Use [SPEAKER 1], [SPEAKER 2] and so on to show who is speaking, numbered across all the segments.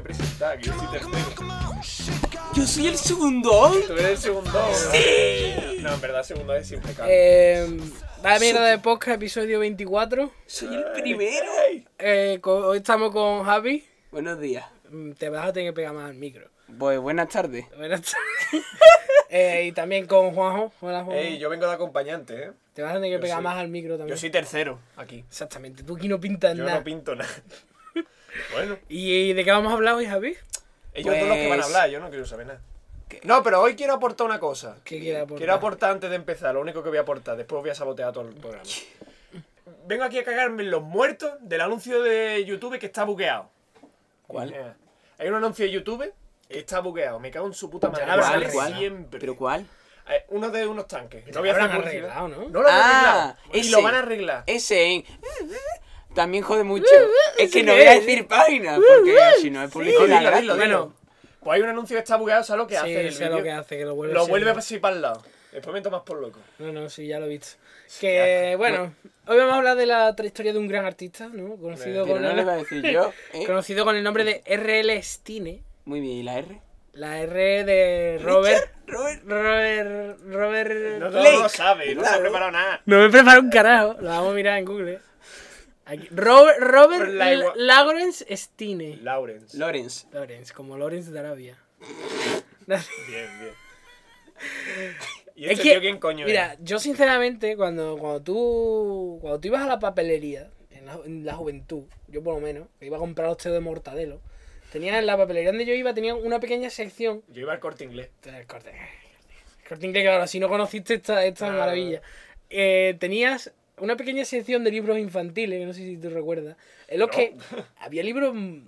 [SPEAKER 1] que yo soy tercero.
[SPEAKER 2] Yo soy el segundo.
[SPEAKER 1] Tú eres el segundo. weón.
[SPEAKER 2] Sí.
[SPEAKER 1] No, en verdad, segundo es impecable.
[SPEAKER 3] Eh, la mierda de podcast, episodio 24.
[SPEAKER 2] Soy el primero.
[SPEAKER 3] Eh, co- hoy estamos con Javi.
[SPEAKER 2] Buenos días.
[SPEAKER 3] Mm, Te vas a tener que pegar más al micro.
[SPEAKER 2] Pues buenas tardes.
[SPEAKER 3] Buenas tardes. Eh, y también con Juanjo. Hola, Juanjo.
[SPEAKER 1] Ey, yo vengo de acompañante, ¿eh?
[SPEAKER 3] Te vas a tener que pegar
[SPEAKER 1] soy-
[SPEAKER 3] más al micro también.
[SPEAKER 1] Yo soy tercero aquí.
[SPEAKER 3] Exactamente, tú aquí no pintas
[SPEAKER 1] Yo
[SPEAKER 3] nada.
[SPEAKER 1] no pinto nada. Bueno,
[SPEAKER 3] ¿Y, y de qué vamos a hablar hoy, Javi?
[SPEAKER 1] ellos son los que van a
[SPEAKER 2] Pues-
[SPEAKER 1] hablar, yo no quiero saber nada. No, pero hoy quiero aportar una cosa.
[SPEAKER 3] ¿Qué quiere aportar?
[SPEAKER 1] Quiero aportar antes de empezar, lo único que voy a aportar, después voy a sabotear todo el programa. Vengo aquí a cagarme en los muertos del anuncio de YouTube que está bugueado.
[SPEAKER 2] ¿Cuál?
[SPEAKER 1] Eh, Hay un anuncio de YouTube que está bugueado, me cago en su puta madre.
[SPEAKER 3] Ya
[SPEAKER 1] me
[SPEAKER 3] lo
[SPEAKER 2] ¿Cuál?
[SPEAKER 1] sale
[SPEAKER 3] sabes.
[SPEAKER 2] ¿Cuál?
[SPEAKER 1] siempre.
[SPEAKER 2] ¿Pero cuál?
[SPEAKER 1] Eh, Uno de unos tanques. No
[SPEAKER 3] lo
[SPEAKER 1] voy a hacer
[SPEAKER 3] habrán
[SPEAKER 1] publicidad.
[SPEAKER 3] arreglado, ¿no?
[SPEAKER 1] No lo han
[SPEAKER 2] Ah,
[SPEAKER 1] arreglado. Y lo
[SPEAKER 2] ese.
[SPEAKER 1] van a arreglar.
[SPEAKER 2] Ese en... También jode mucho. Es
[SPEAKER 3] sí
[SPEAKER 2] que no
[SPEAKER 3] que
[SPEAKER 2] voy a
[SPEAKER 3] es.
[SPEAKER 2] decir página, porque si no es
[SPEAKER 1] Dilo,
[SPEAKER 2] publicidad
[SPEAKER 1] dilo,
[SPEAKER 2] gratis.
[SPEAKER 1] dilo, dilo. Pues hay un anuncio que está bugueado, ¿sabes lo que hace? en
[SPEAKER 3] Sí,
[SPEAKER 1] el
[SPEAKER 3] sé lo
[SPEAKER 1] vídeo?
[SPEAKER 3] que hace, que lo vuelve
[SPEAKER 1] Lo
[SPEAKER 3] a
[SPEAKER 1] vuelve a
[SPEAKER 3] hacer.
[SPEAKER 1] pasar para el lado. Después me tomas por loco.
[SPEAKER 3] No, no, sí, ya lo he visto. Que, bueno, hoy vamos a hablar de la trayectoria de un gran artista, ¿no? Conocido,
[SPEAKER 2] Pero
[SPEAKER 3] con,
[SPEAKER 2] no le iba a decir yo. ¿eh?
[SPEAKER 3] conocido con el nombre de R.L. Stine.
[SPEAKER 2] Muy bien, ¿y la R?
[SPEAKER 3] La R de Robert...
[SPEAKER 2] Robert.
[SPEAKER 3] Robert... Robert...
[SPEAKER 1] No,
[SPEAKER 3] No,
[SPEAKER 1] no,
[SPEAKER 2] Blake.
[SPEAKER 1] lo sabe, no se ha preparado nada.
[SPEAKER 3] me he preparado un carajo. Lo vamos a mirar en Google. eh. Aquí. Robert... Robert
[SPEAKER 1] Pero la igua-
[SPEAKER 3] La- Lawrence Stine.
[SPEAKER 1] Lawrence.
[SPEAKER 2] Lawrence.
[SPEAKER 3] Lawrence, como Lawrence de Arabia.
[SPEAKER 1] Bien, bien. ¿Y
[SPEAKER 3] Es
[SPEAKER 1] este
[SPEAKER 3] que,
[SPEAKER 1] tío quién coño
[SPEAKER 3] mira,
[SPEAKER 1] es?
[SPEAKER 3] yo sinceramente, cuando, cuando tú cuando tú ibas a la papelería, en la, en la juventud, yo por lo menos, que iba a comprar los teos de mortadelo, tenían en la papelería donde yo iba, tenían una pequeña sección.
[SPEAKER 1] Yo iba al corte inglés.
[SPEAKER 3] El corte, el corte inglés, claro, si no conociste esta, esta
[SPEAKER 1] Ah.
[SPEAKER 3] maravilla. Eh, tenías una pequeña sección de libros infantiles, que no sé si tú recuerdas, en los
[SPEAKER 1] No.
[SPEAKER 3] que había libros mm,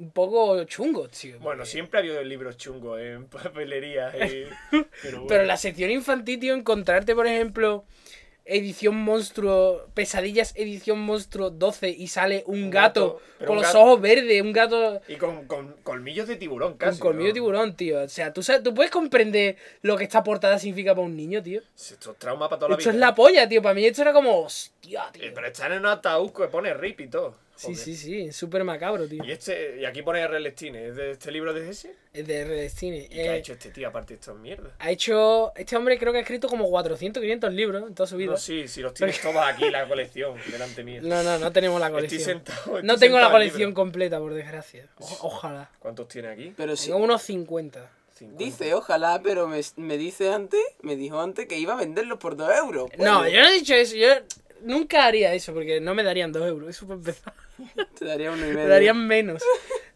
[SPEAKER 3] un poco chungos, tío.
[SPEAKER 1] Bueno,
[SPEAKER 3] porque-
[SPEAKER 1] siempre ha habido libros chungos en papelerías. y- Pero, bueno.
[SPEAKER 3] Pero en la sección infantil, tío, encontrarte, por ejemplo, edición monstruo, pesadillas edición monstruo 12 y sale un,
[SPEAKER 1] Un gato,
[SPEAKER 3] gato,
[SPEAKER 1] pero
[SPEAKER 3] con
[SPEAKER 1] un
[SPEAKER 3] los
[SPEAKER 1] gato-
[SPEAKER 3] ojos verdes, un gato
[SPEAKER 1] Y con, con colmillos de tiburón,
[SPEAKER 3] con
[SPEAKER 1] casi.
[SPEAKER 3] colmillo
[SPEAKER 1] ¿no?
[SPEAKER 3] de tiburón, tío. O sea, ¿tú, sabes, tú puedes comprender lo que esta portada significa para un niño, tío.
[SPEAKER 1] Esto es trauma para toda la
[SPEAKER 3] Esto
[SPEAKER 1] vida.
[SPEAKER 3] es la polla, tío. Para mí esto era como, hostia, tío.
[SPEAKER 1] Eh, Pero están en un ataúd que pone rip y todo.
[SPEAKER 3] Sí,
[SPEAKER 1] Joder.
[SPEAKER 3] sí, sí, súper macabro, tío.
[SPEAKER 1] Y, este, y aquí pone Relestine. ¿Es de este libro de ese?
[SPEAKER 3] Es de R. Cine. Eh,
[SPEAKER 1] ¿Y qué ha hecho este tío aparte de estas mierdas?
[SPEAKER 3] ha hecho. Este hombre creo que ha escrito como 400, 500 libros en toda su vida.
[SPEAKER 1] No, sí, si los tienes todos aquí, la colección, delante mía.
[SPEAKER 3] No, no, no tenemos la
[SPEAKER 1] Estoy
[SPEAKER 3] colección.
[SPEAKER 1] sentado.
[SPEAKER 3] No
[SPEAKER 1] estoy
[SPEAKER 3] tengo
[SPEAKER 1] sentado
[SPEAKER 3] la
[SPEAKER 1] en el
[SPEAKER 3] colección
[SPEAKER 1] libro.
[SPEAKER 3] completa, por desgracia. O- ojalá.
[SPEAKER 1] ¿Cuántos tiene aquí?
[SPEAKER 2] Pero sí.
[SPEAKER 3] Tengo unos 50.
[SPEAKER 1] Cincuenta.
[SPEAKER 2] Dice, ojalá, pero me, me dice antes, me dijo antes que iba a venderlos por 2 euros. Pues,
[SPEAKER 3] No, yo no he dicho eso. Yo nunca haría eso porque no me darían 2 euros. Eso para empezar.
[SPEAKER 2] Te daría uno y
[SPEAKER 3] Me
[SPEAKER 2] medio.
[SPEAKER 3] darían menos.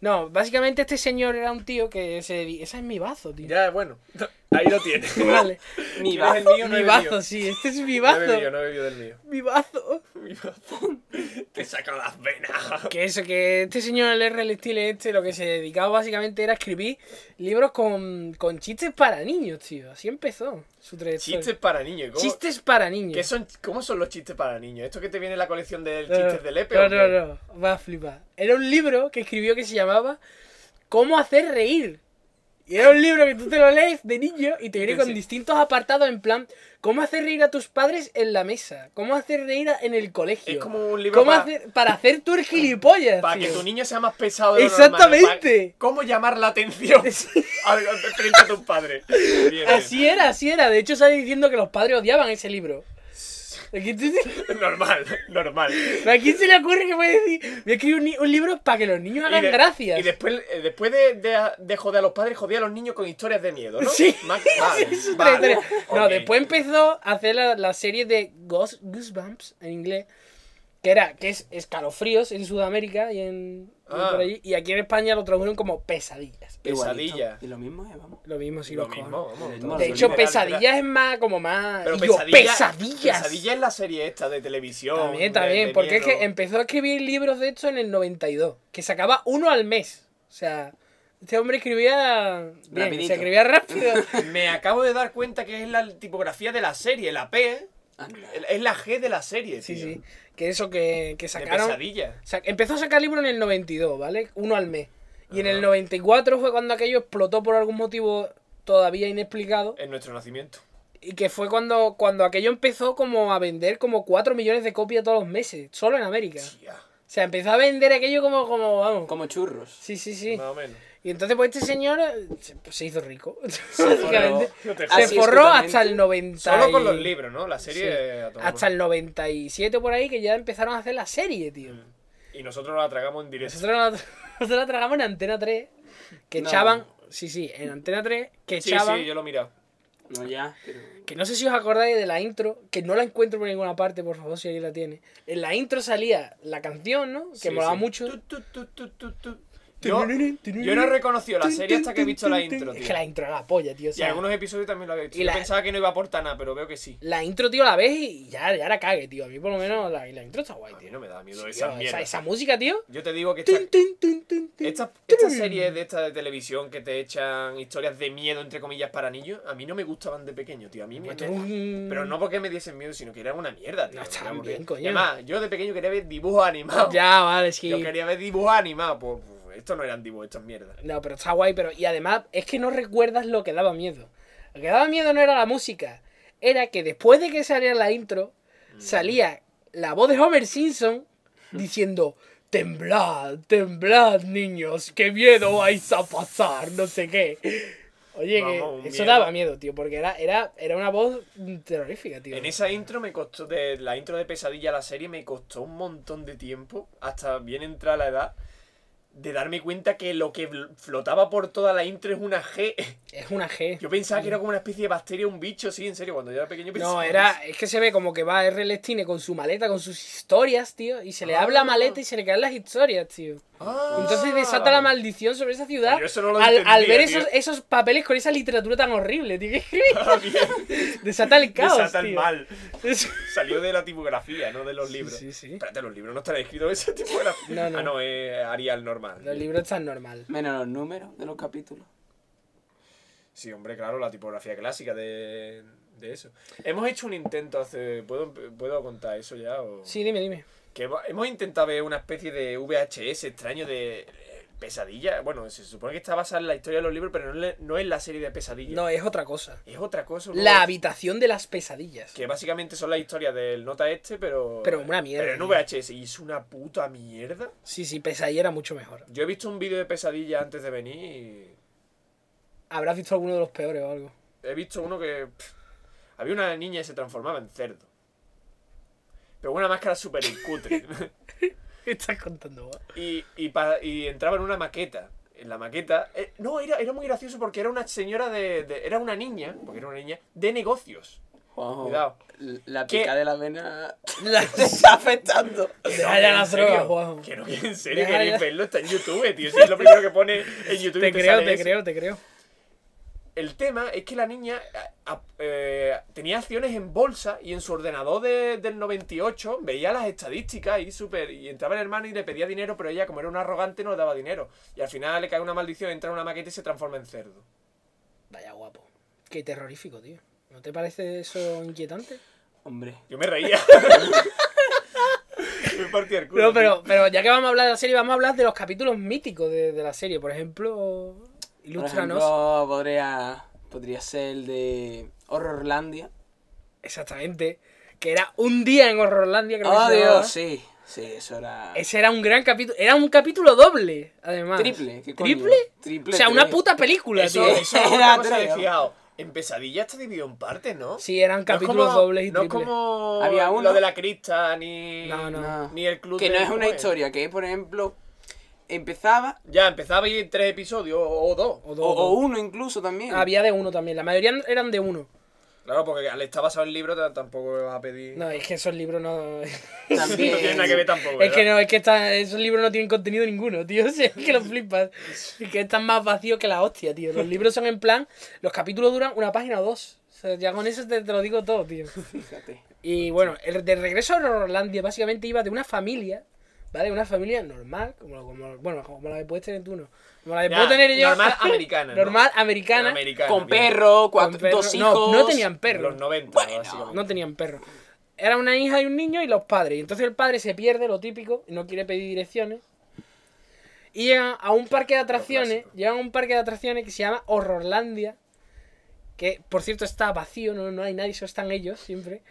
[SPEAKER 3] No, básicamente este señor era un tío que se dedi- Esa es mi bazo, tío.
[SPEAKER 1] Ya, bueno. Ahí lo tiene.
[SPEAKER 3] Vale.
[SPEAKER 2] Ni
[SPEAKER 1] ¿Quieres
[SPEAKER 2] va.
[SPEAKER 1] el mío? No
[SPEAKER 3] mi
[SPEAKER 1] he
[SPEAKER 3] bazo,
[SPEAKER 1] bebido.
[SPEAKER 3] sí. Este es mi
[SPEAKER 1] No
[SPEAKER 3] bazo.
[SPEAKER 1] he bebido, no he bebido del mío.
[SPEAKER 3] Mi bazo.
[SPEAKER 1] Mi bazo. Te saca las venas.
[SPEAKER 3] Que eso, que este señor, el R. Stile este, lo que se dedicaba básicamente era a escribir libros con, con chistes para niños, tío. Así empezó su trayectoria.
[SPEAKER 1] Chistes para niños. ¿cómo-
[SPEAKER 3] Chistes para niños.
[SPEAKER 1] ¿Qué son, ¿Cómo son los chistes para niños? ¿Esto que te viene en la colección de
[SPEAKER 3] No,
[SPEAKER 1] chistes de Lepe?
[SPEAKER 3] No,
[SPEAKER 1] o qué?
[SPEAKER 3] no, no, va a flipar. Era un libro que escribió que se llamaba Cómo hacer reír. Y era un libro que tú te lo lees de niño y te viene con
[SPEAKER 1] Sí.
[SPEAKER 3] distintos apartados en plan Cómo hacer reír a tus padres en la mesa, cómo hacer reír a- en el colegio.
[SPEAKER 1] Es como un libro
[SPEAKER 3] cómo
[SPEAKER 1] para-
[SPEAKER 3] hacer, para hacer tu gilipollas.
[SPEAKER 1] Para
[SPEAKER 3] tío.
[SPEAKER 1] que tu niño sea más pesado de lo normal,
[SPEAKER 3] Exactamente.
[SPEAKER 1] para- ¿Cómo llamar la atención al- al- frente a tus padres? Bien, bien.
[SPEAKER 3] Así era, así era. De hecho, sale diciendo que los padres odiaban ese libro. ¿A quién te-
[SPEAKER 1] Normal, normal.
[SPEAKER 3] ¿A quién se le ocurre que voy a decir? Voy a escribir un, ni- un libro para que los niños hagan
[SPEAKER 1] de-
[SPEAKER 3] gracias.
[SPEAKER 1] y después, eh, después de, de- de joder a los padres, joder a los niños con historias de miedo, ¿no?
[SPEAKER 3] Sí.
[SPEAKER 1] Más- vale,
[SPEAKER 3] Sí, su
[SPEAKER 1] vale,
[SPEAKER 3] trayectoria. No,
[SPEAKER 1] ok.
[SPEAKER 3] después empezó a hacer la, la serie de Ghost, Goosebumps en inglés, que era que es escalofríos en Sudamérica y en y
[SPEAKER 1] Ah.
[SPEAKER 3] por allí, y aquí en España lo tradujeron como pesadillas.
[SPEAKER 2] Igualito.
[SPEAKER 1] Pesadilla.
[SPEAKER 2] Y lo mismo es, vamos.
[SPEAKER 3] Lo mismo si
[SPEAKER 1] Lo
[SPEAKER 3] los
[SPEAKER 1] mismo,
[SPEAKER 3] cojones.
[SPEAKER 1] vamos,
[SPEAKER 2] De
[SPEAKER 1] todo.
[SPEAKER 3] De
[SPEAKER 2] Lo
[SPEAKER 3] hecho,
[SPEAKER 2] mismo,
[SPEAKER 3] pesadillas es más como más
[SPEAKER 1] Pero
[SPEAKER 3] y yo,
[SPEAKER 1] pesadilla,
[SPEAKER 3] pesadillas.
[SPEAKER 1] Pesadilla es la serie esta de televisión.
[SPEAKER 3] También,
[SPEAKER 1] de-
[SPEAKER 3] también,
[SPEAKER 1] de
[SPEAKER 3] porque es que em-
[SPEAKER 1] miedo.
[SPEAKER 3] empezó a escribir libros de esto en el 92, que sacaba uno al mes. O sea, este hombre escribía bien,
[SPEAKER 2] Rapidito.
[SPEAKER 3] se escribía rápido.
[SPEAKER 1] Me acabo de dar cuenta que es la tipografía de la serie, la P.
[SPEAKER 2] Anda.
[SPEAKER 1] Es la G de la serie,
[SPEAKER 3] Sí,
[SPEAKER 1] tío.
[SPEAKER 3] sí. Que eso que, que
[SPEAKER 1] De
[SPEAKER 3] sacaron.
[SPEAKER 1] pesadilla.
[SPEAKER 3] Sa- empezó a sacar libros en el 92, ¿vale? Uno al mes. Y en el 94 fue cuando aquello explotó por algún motivo todavía inexplicado.
[SPEAKER 1] En nuestro nacimiento.
[SPEAKER 3] Y que fue cuando, cuando aquello empezó como a vender como 4 millones de copias todos los meses, solo en América. O
[SPEAKER 1] Tía,
[SPEAKER 3] sea, empezó a vender aquello como, como vamos.
[SPEAKER 2] Como churros.
[SPEAKER 3] Sí, sí, sí.
[SPEAKER 1] Más o menos.
[SPEAKER 3] Y entonces, pues este señor eh, se, pues, se hizo rico.
[SPEAKER 2] forró.
[SPEAKER 3] básicamente.
[SPEAKER 1] No te
[SPEAKER 3] Se
[SPEAKER 1] jodas.
[SPEAKER 2] Así es,
[SPEAKER 3] forró
[SPEAKER 2] totalmente.
[SPEAKER 3] hasta el 90.
[SPEAKER 1] Solo con los
[SPEAKER 3] y-
[SPEAKER 1] libros, ¿no? La serie.
[SPEAKER 3] Sí.
[SPEAKER 1] eh, a tomar
[SPEAKER 3] Hasta el 97 por ahí que ya empezaron a hacer la serie, tío.
[SPEAKER 1] Mm. por- Y nosotros la tragamos en directo.
[SPEAKER 3] Nosotros la, nosotros la tragamos en Antena 3, que
[SPEAKER 2] No.
[SPEAKER 3] echaban... Sí, sí, en Antena 3, que
[SPEAKER 1] Sí,
[SPEAKER 3] echaban...
[SPEAKER 1] sí, yo lo he mirado.
[SPEAKER 2] No, ya. pero-
[SPEAKER 3] Que no sé si os acordáis de la intro, que no la encuentro por ninguna parte, por favor, si alguien la tiene. En la intro salía la canción, ¿no? Que
[SPEAKER 1] Sí,
[SPEAKER 3] molaba
[SPEAKER 1] sí.
[SPEAKER 3] mucho.
[SPEAKER 1] Tu, tu, tu, tu, tu, tu. Yo, yo no he reconocido la serie hasta que he visto la intro,
[SPEAKER 3] Es que
[SPEAKER 1] tío.
[SPEAKER 3] la intro era la polla, tío. o
[SPEAKER 1] Y
[SPEAKER 3] sea,
[SPEAKER 1] algunos episodios también lo había visto.
[SPEAKER 3] Y
[SPEAKER 1] Yo
[SPEAKER 3] la-
[SPEAKER 1] pensaba que no iba a aportar nada, pero veo que sí.
[SPEAKER 3] La intro, tío, la ves y ya, ya la cague, tío. A mí por lo menos la, la intro está guay,
[SPEAKER 1] A mí
[SPEAKER 3] tío.
[SPEAKER 1] no me da miedo
[SPEAKER 3] Tío,
[SPEAKER 1] esa
[SPEAKER 3] esa,
[SPEAKER 1] mierda.
[SPEAKER 3] esa música, tío.
[SPEAKER 1] Yo te digo que esta,
[SPEAKER 3] Tun, tun, tun, tun, tun.
[SPEAKER 1] esta, esta serie de esta de televisión que te echan historias de miedo, entre comillas, para niños, a mí no me gustaban de pequeño, tío. A mí me,
[SPEAKER 3] Pues tú,
[SPEAKER 1] me-
[SPEAKER 3] mm,
[SPEAKER 1] Pero no porque me diesen miedo, sino que eran una mierda, tío.
[SPEAKER 3] No estaban
[SPEAKER 1] Eran
[SPEAKER 3] bien,
[SPEAKER 1] horrible.
[SPEAKER 3] coño.
[SPEAKER 1] Y además, yo de pequeño quería ver dibujos animados.
[SPEAKER 3] Ya, vale, es que.
[SPEAKER 1] Yo quería ver dibujos animados. Pues, pues, estos no eran dibujos, estas mierdas.
[SPEAKER 3] No, pero está guay, pero. Y además, es que no recuerdas lo que daba miedo. Lo que daba miedo no era la música. Era que después de que salía la intro,
[SPEAKER 1] Mm.
[SPEAKER 3] salía la voz de Homer Simpson diciendo. Temblad, temblad, niños, qué miedo vais a pasar, no sé qué. Oye,
[SPEAKER 1] Vamos, un
[SPEAKER 3] que eso
[SPEAKER 1] miedo.
[SPEAKER 3] daba miedo, tío, porque era, era, era una voz mm, terrorífica, tío.
[SPEAKER 1] En esa intro me costó, de la intro de pesadilla a la serie me costó un montón de tiempo, hasta bien entrar la edad, de darme cuenta que lo que bl- flotaba por toda la intro es una G.
[SPEAKER 3] Es una G.
[SPEAKER 1] Yo pensaba que era como una especie de bacteria, un bicho, sí, en serio, cuando yo era pequeño pensaba.
[SPEAKER 3] No, era. Es que se ve como que va R. Lestine con su maleta, con sus historias, tío. Y se le abre la maleta y se le caen las historias, tío.
[SPEAKER 1] Ah,
[SPEAKER 3] Entonces desata la maldición sobre esa ciudad
[SPEAKER 1] Yo eso no lo
[SPEAKER 3] al,
[SPEAKER 1] entendía,
[SPEAKER 3] al ver
[SPEAKER 1] tío.
[SPEAKER 3] esos, esos papeles con esa literatura tan horrible, tío. desata el caos.
[SPEAKER 1] Desata el
[SPEAKER 3] tío.
[SPEAKER 1] mal.
[SPEAKER 3] Es-
[SPEAKER 1] Salió de la tipografía, no de los libros.
[SPEAKER 3] Sí, sí.
[SPEAKER 1] Espérate, los libros no están escritos en esa tipografía.
[SPEAKER 3] No, no.
[SPEAKER 1] Ah, no, es Arial normal.
[SPEAKER 3] Los libros están normal.
[SPEAKER 2] Menos los números de los capítulos.
[SPEAKER 1] Sí, hombre, claro, la tipografía clásica de, de eso. Hemos hecho un intento hace. ¿Puedo, puedo contar eso ya? O...
[SPEAKER 3] Sí, dime, dime.
[SPEAKER 1] Que hemos- hemos intentado ver una especie de VHS extraño de eh, pesadilla. Bueno, se supone que está basada en la historia de los libros, pero no, le- no es la serie de pesadilla.
[SPEAKER 3] No, es otra cosa.
[SPEAKER 1] Es otra cosa. ¿no?
[SPEAKER 3] La habitación de las pesadillas.
[SPEAKER 1] Que básicamente son las historias del nota este, pero.
[SPEAKER 3] Pero una mierda,
[SPEAKER 1] Pero en
[SPEAKER 3] tío.
[SPEAKER 1] VHS. Y es una puta mierda.
[SPEAKER 3] Sí, sí, pesadilla era mucho mejor.
[SPEAKER 1] Yo he visto un vídeo de pesadilla antes de venir y.
[SPEAKER 3] Habrás visto alguno de los peores o algo.
[SPEAKER 1] He visto uno que. pff, había una niña que se transformaba en cerdo. Pero una máscara súper cutre.
[SPEAKER 3] ¿Qué estás contando? va?
[SPEAKER 1] y, y, pa- y entraba en una maqueta. En la maqueta. eh, no, era, era muy gracioso porque era una señora de, de- Era una niña, porque era una niña, de negocios.
[SPEAKER 2] Juanjo,
[SPEAKER 1] Cuidado.
[SPEAKER 2] l- La
[SPEAKER 1] ¿Qué?
[SPEAKER 2] pica de la vena
[SPEAKER 3] La-
[SPEAKER 2] te está afectando.
[SPEAKER 3] Deja ya
[SPEAKER 1] en
[SPEAKER 3] las
[SPEAKER 1] serio,
[SPEAKER 3] drogas, Juanjo.
[SPEAKER 1] Que no, que en serio,
[SPEAKER 3] Deja
[SPEAKER 1] queréis
[SPEAKER 3] ya-
[SPEAKER 1] verlo, está en YouTube, tío. Si es lo primero que pone en YouTube.
[SPEAKER 3] Te
[SPEAKER 1] y
[SPEAKER 3] creo,
[SPEAKER 1] sale
[SPEAKER 3] te
[SPEAKER 1] eso.
[SPEAKER 3] creo, te creo.
[SPEAKER 1] El tema es que la niña a- a- eh, tenía acciones en bolsa y en su ordenador de- del 98 veía las estadísticas y súper. Y entraba el hermano y le pedía dinero, pero ella, como era una arrogante, no le daba dinero. Y al final le cae una maldición, entra en una maqueta y se transforma en cerdo.
[SPEAKER 3] Vaya guapo. Qué terrorífico, tío. ¿No te parece eso inquietante?
[SPEAKER 2] Hombre.
[SPEAKER 1] Yo me reía. me partía el culo.
[SPEAKER 3] No, pero, pero ya que vamos a hablar de la serie, vamos a hablar de los capítulos míticos de, de la serie. Por ejemplo,
[SPEAKER 2] Por
[SPEAKER 3] Ilústranos.
[SPEAKER 2] ejemplo, podría, podría ser el de Horrorlandia.
[SPEAKER 3] Exactamente. Que era un día en Horrorlandia, creo que
[SPEAKER 2] Oh,
[SPEAKER 3] se llamaba.
[SPEAKER 2] Dios, sí. Sí, eso era.
[SPEAKER 3] Ese era un gran capítulo. Era un capítulo doble, además.
[SPEAKER 2] Triple. ¿qué coño?
[SPEAKER 3] ¿Triple?
[SPEAKER 2] Triple.
[SPEAKER 3] O sea,
[SPEAKER 2] tres.
[SPEAKER 3] una puta película,
[SPEAKER 1] Eso,
[SPEAKER 3] tío.
[SPEAKER 1] eso es una
[SPEAKER 2] Era
[SPEAKER 1] cosa que he
[SPEAKER 2] atrevo.
[SPEAKER 1] fijado. En pesadilla está dividido en partes, ¿no?
[SPEAKER 3] Sí, eran
[SPEAKER 1] No es
[SPEAKER 3] capítulos
[SPEAKER 1] como-
[SPEAKER 3] dobles y
[SPEAKER 1] No es
[SPEAKER 3] triples.
[SPEAKER 1] como
[SPEAKER 2] Había
[SPEAKER 1] lo
[SPEAKER 2] uno.
[SPEAKER 1] de la crista, ni,
[SPEAKER 3] No, no.
[SPEAKER 1] ni el club ¿eh?
[SPEAKER 2] Que no
[SPEAKER 1] del-
[SPEAKER 2] es una
[SPEAKER 1] ¿cómo
[SPEAKER 2] historia, que por ejemplo empezaba,
[SPEAKER 1] Ya, empezaba ahí en tres episodios o, o dos.
[SPEAKER 3] O
[SPEAKER 2] o,
[SPEAKER 3] dos,
[SPEAKER 2] o
[SPEAKER 3] dos.
[SPEAKER 2] uno incluso también.
[SPEAKER 3] Había de uno también. La mayoría eran de uno.
[SPEAKER 1] Claro, porque al estar basado en libro t- tampoco me vas a pedir.
[SPEAKER 3] No, es que esos libros no.
[SPEAKER 1] No tiene nada que ver tampoco.
[SPEAKER 3] Es que
[SPEAKER 1] ¿verdad?
[SPEAKER 3] no, es que está- esos libros no tienen contenido ninguno, tío. Es que los flipas. Es que están más vacíos que la hostia, tío. Los libros son en plan. Los capítulos duran una página o dos. O sea, ya con eso te, te lo digo todo, tío.
[SPEAKER 2] Fíjate.
[SPEAKER 3] Y bueno, el de regreso a Norlandia básicamente iba de una familia. ¿Vale? Una familia normal, como, como- bueno, como la que puedes tener tú, no. Como la que
[SPEAKER 1] Ya,
[SPEAKER 3] puedo tener yo.
[SPEAKER 1] normal americana, ¿no?
[SPEAKER 3] Normal americana.
[SPEAKER 1] Americano,
[SPEAKER 2] Con
[SPEAKER 1] bien.
[SPEAKER 2] perro,
[SPEAKER 3] con
[SPEAKER 2] cuatro,
[SPEAKER 3] perro.
[SPEAKER 2] dos hijos.
[SPEAKER 3] No, no tenían perro.
[SPEAKER 1] Los 90, básicamente.
[SPEAKER 3] No tenían perro. Era una hija y un niño y los padres. Y entonces el padre se pierde, lo típico, y no quiere pedir direcciones. Y llegan a un parque de atracciones.
[SPEAKER 1] clásico.
[SPEAKER 3] Llegan a un parque de atracciones que se llama Horrorlandia. Que, por cierto, está vacío, no, no hay nadie, solo están ellos siempre.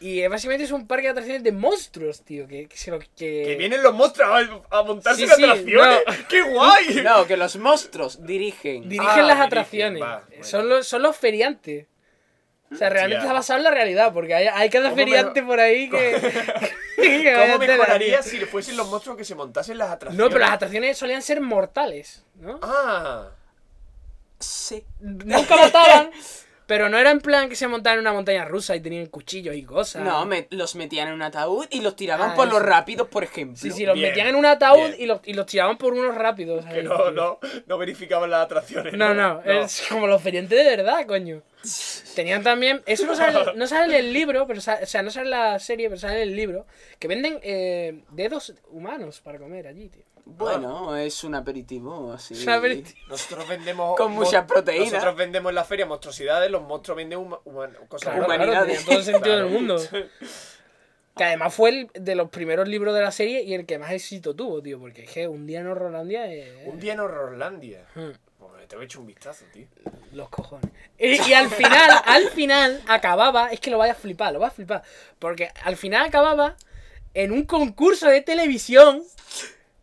[SPEAKER 3] Y eh, básicamente es un parque de atracciones de monstruos, tío. Que, que se lo- que-
[SPEAKER 1] Que vienen los monstruos a, a montarse
[SPEAKER 3] Sí,
[SPEAKER 1] en
[SPEAKER 3] sí,
[SPEAKER 1] atracciones. ¡Qué guay!
[SPEAKER 2] No, que los monstruos dirigen.
[SPEAKER 3] Dirigen
[SPEAKER 1] Ah,
[SPEAKER 3] las
[SPEAKER 1] dirigen,
[SPEAKER 3] atracciones. Eh,
[SPEAKER 1] va, bueno.
[SPEAKER 3] son, los, son los feriantes. O sea, realmente
[SPEAKER 1] Hostia.
[SPEAKER 3] está basado en la realidad, porque hay, hay cada
[SPEAKER 1] ¿Cómo me-
[SPEAKER 3] feriante por ahí que. que vaya
[SPEAKER 1] ¿Cómo
[SPEAKER 3] tela,
[SPEAKER 1] mejoraría
[SPEAKER 3] tío.
[SPEAKER 1] si fuesen los monstruos que se montasen las atracciones?
[SPEAKER 3] No, pero las atracciones solían ser mortales, ¿no?
[SPEAKER 1] Ah,
[SPEAKER 2] Sí.
[SPEAKER 3] Nunca mataban, pero no era en plan que se montaban en una montaña rusa y tenían cuchillos y cosas.
[SPEAKER 2] No, me- los metían en un ataúd y los tiraban
[SPEAKER 3] Ah,
[SPEAKER 2] por los
[SPEAKER 3] eso.
[SPEAKER 2] rápidos, por ejemplo.
[SPEAKER 3] Sí, sí, los
[SPEAKER 1] Bien,
[SPEAKER 3] metían en un ataúd
[SPEAKER 1] bien.
[SPEAKER 3] y los, y los tiraban por unos rápidos.
[SPEAKER 1] que
[SPEAKER 3] ahí,
[SPEAKER 1] no,
[SPEAKER 3] tío.
[SPEAKER 1] no, no verificaban las atracciones.
[SPEAKER 3] No, no, es como los feriantes de verdad, coño. Tenían también. Eso no sale, no sale en el libro, pero sa- o sea, no sale en la serie, pero sale en el libro. Que venden eh, dedos humanos para comer allí, tío.
[SPEAKER 2] Bueno, es un aperitivo así.
[SPEAKER 3] O sea, pero-
[SPEAKER 1] Nosotros vendemos.
[SPEAKER 2] Con mucha
[SPEAKER 1] mon-
[SPEAKER 2] proteína.
[SPEAKER 1] Nosotros vendemos en la feria monstruosidades, los monstruos venden huma- human- cosas
[SPEAKER 3] Claro,
[SPEAKER 1] humanas.
[SPEAKER 3] claro,
[SPEAKER 2] Humanidades.
[SPEAKER 3] tenía todo el sentido
[SPEAKER 1] Claro.
[SPEAKER 3] del mundo. Que además fue el de los primeros libros de la serie y el que más éxito tuvo, tío. Porque es que un día en Horrorlandia es.
[SPEAKER 1] Un día en Horrorlandia.
[SPEAKER 3] Hmm.
[SPEAKER 1] Pues te voy a echar un vistazo, tío.
[SPEAKER 3] Los cojones. Y, y al final, al final acababa, es que lo vaya a flipar, lo vas a flipar. Porque al final acababa en un concurso de televisión,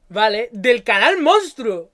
[SPEAKER 3] ¿vale? Del canal Monstruo.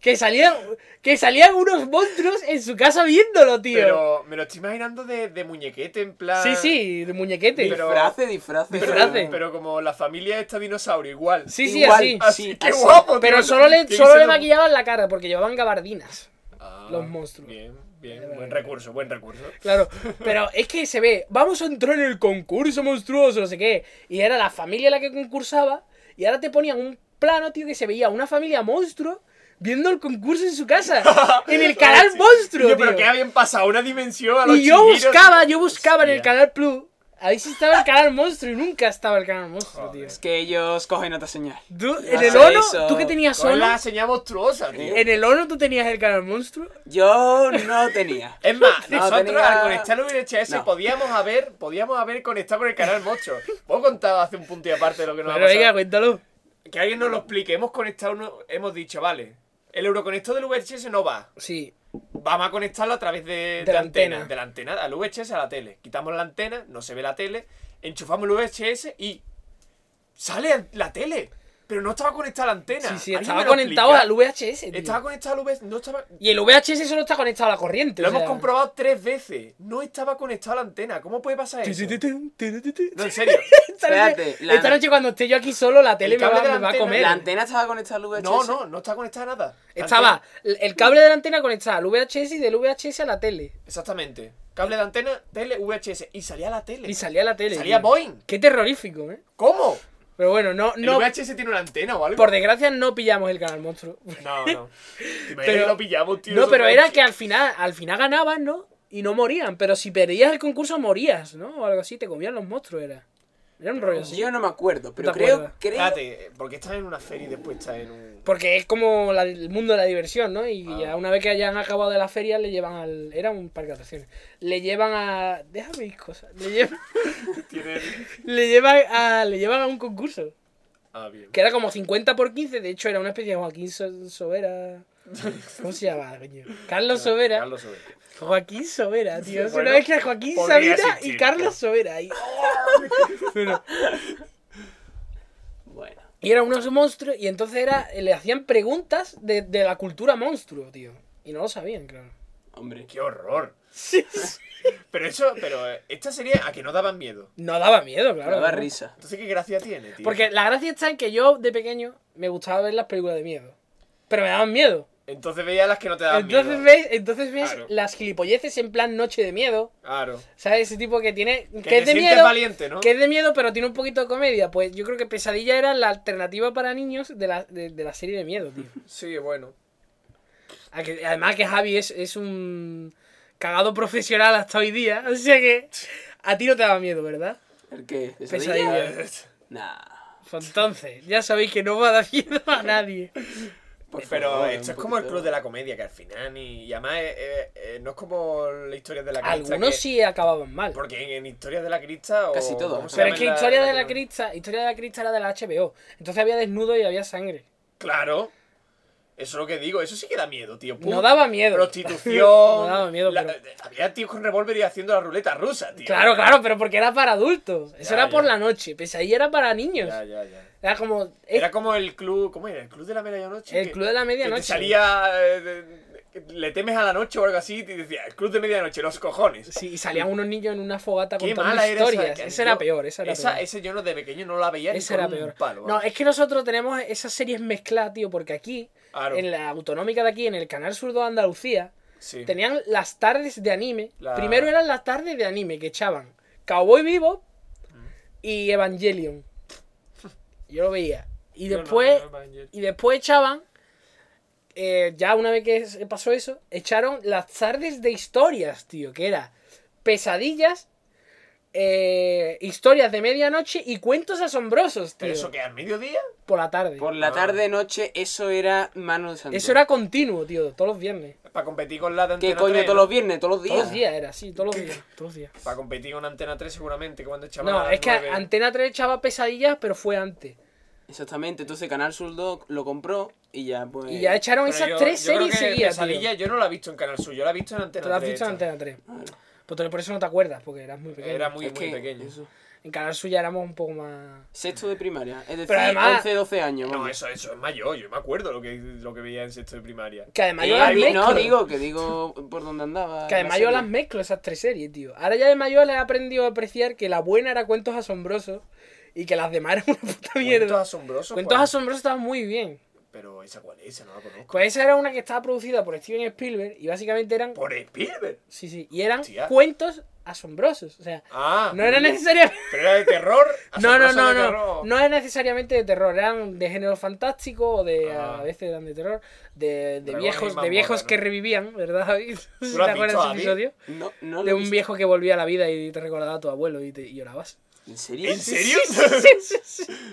[SPEAKER 3] Que salían, que salían unos monstruos en su casa viéndolo, tío.
[SPEAKER 1] Pero me lo estoy imaginando de, de muñequete, en plan.
[SPEAKER 3] Sí, sí, de muñequete.
[SPEAKER 1] Pero-
[SPEAKER 2] Disfrace, disfrace.
[SPEAKER 3] Disfrace.
[SPEAKER 1] Pero como la familia esta dinosaurio, igual.
[SPEAKER 3] sí, sí,
[SPEAKER 2] Igual.
[SPEAKER 3] así.
[SPEAKER 1] Así,
[SPEAKER 2] sí,
[SPEAKER 1] qué
[SPEAKER 2] así.
[SPEAKER 1] guapo, tío.
[SPEAKER 3] Pero solo le,
[SPEAKER 1] Tiene que
[SPEAKER 3] solo
[SPEAKER 1] ser
[SPEAKER 3] le
[SPEAKER 1] un-
[SPEAKER 3] maquillaban la cara porque llevaban gabardinas.
[SPEAKER 1] Ah,
[SPEAKER 3] los monstruos.
[SPEAKER 1] Bien, bien, buen recurso, buen recurso.
[SPEAKER 3] Claro, pero es que se ve, vamos a entrar en el concurso monstruoso, no sé qué. Y era la familia la que concursaba. Y ahora te ponían un plano, tío, que se veía una familia monstruo viendo el concurso en su casa. en el canal monstruo,
[SPEAKER 1] Y yo,
[SPEAKER 3] tío.
[SPEAKER 1] pero que habían pasado una dimensión a los
[SPEAKER 3] Y yo
[SPEAKER 1] chiquillos.
[SPEAKER 3] buscaba, yo buscaba en el
[SPEAKER 1] Hostia.
[SPEAKER 3] canal Plus. Ahí sí estaba el canal monstruo y nunca estaba el canal monstruo, tío.
[SPEAKER 1] Joder.
[SPEAKER 2] Es que ellos cogen otra señal.
[SPEAKER 3] Tú,
[SPEAKER 2] Ya
[SPEAKER 3] en el
[SPEAKER 2] sé
[SPEAKER 3] Ono,
[SPEAKER 2] eso.
[SPEAKER 3] tú que tenías
[SPEAKER 1] Con
[SPEAKER 3] Ono,
[SPEAKER 1] la señal monstruosa, tío.
[SPEAKER 3] en el Ono tú tenías el canal monstruo.
[SPEAKER 2] Yo no tenía.
[SPEAKER 1] Es más,
[SPEAKER 2] No,
[SPEAKER 1] nosotros
[SPEAKER 2] tenía-
[SPEAKER 1] al conectar el VHS
[SPEAKER 2] No.
[SPEAKER 1] podíamos haber, podíamos haber conectado con el canal monstruo. Vos contabas hace un punto y aparte de lo que nos ha
[SPEAKER 3] Pero venga,
[SPEAKER 1] pasado.
[SPEAKER 3] cuéntalo.
[SPEAKER 1] Que alguien nos lo explique. Hemos conectado, uno- hemos dicho, vale, el euroconector del VHS no va.
[SPEAKER 3] Sí,
[SPEAKER 1] Vamos a conectarlo a través de, de
[SPEAKER 3] la
[SPEAKER 1] la
[SPEAKER 3] antena.
[SPEAKER 1] antena. De la antena al VHS a la tele. Quitamos la antena, no se ve la tele, enchufamos el VHS y sale la tele. Pero no estaba conectada a la antena.
[SPEAKER 3] sí,
[SPEAKER 1] ¿Alguien
[SPEAKER 3] sí,
[SPEAKER 1] me
[SPEAKER 3] estaba
[SPEAKER 1] lo
[SPEAKER 3] conectado
[SPEAKER 1] explica?
[SPEAKER 3] al VHS. tío.
[SPEAKER 1] Estaba conectado al VHS, no estaba...
[SPEAKER 3] Y el VHS solo está conectado a la corriente.
[SPEAKER 1] Lo
[SPEAKER 3] o sea.
[SPEAKER 1] hemos comprobado tres veces. No estaba conectado a la antena. ¿Cómo puede pasar eso? No, en serio.
[SPEAKER 3] Esta noche-
[SPEAKER 2] Espérate, la-
[SPEAKER 3] Esta noche cuando esté yo aquí solo, la tele
[SPEAKER 1] El
[SPEAKER 3] me va,
[SPEAKER 1] cable de la
[SPEAKER 3] me va a
[SPEAKER 1] antena-
[SPEAKER 3] comer.
[SPEAKER 2] La antena estaba conectada al VHS.
[SPEAKER 1] No, no, no está conectada a nada. La
[SPEAKER 3] Estaba
[SPEAKER 1] antena-
[SPEAKER 3] el el cable de la antena conectado al VHS y del VHS a la tele.
[SPEAKER 1] Exactamente. Cable de antena, tele, VHS. Y salía la tele.
[SPEAKER 3] Y salía la tele.
[SPEAKER 1] Salía
[SPEAKER 3] tío.
[SPEAKER 1] Boeing.
[SPEAKER 3] Qué terrorífico, ¿eh?
[SPEAKER 1] ¿Cómo?
[SPEAKER 3] Pero bueno, no, no.
[SPEAKER 1] ¿El VHS tiene una antena o algo?
[SPEAKER 3] Por desgracia no pillamos el canal monstruo.
[SPEAKER 1] No, no. ¿Te imaginas
[SPEAKER 3] Pero-
[SPEAKER 1] que lo pillamos, tío?
[SPEAKER 3] No,
[SPEAKER 1] Eso
[SPEAKER 3] pero
[SPEAKER 1] fue-
[SPEAKER 3] era que al final, al final ganaban, ¿no? Y no morían. Pero si perdías el concurso morías, ¿no? O algo así, te comían los monstruos, era. Era un rollo así.
[SPEAKER 2] Yo no me acuerdo, pero
[SPEAKER 3] No te
[SPEAKER 2] creo,
[SPEAKER 3] acuerdas.
[SPEAKER 2] creo
[SPEAKER 1] Espérate, porque estás en una feria y después estás en un...
[SPEAKER 3] Porque es como la- el mundo de la diversión, ¿no? Y
[SPEAKER 1] Ah.
[SPEAKER 3] ya una vez que hayan acabado de la feria, le llevan al. Era un parque de atracciones. Le llevan a. Déjame ir cosas. Le llevan,
[SPEAKER 1] Tiene...
[SPEAKER 3] le llevan a. Le llevan a un concurso.
[SPEAKER 1] Ah, bien.
[SPEAKER 3] Que era como 50 por 15. De hecho, era una especie de Joaquín So- Sobera. ¿Cómo se llamaba, coño? Carlos Sobera.
[SPEAKER 1] Carlos Sobera.
[SPEAKER 3] Joaquín Sobera, tío. Es
[SPEAKER 1] Bueno,
[SPEAKER 3] una mezcla de Joaquín
[SPEAKER 1] podría
[SPEAKER 3] Sabina y
[SPEAKER 1] existir,
[SPEAKER 3] Carlos
[SPEAKER 1] claro.
[SPEAKER 3] Sobera. Y, Bueno,
[SPEAKER 2] Bueno.
[SPEAKER 3] y era unos monstruos. Y entonces era, le hacían preguntas de, de la cultura monstruo, tío. Y no lo sabían, claro.
[SPEAKER 2] Hombre.
[SPEAKER 1] ¡Qué horror!
[SPEAKER 3] Sí,
[SPEAKER 1] Pero eso, pero eh, esta serie a que no daban miedo.
[SPEAKER 3] No daba miedo, claro.
[SPEAKER 2] Me da
[SPEAKER 3] ¿no?
[SPEAKER 2] risa.
[SPEAKER 1] Entonces, ¿qué gracia tiene, tío?
[SPEAKER 3] Porque la gracia está en que yo de pequeño me gustaba ver las películas de miedo. Pero me daban miedo.
[SPEAKER 1] Entonces veía las que no te daban
[SPEAKER 3] entonces
[SPEAKER 1] miedo.
[SPEAKER 3] ves, entonces ves
[SPEAKER 1] Claro.
[SPEAKER 3] las gilipolleces en plan noche de miedo.
[SPEAKER 1] Claro.
[SPEAKER 3] ¿Sabes? Ese tipo que tiene. Que,
[SPEAKER 1] Que, te
[SPEAKER 3] es de
[SPEAKER 1] sientes
[SPEAKER 3] miedo.
[SPEAKER 1] valiente, ¿no?
[SPEAKER 3] Que es de miedo, pero tiene un poquito de comedia. Pues yo creo que Pesadilla era la alternativa para niños de la, de, de la serie de miedo, tío.
[SPEAKER 1] Sí, bueno.
[SPEAKER 3] A que- Además que Javi es, es un cagado profesional hasta hoy día. O sea que a ti no te daba miedo, ¿verdad?
[SPEAKER 2] ¿El qué?
[SPEAKER 3] Pesadilla.
[SPEAKER 1] eh.
[SPEAKER 2] Nah.
[SPEAKER 3] Pues Entonces, ya sabéis que no va a dar miedo a nadie.
[SPEAKER 2] por
[SPEAKER 1] Pero
[SPEAKER 2] favor,
[SPEAKER 1] esto
[SPEAKER 2] un
[SPEAKER 1] es como el
[SPEAKER 2] poquito.
[SPEAKER 1] club de la comedia, que al final ni. Y además eh, eh, eh, no es como la historia de la crista.
[SPEAKER 3] Algunos
[SPEAKER 1] que-
[SPEAKER 3] sí acababan mal.
[SPEAKER 1] Porque en, en historias de la crista. O,
[SPEAKER 2] Casi todos.
[SPEAKER 1] ¿cómo se
[SPEAKER 3] Pero
[SPEAKER 1] llama
[SPEAKER 3] es que
[SPEAKER 1] la-
[SPEAKER 3] Historia de la Crista, Historia de la Crista era de la HBO. Entonces había desnudo y había sangre.
[SPEAKER 1] Claro. Eso es lo que digo, eso sí que da miedo, tío. Pum.
[SPEAKER 3] No daba miedo.
[SPEAKER 1] Prostitución.
[SPEAKER 3] No daba miedo,
[SPEAKER 1] la- eh,
[SPEAKER 3] pero-
[SPEAKER 1] Había tíos con revólver y haciendo la ruleta rusa, tío.
[SPEAKER 3] Claro, claro, pero porque era para adultos. Eso
[SPEAKER 1] Ya,
[SPEAKER 3] era
[SPEAKER 1] ya.
[SPEAKER 3] por la noche. Pesadilla era para niños.
[SPEAKER 1] Ya, ya, ya.
[SPEAKER 3] Era como. eh,
[SPEAKER 1] Era como el club. ¿Cómo era? El club de la medianoche.
[SPEAKER 3] El
[SPEAKER 1] que-
[SPEAKER 3] club de la
[SPEAKER 1] que
[SPEAKER 3] medianoche.
[SPEAKER 1] te salía. eh, de- que le temes a la noche o algo así y te decía, el club de medianoche, los cojones.
[SPEAKER 3] Sí, y salían unos niños en una fogata
[SPEAKER 1] Qué
[SPEAKER 3] contando
[SPEAKER 1] mala era esa-
[SPEAKER 3] historias.
[SPEAKER 1] que
[SPEAKER 3] Esa era
[SPEAKER 1] yo-
[SPEAKER 3] peor, esa era peor.
[SPEAKER 1] Ese yo no de pequeño no la veía ni
[SPEAKER 3] Esa
[SPEAKER 1] con
[SPEAKER 3] era
[SPEAKER 1] un
[SPEAKER 3] peor.
[SPEAKER 1] palo.
[SPEAKER 3] No, es que nosotros tenemos esas series mezcladas, tío, porque aquí,
[SPEAKER 1] Claro.
[SPEAKER 3] en la autonómica de aquí, en el Canal Sur de Andalucía,
[SPEAKER 1] Sí.
[SPEAKER 3] tenían las tardes de anime.
[SPEAKER 1] La-
[SPEAKER 3] Primero eran las tardes de anime que echaban Cowboy Vivo
[SPEAKER 1] Mm.
[SPEAKER 3] y Evangelion. Yo lo veía. Y
[SPEAKER 1] Yo no,
[SPEAKER 3] después,
[SPEAKER 1] yo no, Evangelion.
[SPEAKER 3] y después echaban, eh, ya una vez que se pasó eso, echaron las tardes de historias, tío, que era pesadillas, eh, historias de medianoche y cuentos asombrosos, tío.
[SPEAKER 1] ¿Pero eso que al mediodía?
[SPEAKER 3] Por la tarde.
[SPEAKER 2] Por la
[SPEAKER 1] Ah.
[SPEAKER 2] tarde noche, eso era mano de santo.
[SPEAKER 3] Eso era continuo, tío, todos los viernes.
[SPEAKER 1] Para competir con la de Antena
[SPEAKER 2] ¿Qué coño?
[SPEAKER 1] 3.
[SPEAKER 2] Todos los viernes, todos los días.
[SPEAKER 3] Todos los días era, sí, todos los días. Todos los días.
[SPEAKER 1] Para competir con Antena 3 seguramente, que cuando echaban a
[SPEAKER 3] No,
[SPEAKER 1] las
[SPEAKER 3] es que
[SPEAKER 1] nueve.
[SPEAKER 3] Antena 3 echaba pesadillas, pero fue antes.
[SPEAKER 2] Exactamente. Entonces Canal Sur 2 lo compró y ya pues.
[SPEAKER 3] Y ya echaron
[SPEAKER 1] Pero
[SPEAKER 3] esas
[SPEAKER 1] yo-
[SPEAKER 3] tres
[SPEAKER 1] yo creo
[SPEAKER 3] series
[SPEAKER 1] que
[SPEAKER 3] seguidas. tío.
[SPEAKER 1] Pesadilla yo no la he visto en Canal Sur, yo la he visto en Antena 3.
[SPEAKER 3] Te lo has dicho en
[SPEAKER 1] esta.
[SPEAKER 3] Antena 3. Pero por eso no te acuerdas, porque eras muy pequeño.
[SPEAKER 1] Era muy,
[SPEAKER 2] Es
[SPEAKER 1] muy
[SPEAKER 2] que
[SPEAKER 1] pequeño.
[SPEAKER 2] eso.
[SPEAKER 3] En Canal Sur ya éramos un poco más.
[SPEAKER 2] Sexto de primaria. Es decir,
[SPEAKER 3] Pero además-
[SPEAKER 2] 11, 12 años.
[SPEAKER 1] No,
[SPEAKER 2] vamos.
[SPEAKER 1] eso, eso es mayor, yo me acuerdo lo que, lo que veía en sexto de primaria.
[SPEAKER 3] Que además
[SPEAKER 2] Eh,
[SPEAKER 3] yo las
[SPEAKER 2] di-
[SPEAKER 3] mezclo.
[SPEAKER 2] no, digo, que digo por dónde andaba.
[SPEAKER 3] que
[SPEAKER 2] la
[SPEAKER 3] además yo
[SPEAKER 2] serie.
[SPEAKER 3] las mezclo esas tres series, tío. Ahora ya de mayor le he aprendido a apreciar que la buena era cuentos asombrosos y que las demás eran una puta
[SPEAKER 1] Cuentos
[SPEAKER 3] mierda.
[SPEAKER 1] asombrosos. pues.
[SPEAKER 3] Cuentos
[SPEAKER 1] ¿cuál?
[SPEAKER 3] asombrosos estaban muy bien.
[SPEAKER 1] Pero esa cuál es, esa no la conozco.
[SPEAKER 3] Pues esa era una que estaba producida por Steven Spielberg y básicamente eran.
[SPEAKER 1] Por Spielberg.
[SPEAKER 3] Sí, sí. Y eran
[SPEAKER 1] Hostia.
[SPEAKER 3] cuentos asombrosos. O sea,
[SPEAKER 1] Ah,
[SPEAKER 3] no era necesario.
[SPEAKER 1] pero era de terror.
[SPEAKER 3] No, no,
[SPEAKER 1] asombroso
[SPEAKER 3] no,
[SPEAKER 1] de
[SPEAKER 3] no.
[SPEAKER 1] terror.
[SPEAKER 3] No es necesariamente de terror, eran de género fantástico o de.
[SPEAKER 1] Ah.
[SPEAKER 3] A veces eran de terror. De, de
[SPEAKER 1] Dragones y
[SPEAKER 3] viejos, de
[SPEAKER 1] mazmorras,
[SPEAKER 3] viejos
[SPEAKER 1] ¿no?
[SPEAKER 3] que revivían, ¿verdad, David? ¿Sí
[SPEAKER 1] lo has
[SPEAKER 3] ¿Te acuerdas
[SPEAKER 1] visto,
[SPEAKER 3] de ese
[SPEAKER 1] David?
[SPEAKER 3] episodio?
[SPEAKER 2] No, no
[SPEAKER 3] De
[SPEAKER 2] lo he
[SPEAKER 3] un
[SPEAKER 2] visto.
[SPEAKER 3] viejo que volvía a la vida y te recordaba a tu abuelo y, te, y llorabas.
[SPEAKER 2] ¿En serio?
[SPEAKER 1] ¿En serio?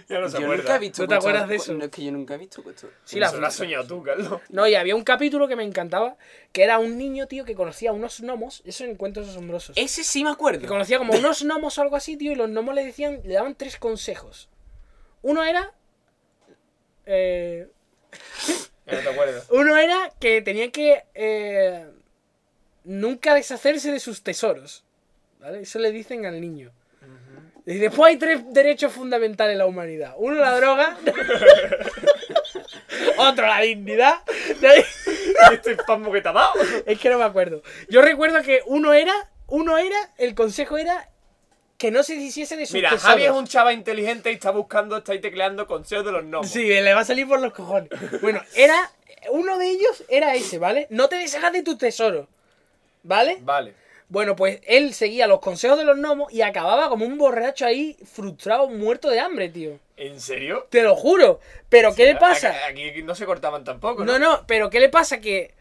[SPEAKER 1] ya no se
[SPEAKER 2] Yo
[SPEAKER 1] acuerda.
[SPEAKER 2] nunca he visto
[SPEAKER 3] ¿No te
[SPEAKER 2] cuentos-
[SPEAKER 3] acuerdas de eso?
[SPEAKER 2] No, es que yo nunca he visto cuentos.
[SPEAKER 3] Sí, la
[SPEAKER 1] Eso lo has soñado tú, Carlos.
[SPEAKER 3] No, y había un capítulo que me encantaba, que era un niño, tío, que conocía a unos gnomos, eso en encuentros asombrosos.
[SPEAKER 2] Ese sí me
[SPEAKER 3] Que
[SPEAKER 2] acuerdo.
[SPEAKER 3] conocía como unos gnomos o algo así, tío, y los gnomos le decían, le daban tres consejos. Uno era. Eh,
[SPEAKER 1] Ya no te acuerdas.
[SPEAKER 3] Uno era que tenía que eh, nunca deshacerse de sus tesoros. ¿vale? Eso le dicen al niño. Y después hay tres derechos fundamentales en la humanidad. Uno la droga. otro la dignidad.
[SPEAKER 1] este espasmo que te ha dado.
[SPEAKER 3] es que no me acuerdo. Yo recuerdo que uno era, uno era, el consejo era que no se deshiciese de sus
[SPEAKER 1] Mira,
[SPEAKER 3] tesoros.
[SPEAKER 1] Javi es un chava inteligente y está buscando, está ahí tecleando consejos de los gnomos.
[SPEAKER 3] Sí, le va a salir por los cojones. Bueno, era. Uno de ellos era ese, ¿vale? No te deshagas de tu tesoro. ¿Vale?
[SPEAKER 1] Vale.
[SPEAKER 3] Bueno, pues él seguía los consejos de los gnomos y acababa como un borracho ahí, frustrado, muerto de hambre, tío.
[SPEAKER 1] ¿En serio?
[SPEAKER 3] Te lo juro. Pero ¿qué le pasa?
[SPEAKER 1] Aquí, aquí no se cortaban tampoco, ¿no?
[SPEAKER 3] No, no, pero ¿qué le pasa? Que.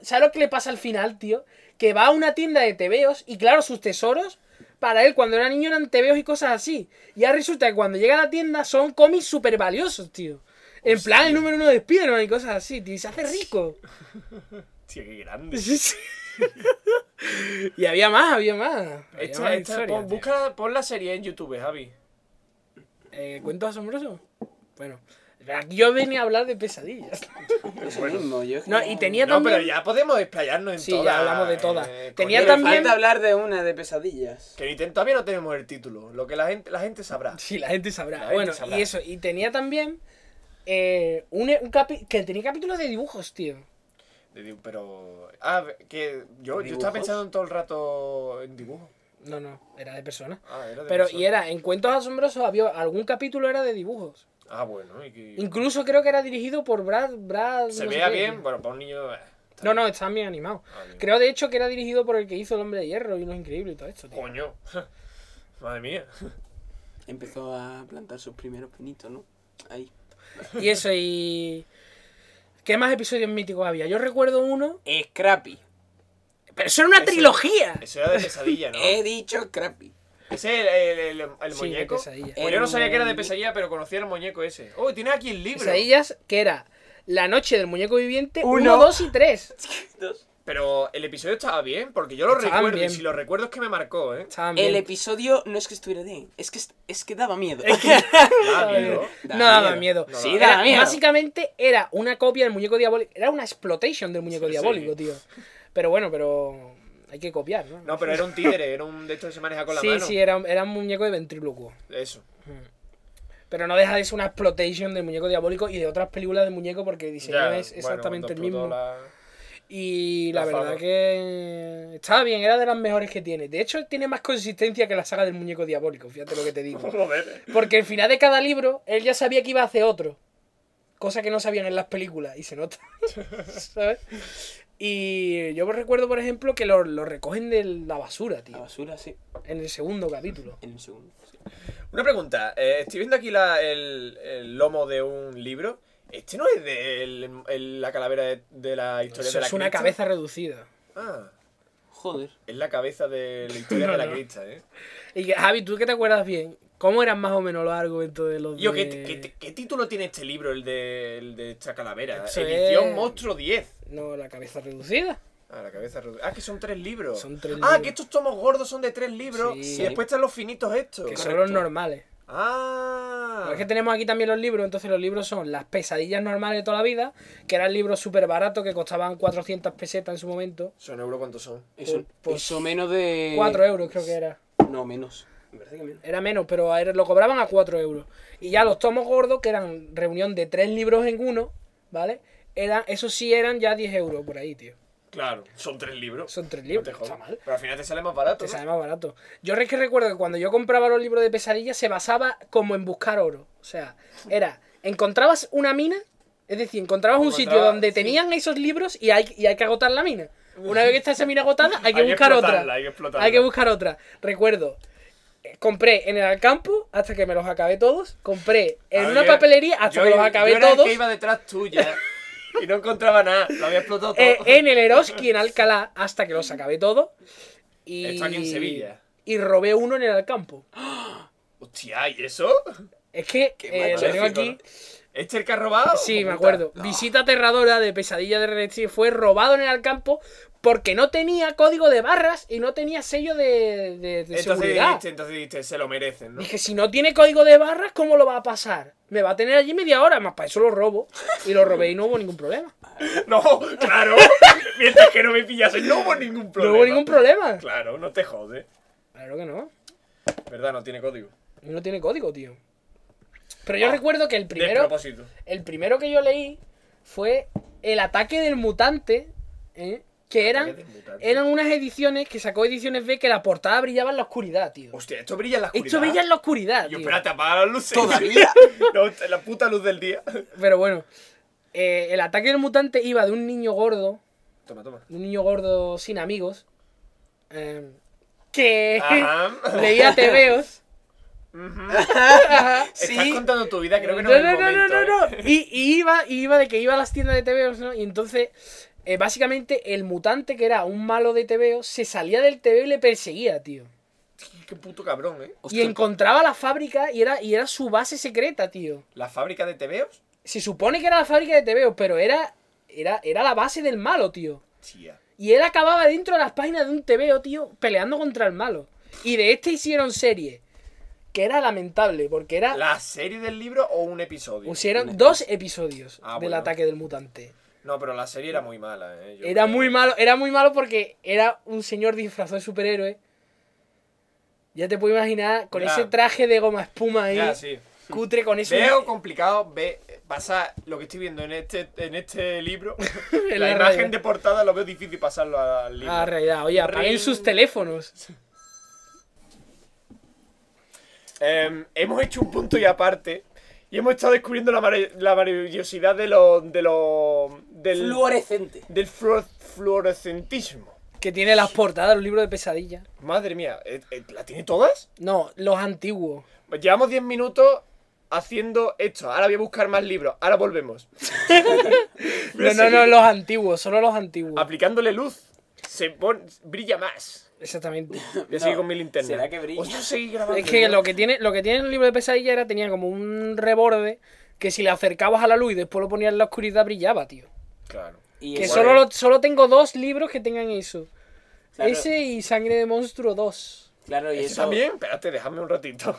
[SPEAKER 3] ¿Sabes lo que le pasa al final, tío? Que va a una tienda de tebeos y, claro, sus tesoros. Para él, cuando era niño eran tebeos y cosas así. Y ahora resulta que cuando llega a la tienda son cómics súper valiosos, tío. En plan, el número uno de Spiderman y cosas así, tío. Y se hace rico.
[SPEAKER 1] Tío, qué grande.
[SPEAKER 3] Sí, sí. y había más, había más. Había más
[SPEAKER 1] Esta, esta-
[SPEAKER 3] historias,
[SPEAKER 1] pon,
[SPEAKER 3] tío.
[SPEAKER 1] busca, pon la serie en YouTube, Javi.
[SPEAKER 3] Eh, ¿Cuentos asombrosos? Bueno, aquí yo venía a hablar de pesadillas.
[SPEAKER 2] Eso mismo, yo es que
[SPEAKER 3] No, y tenía
[SPEAKER 1] No,
[SPEAKER 3] también...
[SPEAKER 1] pero ya podemos explayarnos en
[SPEAKER 3] Sí,
[SPEAKER 1] todas. eh,
[SPEAKER 3] ya hablamos de todas. Tenía
[SPEAKER 2] Pero
[SPEAKER 1] coño,
[SPEAKER 3] también-
[SPEAKER 2] falta hablar de una de pesadillas.
[SPEAKER 1] Que ni ten- todavía no tenemos el título. Lo que la gente, la gente sabrá.
[SPEAKER 3] Sí, la gente sabrá.
[SPEAKER 1] La gente
[SPEAKER 3] bueno,
[SPEAKER 1] sabrá.
[SPEAKER 3] y eso. Y tenía también eh, un, un capi- que tenía capítulos de dibujos, tío.
[SPEAKER 1] Le digo, Pero. Ah, que yo, yo
[SPEAKER 2] ¿Dibujos?
[SPEAKER 1] estaba pensando en todo el rato en dibujo.
[SPEAKER 3] No, no, era de personas.
[SPEAKER 1] Ah, era de
[SPEAKER 3] Pero,
[SPEAKER 1] persona.
[SPEAKER 3] y era, en Cuentos Asombrosos había algún capítulo era de dibujos.
[SPEAKER 1] Ah, bueno. Y que...
[SPEAKER 3] Incluso creo que era dirigido por Brad... Brad
[SPEAKER 1] Se
[SPEAKER 3] no sé
[SPEAKER 1] vea
[SPEAKER 3] qué.
[SPEAKER 1] bien, bueno, para un niño. eh, está
[SPEAKER 3] No, no, está bien animado.
[SPEAKER 1] Ah, bien.
[SPEAKER 3] Creo, de hecho, que era dirigido por el que hizo El Hombre de Hierro y Los Increíbles y todo esto, tío.
[SPEAKER 1] Coño. Madre mía.
[SPEAKER 2] Empezó a plantar sus primeros pinitos, ¿no? Ahí.
[SPEAKER 3] Y eso, y... ¿Qué más episodios míticos había? Yo recuerdo uno
[SPEAKER 2] Scrappy.
[SPEAKER 3] Pero eso era una
[SPEAKER 1] Ese-
[SPEAKER 3] trilogía.
[SPEAKER 1] Eso era de pesadilla, ¿no?
[SPEAKER 2] He dicho Scrappy.
[SPEAKER 1] Ese el, el, el- el
[SPEAKER 3] Eh. Sí,
[SPEAKER 1] muñeco.
[SPEAKER 3] de pesadilla.
[SPEAKER 1] Pues yo no
[SPEAKER 2] El
[SPEAKER 1] sabía que era de
[SPEAKER 2] muñe-
[SPEAKER 1] pesadilla, pero conocía el muñeco ese. Oh, tiene aquí el libro.
[SPEAKER 3] Pesadillas, que era La noche del muñeco viviente
[SPEAKER 2] Uno.
[SPEAKER 3] 1, 2 y 3.
[SPEAKER 2] Dos.
[SPEAKER 1] Pero el episodio estaba bien, porque yo lo
[SPEAKER 3] Estaban
[SPEAKER 1] recuerdo,
[SPEAKER 3] bien.
[SPEAKER 1] y si lo recuerdo es que me marcó, ¿eh?
[SPEAKER 3] Estaban
[SPEAKER 2] El
[SPEAKER 3] bien.
[SPEAKER 2] episodio no es que estuviera bien, es que, est- es que daba miedo.
[SPEAKER 1] Ah,
[SPEAKER 3] Estaba
[SPEAKER 1] miedo.
[SPEAKER 3] bien.
[SPEAKER 2] Daba
[SPEAKER 3] No daba
[SPEAKER 2] miedo.
[SPEAKER 3] miedo.
[SPEAKER 1] No
[SPEAKER 2] Sí,
[SPEAKER 1] daba-
[SPEAKER 3] Era-
[SPEAKER 2] daba miedo.
[SPEAKER 3] Básicamente era una copia del muñeco diabólico. Era una exploitation del muñeco
[SPEAKER 1] Sí,
[SPEAKER 3] diabólico,
[SPEAKER 1] sí.
[SPEAKER 3] tío. Pero bueno, pero hay que copiar, ¿no?
[SPEAKER 1] No, pero era un títere, era un de estos que se maneja con la
[SPEAKER 3] sí,
[SPEAKER 1] mano.
[SPEAKER 3] sí, era, un- era un muñeco de ventrílocuo.
[SPEAKER 1] Eso.
[SPEAKER 3] Pero no deja de ser una exploitation del muñeco diabólico y de otras películas de muñeco porque el diseño
[SPEAKER 1] Ya,
[SPEAKER 3] es
[SPEAKER 1] bueno,
[SPEAKER 3] exactamente
[SPEAKER 1] cuando
[SPEAKER 3] el mismo.
[SPEAKER 1] explotó la-
[SPEAKER 3] Y la,
[SPEAKER 1] la
[SPEAKER 3] verdad
[SPEAKER 1] fama.
[SPEAKER 3] que estaba bien, era de las mejores que tiene. De hecho, tiene más consistencia que la saga del muñeco diabólico, fíjate lo que te digo.
[SPEAKER 1] Joder.
[SPEAKER 3] Porque al final de cada libro, él ya sabía que iba a hacer otro. Cosa que no sabían en las películas, y se nota. ¿Sabes? Y yo recuerdo, por ejemplo, que lo, lo recogen de la basura,
[SPEAKER 2] La
[SPEAKER 1] Ah,
[SPEAKER 3] tío.
[SPEAKER 2] basura, sí.
[SPEAKER 3] En el segundo capítulo.
[SPEAKER 2] En un segundo. sí.
[SPEAKER 1] Una pregunta, eh, estoy viendo aquí la- el, el lomo de un libro. Este no es de el- el- la calavera de, de la historia
[SPEAKER 3] Eso
[SPEAKER 1] de la
[SPEAKER 3] es una
[SPEAKER 1] cripta?
[SPEAKER 3] cabeza reducida.
[SPEAKER 1] Ah,
[SPEAKER 2] Joder.
[SPEAKER 1] es la cabeza de la historia
[SPEAKER 3] No,
[SPEAKER 1] de la
[SPEAKER 3] no.
[SPEAKER 1] crista, ¿eh?
[SPEAKER 3] Y que, Javi, tú que te acuerdas bien, ¿cómo eran más o menos los argumentos de los
[SPEAKER 1] Yo,
[SPEAKER 3] de...
[SPEAKER 1] ¿qué, qué- qué título tiene este libro, el de, el de esta calavera?
[SPEAKER 3] Eso
[SPEAKER 1] Edición
[SPEAKER 3] es-
[SPEAKER 1] Monstruo 10.
[SPEAKER 3] No, la cabeza reducida.
[SPEAKER 1] Ah, la cabeza rotu- Ah, que son tres libros.
[SPEAKER 3] Son tres
[SPEAKER 1] ah,
[SPEAKER 3] libros.
[SPEAKER 1] que estos tomos gordos son de tres libros
[SPEAKER 3] Sí.
[SPEAKER 1] y después están los finitos estos.
[SPEAKER 3] Que son los normales.
[SPEAKER 1] Ah.
[SPEAKER 3] Pero Es que tenemos aquí también los libros, entonces los libros son las pesadillas normales de toda la vida, que eran libros súper baratos que costaban 400 pesetas en su momento.
[SPEAKER 1] ¿Son euros cuántos son?
[SPEAKER 2] Eso,
[SPEAKER 3] Pues-
[SPEAKER 2] eso menos de.
[SPEAKER 3] 4 euros creo que era.
[SPEAKER 2] No, menos. Me parece que menos.
[SPEAKER 3] Era menos, pero a él lo cobraban a 4 euros. Y ya los tomos gordos, que eran reunión de tres libros en uno, ¿vale? Eran, esos sí eran ya 10 euros por ahí, tío.
[SPEAKER 1] Claro, son tres libros.
[SPEAKER 3] Son tres
[SPEAKER 1] No
[SPEAKER 3] libros.
[SPEAKER 1] te jodas.
[SPEAKER 3] está mal.
[SPEAKER 1] Pero al final te sale más barato.
[SPEAKER 3] Te
[SPEAKER 1] ¿no?
[SPEAKER 3] sale más barato. Yo es que recuerdo que cuando yo compraba los libros de pesadilla se basaba como en buscar oro. O sea, era, encontrabas una mina, es decir, encontrabas un sitio
[SPEAKER 1] Encontrabas-
[SPEAKER 3] donde
[SPEAKER 1] sí.
[SPEAKER 3] tenían esos libros y hay, y hay que agotar la mina. Una vez que está esa mina agotada, hay que
[SPEAKER 1] Hay que
[SPEAKER 3] buscar
[SPEAKER 1] explotarla,
[SPEAKER 3] otra.
[SPEAKER 1] hay que explotarla.
[SPEAKER 3] buscar otra. Recuerdo, eh, compré en el Alcampo hasta que me los acabé todos. Compré en
[SPEAKER 1] Ah,
[SPEAKER 3] una
[SPEAKER 1] yo-
[SPEAKER 3] papelería hasta
[SPEAKER 1] yo-
[SPEAKER 3] que los
[SPEAKER 1] yo
[SPEAKER 3] acabé
[SPEAKER 1] era el
[SPEAKER 3] todos.
[SPEAKER 1] que iba detrás tuya y no encontraba nada. Lo había explotado todo.
[SPEAKER 3] Eh, en el Eroski en Alcalá hasta que los acabé todos. Y,
[SPEAKER 1] Esto aquí en Sevilla.
[SPEAKER 3] Y robé uno en el Alcampo.
[SPEAKER 1] Hostia, ¿y eso?
[SPEAKER 3] Es que
[SPEAKER 2] Qué
[SPEAKER 3] eh, lo
[SPEAKER 2] macho,
[SPEAKER 3] tengo
[SPEAKER 1] chico,
[SPEAKER 3] aquí.
[SPEAKER 1] ¿Este el que ha robado?
[SPEAKER 3] Sí, me
[SPEAKER 1] Puta.
[SPEAKER 3] acuerdo. Visita aterradora de Pesadilla de René Chir fue robado en el Alcampo porque no tenía código de barras y no tenía sello de, de- de
[SPEAKER 1] Entonces este-
[SPEAKER 3] seguridad.
[SPEAKER 1] dijiste, entonces dijiste, se lo merecen, ¿no?
[SPEAKER 3] Dije, si no tiene código de barras, ¿cómo lo va a pasar? Me va a tener allí media hora, más para eso lo robo. Y lo robé y no hubo ningún problema.
[SPEAKER 1] No, claro. Mientras que no me pillase, no hubo ningún
[SPEAKER 3] No
[SPEAKER 1] problema.
[SPEAKER 3] hubo ningún problema.
[SPEAKER 1] Claro, no te jode.
[SPEAKER 3] Claro que no.
[SPEAKER 1] ¿Verdad? No tiene código.
[SPEAKER 3] No tiene código, tío. Pero
[SPEAKER 1] Ah.
[SPEAKER 3] yo recuerdo que el
[SPEAKER 1] De
[SPEAKER 3] primero.
[SPEAKER 1] propósito.
[SPEAKER 3] El primero que yo leí fue El ataque del mutante, ¿eh? que eran,
[SPEAKER 1] Ataque del mutante.
[SPEAKER 3] eran unas ediciones que sacó Ediciones B que la portada brillaba en la oscuridad, tío.
[SPEAKER 1] Hostia, esto brilla en la oscuridad.
[SPEAKER 3] Esto brilla en la oscuridad,
[SPEAKER 1] Yo,
[SPEAKER 3] tío.
[SPEAKER 1] espérate, apaga las luces.
[SPEAKER 2] Todavía.
[SPEAKER 1] no, la puta luz del día.
[SPEAKER 3] Pero bueno, eh, el ataque del mutante iba de un niño gordo,
[SPEAKER 1] Toma, toma.
[SPEAKER 3] de un niño gordo sin amigos, eh, que
[SPEAKER 1] Ajá.
[SPEAKER 3] leía tebeos. Ajá.
[SPEAKER 1] Estás
[SPEAKER 2] Sí.
[SPEAKER 1] contando tu vida, creo que no,
[SPEAKER 3] no,
[SPEAKER 1] es el
[SPEAKER 3] no, no,
[SPEAKER 1] momento.
[SPEAKER 3] no, no,
[SPEAKER 1] ¿eh?
[SPEAKER 3] no. Y, y iba, y iba de que iba a las tiendas de TVOs, ¿no? Y entonces, eh, básicamente, el mutante que era un malo de TVO se salía del TVO y le perseguía, tío.
[SPEAKER 1] Qué puto cabrón, ¿eh?
[SPEAKER 2] Hostia.
[SPEAKER 3] Y encontraba la fábrica y era, y era su base secreta, tío.
[SPEAKER 1] La fábrica de tebeos.
[SPEAKER 3] Se supone que era la fábrica de TVO, pero era, era, era la base del malo, tío.
[SPEAKER 1] Tía.
[SPEAKER 3] Y él acababa dentro de las páginas de un TVO, tío, peleando contra el malo. Y de este hicieron serie. Que era lamentable, porque era.
[SPEAKER 1] ¿La serie del libro o un episodio?
[SPEAKER 3] Pusieron dos episodios
[SPEAKER 1] Ah,
[SPEAKER 3] del
[SPEAKER 1] bueno.
[SPEAKER 3] ataque del mutante.
[SPEAKER 1] No, pero la serie era muy mala, ¿eh? Yo
[SPEAKER 3] Era
[SPEAKER 1] creo.
[SPEAKER 3] muy malo, era muy malo porque era un señor disfrazado de superhéroe. Ya te puedo imaginar con
[SPEAKER 1] Ya.
[SPEAKER 3] ese traje de goma espuma ahí,
[SPEAKER 1] Ya, sí.
[SPEAKER 3] cutre con eso
[SPEAKER 1] Veo complicado, ve, pasa lo que estoy viendo en este, en este libro.
[SPEAKER 3] En
[SPEAKER 1] la
[SPEAKER 3] la
[SPEAKER 1] imagen
[SPEAKER 3] radio.
[SPEAKER 1] de portada lo veo difícil pasarlo al libro.
[SPEAKER 3] Ah, realidad. Oye, apaguen
[SPEAKER 1] Ring.
[SPEAKER 3] sus teléfonos.
[SPEAKER 1] Em, hemos hecho un punto y aparte. Y hemos estado descubriendo la, mara- la maravillosidad de los. De los del,
[SPEAKER 2] Fluorescente.
[SPEAKER 1] del fluor- fluorescentismo.
[SPEAKER 3] Que tiene las portadas, los libros de pesadilla.
[SPEAKER 1] Madre mía, ¿eh, eh, ¿la tiene todas?
[SPEAKER 3] No, los antiguos.
[SPEAKER 1] Llevamos 10 minutos haciendo esto. Ahora voy a buscar más libros. Ahora volvemos.
[SPEAKER 3] No, no, no, los antiguos, solo los antiguos.
[SPEAKER 1] Aplicándole luz. Se pon- brilla más.
[SPEAKER 3] Exactamente.
[SPEAKER 1] Voy a
[SPEAKER 2] No,
[SPEAKER 1] seguir con mi linterna.
[SPEAKER 2] ¿será que brilla?
[SPEAKER 1] Hostia, seguí grabando.
[SPEAKER 3] Es que
[SPEAKER 1] ¿no?
[SPEAKER 3] lo que tiene, lo que tiene el libro de pesadilla era tenía como un reborde que si le acercabas a la luz y después lo ponías en la oscuridad brillaba, tío.
[SPEAKER 1] Claro.
[SPEAKER 2] Y
[SPEAKER 3] Que
[SPEAKER 2] ese-
[SPEAKER 3] solo, lo- solo tengo dos libros que tengan eso.
[SPEAKER 2] Claro.
[SPEAKER 3] Ese y Sangre de Monstruo 2.
[SPEAKER 2] Claro, y
[SPEAKER 1] ¿Eso
[SPEAKER 2] eso.
[SPEAKER 1] también? Espérate, déjame un ratito.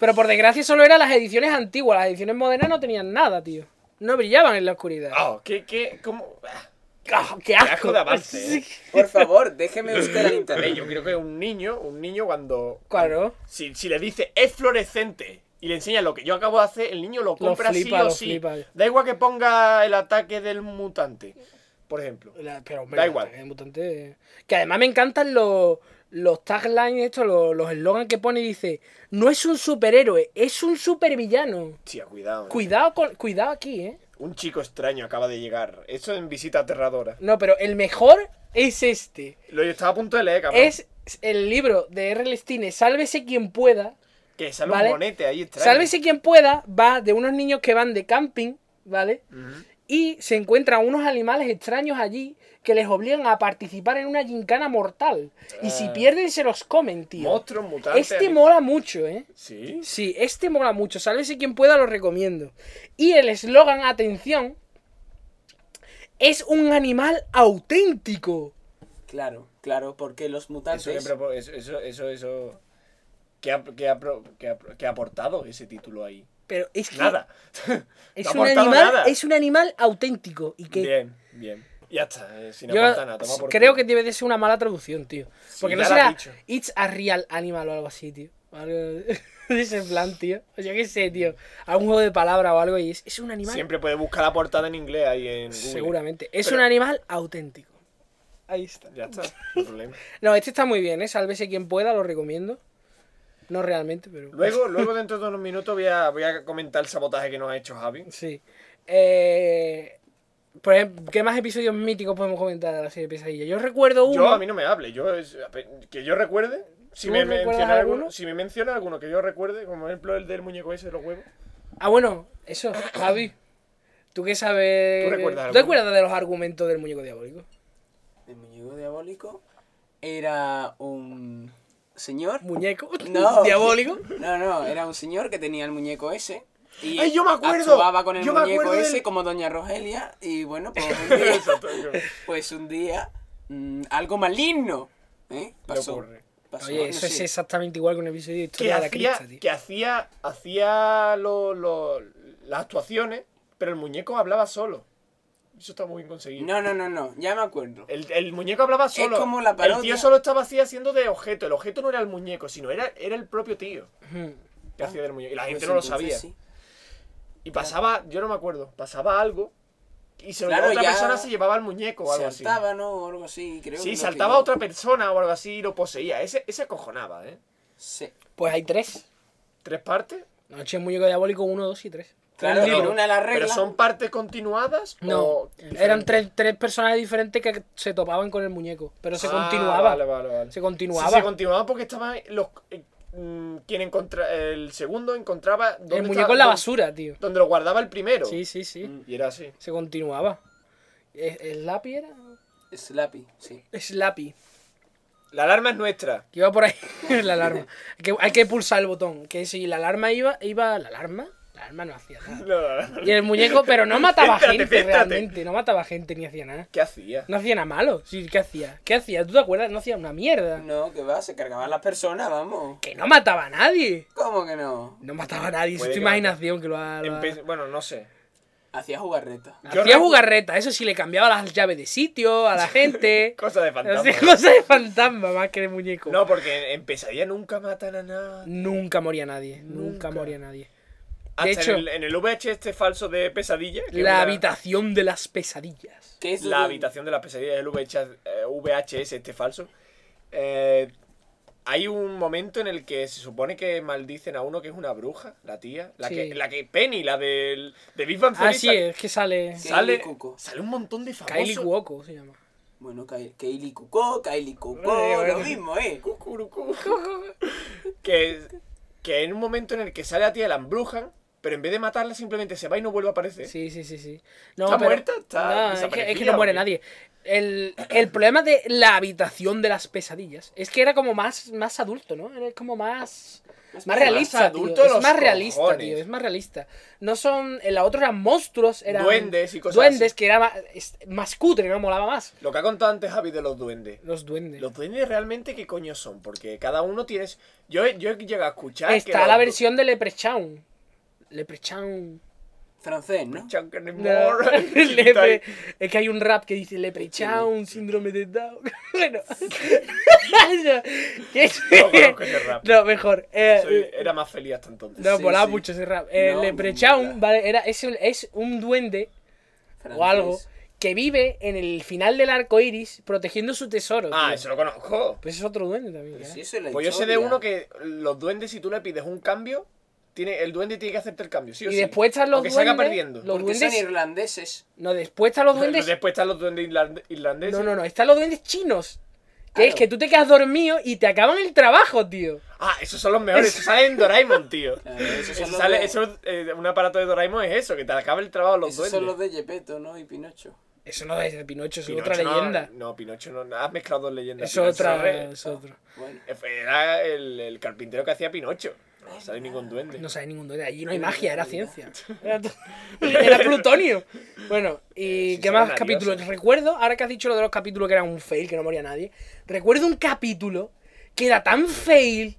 [SPEAKER 3] Pero por desgracia solo eran las ediciones antiguas. Las ediciones modernas no tenían nada, tío. No brillaban en la oscuridad.
[SPEAKER 1] Ah, ¿qué, qué, cómo? Ah,
[SPEAKER 3] Ah, ¡Qué
[SPEAKER 1] asco
[SPEAKER 3] asco!
[SPEAKER 1] de avance, eh.
[SPEAKER 2] Por favor, déjeme usted la
[SPEAKER 1] eh,
[SPEAKER 2] internet.
[SPEAKER 1] yo creo que un niño, un niño cuando...
[SPEAKER 3] Claro.
[SPEAKER 1] Si, si le dice es fluorescente y le enseña lo que yo acabo de hacer, el niño lo compra
[SPEAKER 3] flipa,
[SPEAKER 1] sí o
[SPEAKER 3] lo
[SPEAKER 1] sí.
[SPEAKER 3] flipa.
[SPEAKER 1] Da igual que ponga el ataque del mutante, por ejemplo.
[SPEAKER 3] La- pero, hombre,
[SPEAKER 1] Da
[SPEAKER 3] la
[SPEAKER 1] igual.
[SPEAKER 3] Ataque de Mutantes- Que además me encantan los, los taglines, estos, los los eslogans que pone. Dice: No es un superhéroe, es un supervillano.
[SPEAKER 1] Tía, cuidado. ¿eh?
[SPEAKER 3] Cuidado, con, cuidado aquí, ¿eh?
[SPEAKER 1] Un chico extraño acaba de llegar. Eso en visita aterradora.
[SPEAKER 3] No, pero el mejor es este.
[SPEAKER 1] Lo yo estaba a punto de leer, cabrón.
[SPEAKER 3] Es el libro de R. Lestine, Sálvese quien pueda.
[SPEAKER 1] Que sale
[SPEAKER 3] ¿vale?
[SPEAKER 1] un monete ahí extraño.
[SPEAKER 3] Sálvese quien pueda va de unos niños que van de camping, ¿vale?
[SPEAKER 1] Ujú.
[SPEAKER 3] Y se encuentran unos animales extraños allí que les obligan a participar en una gincana mortal. Y si
[SPEAKER 1] Ah.
[SPEAKER 3] pierden, se los comen, tío.
[SPEAKER 1] Monstruos mutantes.
[SPEAKER 3] Este
[SPEAKER 1] ani-
[SPEAKER 3] mola mucho, ¿eh?
[SPEAKER 1] ¿Sí?
[SPEAKER 3] Sí, este mola mucho. Sálvese quien pueda, lo recomiendo. Y el eslogan, atención, es un animal auténtico.
[SPEAKER 2] Claro, claro, porque los
[SPEAKER 1] Eso,
[SPEAKER 2] mutantes.
[SPEAKER 1] que propo- eso, eso, eso, eso- ¿Qué ha, qué ha pro- qué ha pro- qué ha aportado ese título ahí?
[SPEAKER 3] Pero es que
[SPEAKER 1] Nada.
[SPEAKER 3] es
[SPEAKER 1] No ha
[SPEAKER 3] un
[SPEAKER 1] aportado
[SPEAKER 3] animal,
[SPEAKER 1] nada.
[SPEAKER 3] es un animal auténtico y que
[SPEAKER 1] Bien, bien. Ya está, eh, sin
[SPEAKER 3] yo
[SPEAKER 1] aportar nada. toma por
[SPEAKER 3] creo
[SPEAKER 1] culo.
[SPEAKER 3] que debe de ser una mala traducción, tío,
[SPEAKER 1] Sí,
[SPEAKER 3] porque
[SPEAKER 1] ya lo
[SPEAKER 3] no
[SPEAKER 1] has
[SPEAKER 3] será
[SPEAKER 1] dicho.
[SPEAKER 3] it's a real animal o algo así, tío. Algo de ese plan, tío. O sea, qué sé, tío. Algún juego de palabra o algo y es, es un animal
[SPEAKER 1] Siempre puedes buscar la portada en inglés ahí en Google.
[SPEAKER 3] seguramente. Es
[SPEAKER 1] Pero-
[SPEAKER 3] un animal auténtico. Ahí está.
[SPEAKER 1] Ya está, no problema.
[SPEAKER 3] No, este está muy bien, ¿eh? Sálvese quien pueda, lo recomiendo. No realmente, pero.
[SPEAKER 1] Luego, luego dentro de unos minutos voy a, voy a comentar el sabotaje que nos ha hecho Javi.
[SPEAKER 3] Sí. Eh, por ejemplo, ¿Qué más episodios míticos podemos comentar de la serie Pesadilla? Yo recuerdo uno.
[SPEAKER 1] Yo a mí no me hable, yo es- que yo recuerde, si
[SPEAKER 3] Oh, ¿Tú
[SPEAKER 1] me
[SPEAKER 3] recuerdas
[SPEAKER 1] menciona alguno?
[SPEAKER 3] alguno?
[SPEAKER 1] si me menciona alguno que yo recuerde, como por ejemplo el del muñeco ese de los huevos.
[SPEAKER 3] Ah, bueno, eso, Javi. ¿Tú qué sabes?
[SPEAKER 1] ¿Tú recuerdas
[SPEAKER 3] ¿Tú
[SPEAKER 1] alguno?
[SPEAKER 3] acuerdas de los argumentos del muñeco diabólico?
[SPEAKER 2] El muñeco diabólico era un señor.
[SPEAKER 3] ¿Muñeco?
[SPEAKER 2] No.
[SPEAKER 3] ¿Diabólico?
[SPEAKER 2] No, no, era un señor que tenía el muñeco ese. Y
[SPEAKER 1] ¡Ay, yo me acuerdo!
[SPEAKER 2] actuaba con el
[SPEAKER 1] Yo me
[SPEAKER 2] muñeco
[SPEAKER 1] acuerdo del-
[SPEAKER 2] ese como Doña Rogelia. Y bueno, pues un día,
[SPEAKER 1] Exacto, yo-
[SPEAKER 2] pues un día mm, algo maligno ¿eh? pasó.
[SPEAKER 1] ocurre.
[SPEAKER 2] pasó,
[SPEAKER 3] Oye,
[SPEAKER 2] no
[SPEAKER 3] eso es
[SPEAKER 2] sé.
[SPEAKER 3] exactamente igual que un episodio de
[SPEAKER 1] que
[SPEAKER 3] Historia de la
[SPEAKER 1] hacía,
[SPEAKER 3] Cripta, tío.
[SPEAKER 1] que hacía, hacía lo- lo- las actuaciones, pero el muñeco hablaba solo. Eso está muy bien conseguido.
[SPEAKER 2] No, no, no, no, ya me acuerdo.
[SPEAKER 1] El, el muñeco hablaba solo.
[SPEAKER 2] como la
[SPEAKER 1] El tío
[SPEAKER 2] parodia.
[SPEAKER 1] solo estaba así haciendo de objeto. El objeto no era el muñeco, sino era, era el propio tío
[SPEAKER 3] Ujú.
[SPEAKER 1] que hacía del muñeco. Y la gente
[SPEAKER 2] Pues
[SPEAKER 1] no lo
[SPEAKER 2] entonces
[SPEAKER 1] sabía.
[SPEAKER 2] sí.
[SPEAKER 1] Y pasaba, yo no me acuerdo, pasaba algo y se lo
[SPEAKER 2] Claro,
[SPEAKER 1] llevaba otra
[SPEAKER 2] ya
[SPEAKER 1] persona se llevaba el muñeco o algo así.
[SPEAKER 2] Saltaba, ¿no? O algo así, creo. que
[SPEAKER 1] Sí,
[SPEAKER 2] lo
[SPEAKER 1] saltaba
[SPEAKER 2] pilló.
[SPEAKER 1] otra persona o algo así y lo poseía. Ese, ese acojonaba, ¿eh?
[SPEAKER 2] Sí.
[SPEAKER 3] Pues hay tres.
[SPEAKER 1] ¿Tres partes?
[SPEAKER 3] Noche del muñeco diabólico 1, 2 y 3.
[SPEAKER 2] Claro,
[SPEAKER 1] Pero-
[SPEAKER 2] en una la regla.
[SPEAKER 1] ¿Pero son partes continuadas?
[SPEAKER 3] No,
[SPEAKER 1] o
[SPEAKER 3] eran
[SPEAKER 1] diferentes?
[SPEAKER 3] tres, tres personajes diferentes que se topaban con el muñeco, pero se
[SPEAKER 1] Ah,
[SPEAKER 3] continuaba.
[SPEAKER 1] Vale, vale, vale.
[SPEAKER 3] Se
[SPEAKER 1] Sí,
[SPEAKER 3] continuaba.
[SPEAKER 1] se continuaba porque estaban los. eh, mm, quien encontra, el segundo encontraba. dónde
[SPEAKER 3] el
[SPEAKER 1] estaba-
[SPEAKER 3] muñeco en la
[SPEAKER 1] dónde-
[SPEAKER 3] basura, tío.
[SPEAKER 1] Donde lo guardaba el primero.
[SPEAKER 3] Sí, sí, sí.
[SPEAKER 2] Mm.
[SPEAKER 1] Y era así.
[SPEAKER 3] Se continuaba. ¿Es, es Lapi era?
[SPEAKER 2] Slappy, sí.
[SPEAKER 3] Es Lapi.
[SPEAKER 1] La alarma es nuestra.
[SPEAKER 3] Que iba por ahí la alarma. Hay que, hay que pulsar el botón. Que si la alarma iba, iba. ¿La alarma? La alarma no hacía nada.
[SPEAKER 1] No, no, no.
[SPEAKER 3] Y el muñeco, pero no mataba
[SPEAKER 1] Céntrate,
[SPEAKER 3] gente
[SPEAKER 1] céntrate.
[SPEAKER 3] realmente. No mataba gente ni hacía nada.
[SPEAKER 1] ¿Qué hacía?
[SPEAKER 3] No hacía nada malo. Sí, ¿Qué hacía? ¿Qué hacía? ¿Tú te acuerdas? No hacía una mierda.
[SPEAKER 2] No, que va, se cargaban las personas, vamos.
[SPEAKER 3] Que no mataba a nadie.
[SPEAKER 2] ¿Cómo que no?
[SPEAKER 3] No mataba a nadie. Eso
[SPEAKER 1] Puede
[SPEAKER 3] es tu
[SPEAKER 1] que matara.
[SPEAKER 3] imaginación que lo ha. lo ha-
[SPEAKER 1] Empe- bueno, no sé.
[SPEAKER 2] Hacía jugarreta.
[SPEAKER 1] Yo
[SPEAKER 3] Hacía
[SPEAKER 1] recu-
[SPEAKER 3] jugarreta. Eso sí, le cambiaba las llaves de sitio a la gente.
[SPEAKER 1] Cosa de fantasma.
[SPEAKER 3] Hacía cosas de fantasma más que de muñeco.
[SPEAKER 1] No, porque en pesadilla nunca matan a nada.
[SPEAKER 3] Nunca moría nadie, nunca,
[SPEAKER 1] Nunca.
[SPEAKER 3] moría nadie.
[SPEAKER 1] Hasta
[SPEAKER 3] hecho-
[SPEAKER 1] en, el, en el VH este falso de pesadilla. que
[SPEAKER 3] La
[SPEAKER 1] una-
[SPEAKER 3] habitación de las pesadillas.
[SPEAKER 2] ¿Qué es
[SPEAKER 1] La
[SPEAKER 2] eso?
[SPEAKER 1] habitación de las pesadillas del VH, eh, VHS este falso. eh, hay un momento en el que se supone que maldicen a uno que es una bruja, la tía. La,
[SPEAKER 3] Sí.
[SPEAKER 1] que, la que Penny, la del, de Big Bang Theory,
[SPEAKER 3] Ah, sí,
[SPEAKER 1] sal-
[SPEAKER 3] es que sale
[SPEAKER 2] Sí.
[SPEAKER 1] sale,
[SPEAKER 2] Kylie Cuoco.
[SPEAKER 1] sale un montón de famosos.
[SPEAKER 3] Kylie Cuoco, se llama.
[SPEAKER 2] Bueno, Kai- Kylie Cucó, Kylie
[SPEAKER 3] Bueno,
[SPEAKER 2] Cucó, lo
[SPEAKER 3] bueno.
[SPEAKER 2] mismo, ¿eh?
[SPEAKER 1] Cucurucu. que, que en un momento en el que sale la tía la embrujan, pero en vez de matarla simplemente se va y no vuelve a aparecer.
[SPEAKER 3] Sí, sí, sí, sí. No,
[SPEAKER 1] ¿Está
[SPEAKER 3] pero-
[SPEAKER 1] muerta? ¿Está
[SPEAKER 3] No, es, que, es que
[SPEAKER 1] desaparecida
[SPEAKER 3] no
[SPEAKER 1] o
[SPEAKER 3] muere
[SPEAKER 1] qué?
[SPEAKER 3] nadie. El, el problema de la habitación de las pesadillas es que era como más, más adulto, ¿no? Era como más Más
[SPEAKER 1] más
[SPEAKER 3] realista,
[SPEAKER 1] adulto
[SPEAKER 3] tío. Es
[SPEAKER 1] los
[SPEAKER 3] más realista,
[SPEAKER 1] cojones.
[SPEAKER 3] tío. Es más realista. No son. En la otra eran monstruos, eran.
[SPEAKER 1] Duendes y cosas
[SPEAKER 3] Duendes,
[SPEAKER 1] así.
[SPEAKER 3] que era más, es- más cutre, no molaba más.
[SPEAKER 1] Lo que ha contado antes Javi de los duendes.
[SPEAKER 3] Los duendes.
[SPEAKER 1] ¿Los duendes realmente qué coño son? Porque cada uno tienes. Yo, he- yo he llegado a escuchar. que
[SPEAKER 3] Está
[SPEAKER 1] los
[SPEAKER 3] la
[SPEAKER 1] du-
[SPEAKER 3] versión de Leprechaun. Leprechaun.
[SPEAKER 2] Francés, ¿no?
[SPEAKER 1] Chan que ni
[SPEAKER 3] No.
[SPEAKER 1] morra, chiquita ahí.
[SPEAKER 3] Lepre- Es que hay un rap que dice Leprechaun, síndrome de Down. bueno. ¿Qué es?
[SPEAKER 1] No conozco ese rap.
[SPEAKER 3] No, mejor. Eh,
[SPEAKER 1] Soy- era más feliz hasta entonces.
[SPEAKER 3] no,
[SPEAKER 2] sí,
[SPEAKER 3] volaba
[SPEAKER 2] sí.
[SPEAKER 3] mucho ese rap. Eh,
[SPEAKER 2] No,
[SPEAKER 3] Leprechaun
[SPEAKER 2] mola.
[SPEAKER 3] vale, era, es, un- es un duende o
[SPEAKER 2] Francés.
[SPEAKER 3] algo que vive en el final del arco iris protegiendo su tesoro.
[SPEAKER 1] Ah,
[SPEAKER 3] tío.
[SPEAKER 1] eso lo conozco.
[SPEAKER 3] Pues es otro duende también.
[SPEAKER 2] Pero
[SPEAKER 3] ¿eh?
[SPEAKER 2] si eso es la
[SPEAKER 1] Pues yo sé de
[SPEAKER 2] historia.
[SPEAKER 1] uno que los duendes, si tú le pides un cambio, tiene, el duende tiene que hacerte el cambio, sí o
[SPEAKER 3] Y
[SPEAKER 1] sí.
[SPEAKER 3] después están los
[SPEAKER 1] Aunque salga
[SPEAKER 3] duendes,
[SPEAKER 1] perdiendo.
[SPEAKER 3] los
[SPEAKER 2] Porque
[SPEAKER 3] duendes-
[SPEAKER 2] son irlandeses.
[SPEAKER 3] No, después están los duendes.
[SPEAKER 1] Después están los duendes irland- irlandeses.
[SPEAKER 3] No, no, no, están los duendes chinos. Que es
[SPEAKER 2] Claro.
[SPEAKER 3] que tú te quedas dormido y te acaban el trabajo, tío.
[SPEAKER 1] Ah, esos son los mejores. Eso sale en Doraemon, tío.
[SPEAKER 2] Claro, esos son
[SPEAKER 1] Eso
[SPEAKER 2] los
[SPEAKER 1] sale,
[SPEAKER 2] de-
[SPEAKER 1] eso, eh, un aparato de Doraemon es eso, que te acaba el trabajo los
[SPEAKER 2] Esos
[SPEAKER 1] duendes.
[SPEAKER 2] son los de Gepetto, ¿no? Y Pinocho.
[SPEAKER 3] Eso no es de Pinocho, eso
[SPEAKER 1] Pinocho
[SPEAKER 3] es otra
[SPEAKER 1] no-
[SPEAKER 3] leyenda.
[SPEAKER 1] No, Pinocho no. Has mezclado dos leyendas.
[SPEAKER 3] es
[SPEAKER 1] Pinocho
[SPEAKER 3] otra.
[SPEAKER 1] re-
[SPEAKER 3] Es otro.
[SPEAKER 2] Bueno.
[SPEAKER 1] Era el, el carpintero que hacía Pinocho. No sale ningún duende.
[SPEAKER 3] No sabe ningún duende. Allí no hay magia, era ciencia. Era, to- era plutonio. Bueno, ¿y
[SPEAKER 1] Eh, Sí,
[SPEAKER 3] qué
[SPEAKER 1] son
[SPEAKER 3] más
[SPEAKER 1] nerviosos.
[SPEAKER 3] capítulos? Recuerdo, ahora que has dicho lo de los capítulos que era un fail, que no moría nadie. Recuerdo un capítulo que era tan fail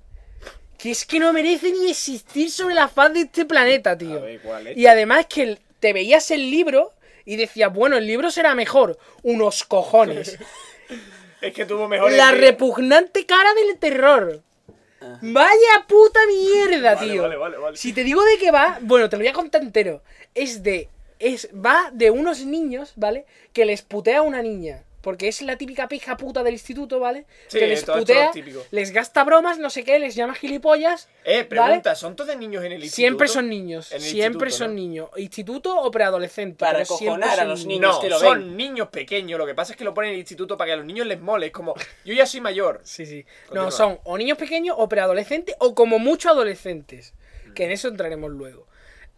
[SPEAKER 3] que es que no merece ni existir sobre la faz de este planeta, tío.
[SPEAKER 1] A ver, ¿cuál es?
[SPEAKER 3] Y además que el- te veías el libro y decías, bueno, el libro será mejor. Unos cojones.
[SPEAKER 1] Es que tuvo mejor.
[SPEAKER 3] La repugnante cara del terror. Vaya puta mierda,
[SPEAKER 1] Vale,
[SPEAKER 3] tío.
[SPEAKER 1] vale, vale, vale.
[SPEAKER 3] Si te digo de qué va, bueno, te lo voy a contar entero. Es de. Es, va de unos niños, ¿vale? Que les putea a una niña. Porque es la típica pija puta del instituto, ¿vale?
[SPEAKER 1] Sí,
[SPEAKER 3] que les
[SPEAKER 1] todo esto
[SPEAKER 3] putea,
[SPEAKER 1] es típico.
[SPEAKER 3] les gasta bromas, no sé qué, les llama gilipollas.
[SPEAKER 1] Eh,
[SPEAKER 3] ¿vale?
[SPEAKER 1] pregunta, ¿son todos niños en el instituto?
[SPEAKER 3] Siempre son niños.
[SPEAKER 1] En el
[SPEAKER 3] Siempre
[SPEAKER 1] instituto,
[SPEAKER 3] son
[SPEAKER 1] ¿no?
[SPEAKER 3] niños. Instituto o preadolescente.
[SPEAKER 2] Para
[SPEAKER 3] pero siempre
[SPEAKER 2] acojonar a
[SPEAKER 3] son
[SPEAKER 2] los
[SPEAKER 1] No,
[SPEAKER 2] niños que lo
[SPEAKER 1] son
[SPEAKER 2] ven.
[SPEAKER 1] niños pequeños. Lo que pasa es que lo ponen en el instituto para que a los niños les mole. Es como, yo ya soy mayor.
[SPEAKER 3] Sí, sí.
[SPEAKER 1] Continúa.
[SPEAKER 3] No, son o niños pequeños o preadolescentes o como mucho adolescentes. Que en
[SPEAKER 2] Mm.
[SPEAKER 3] eso entraremos luego.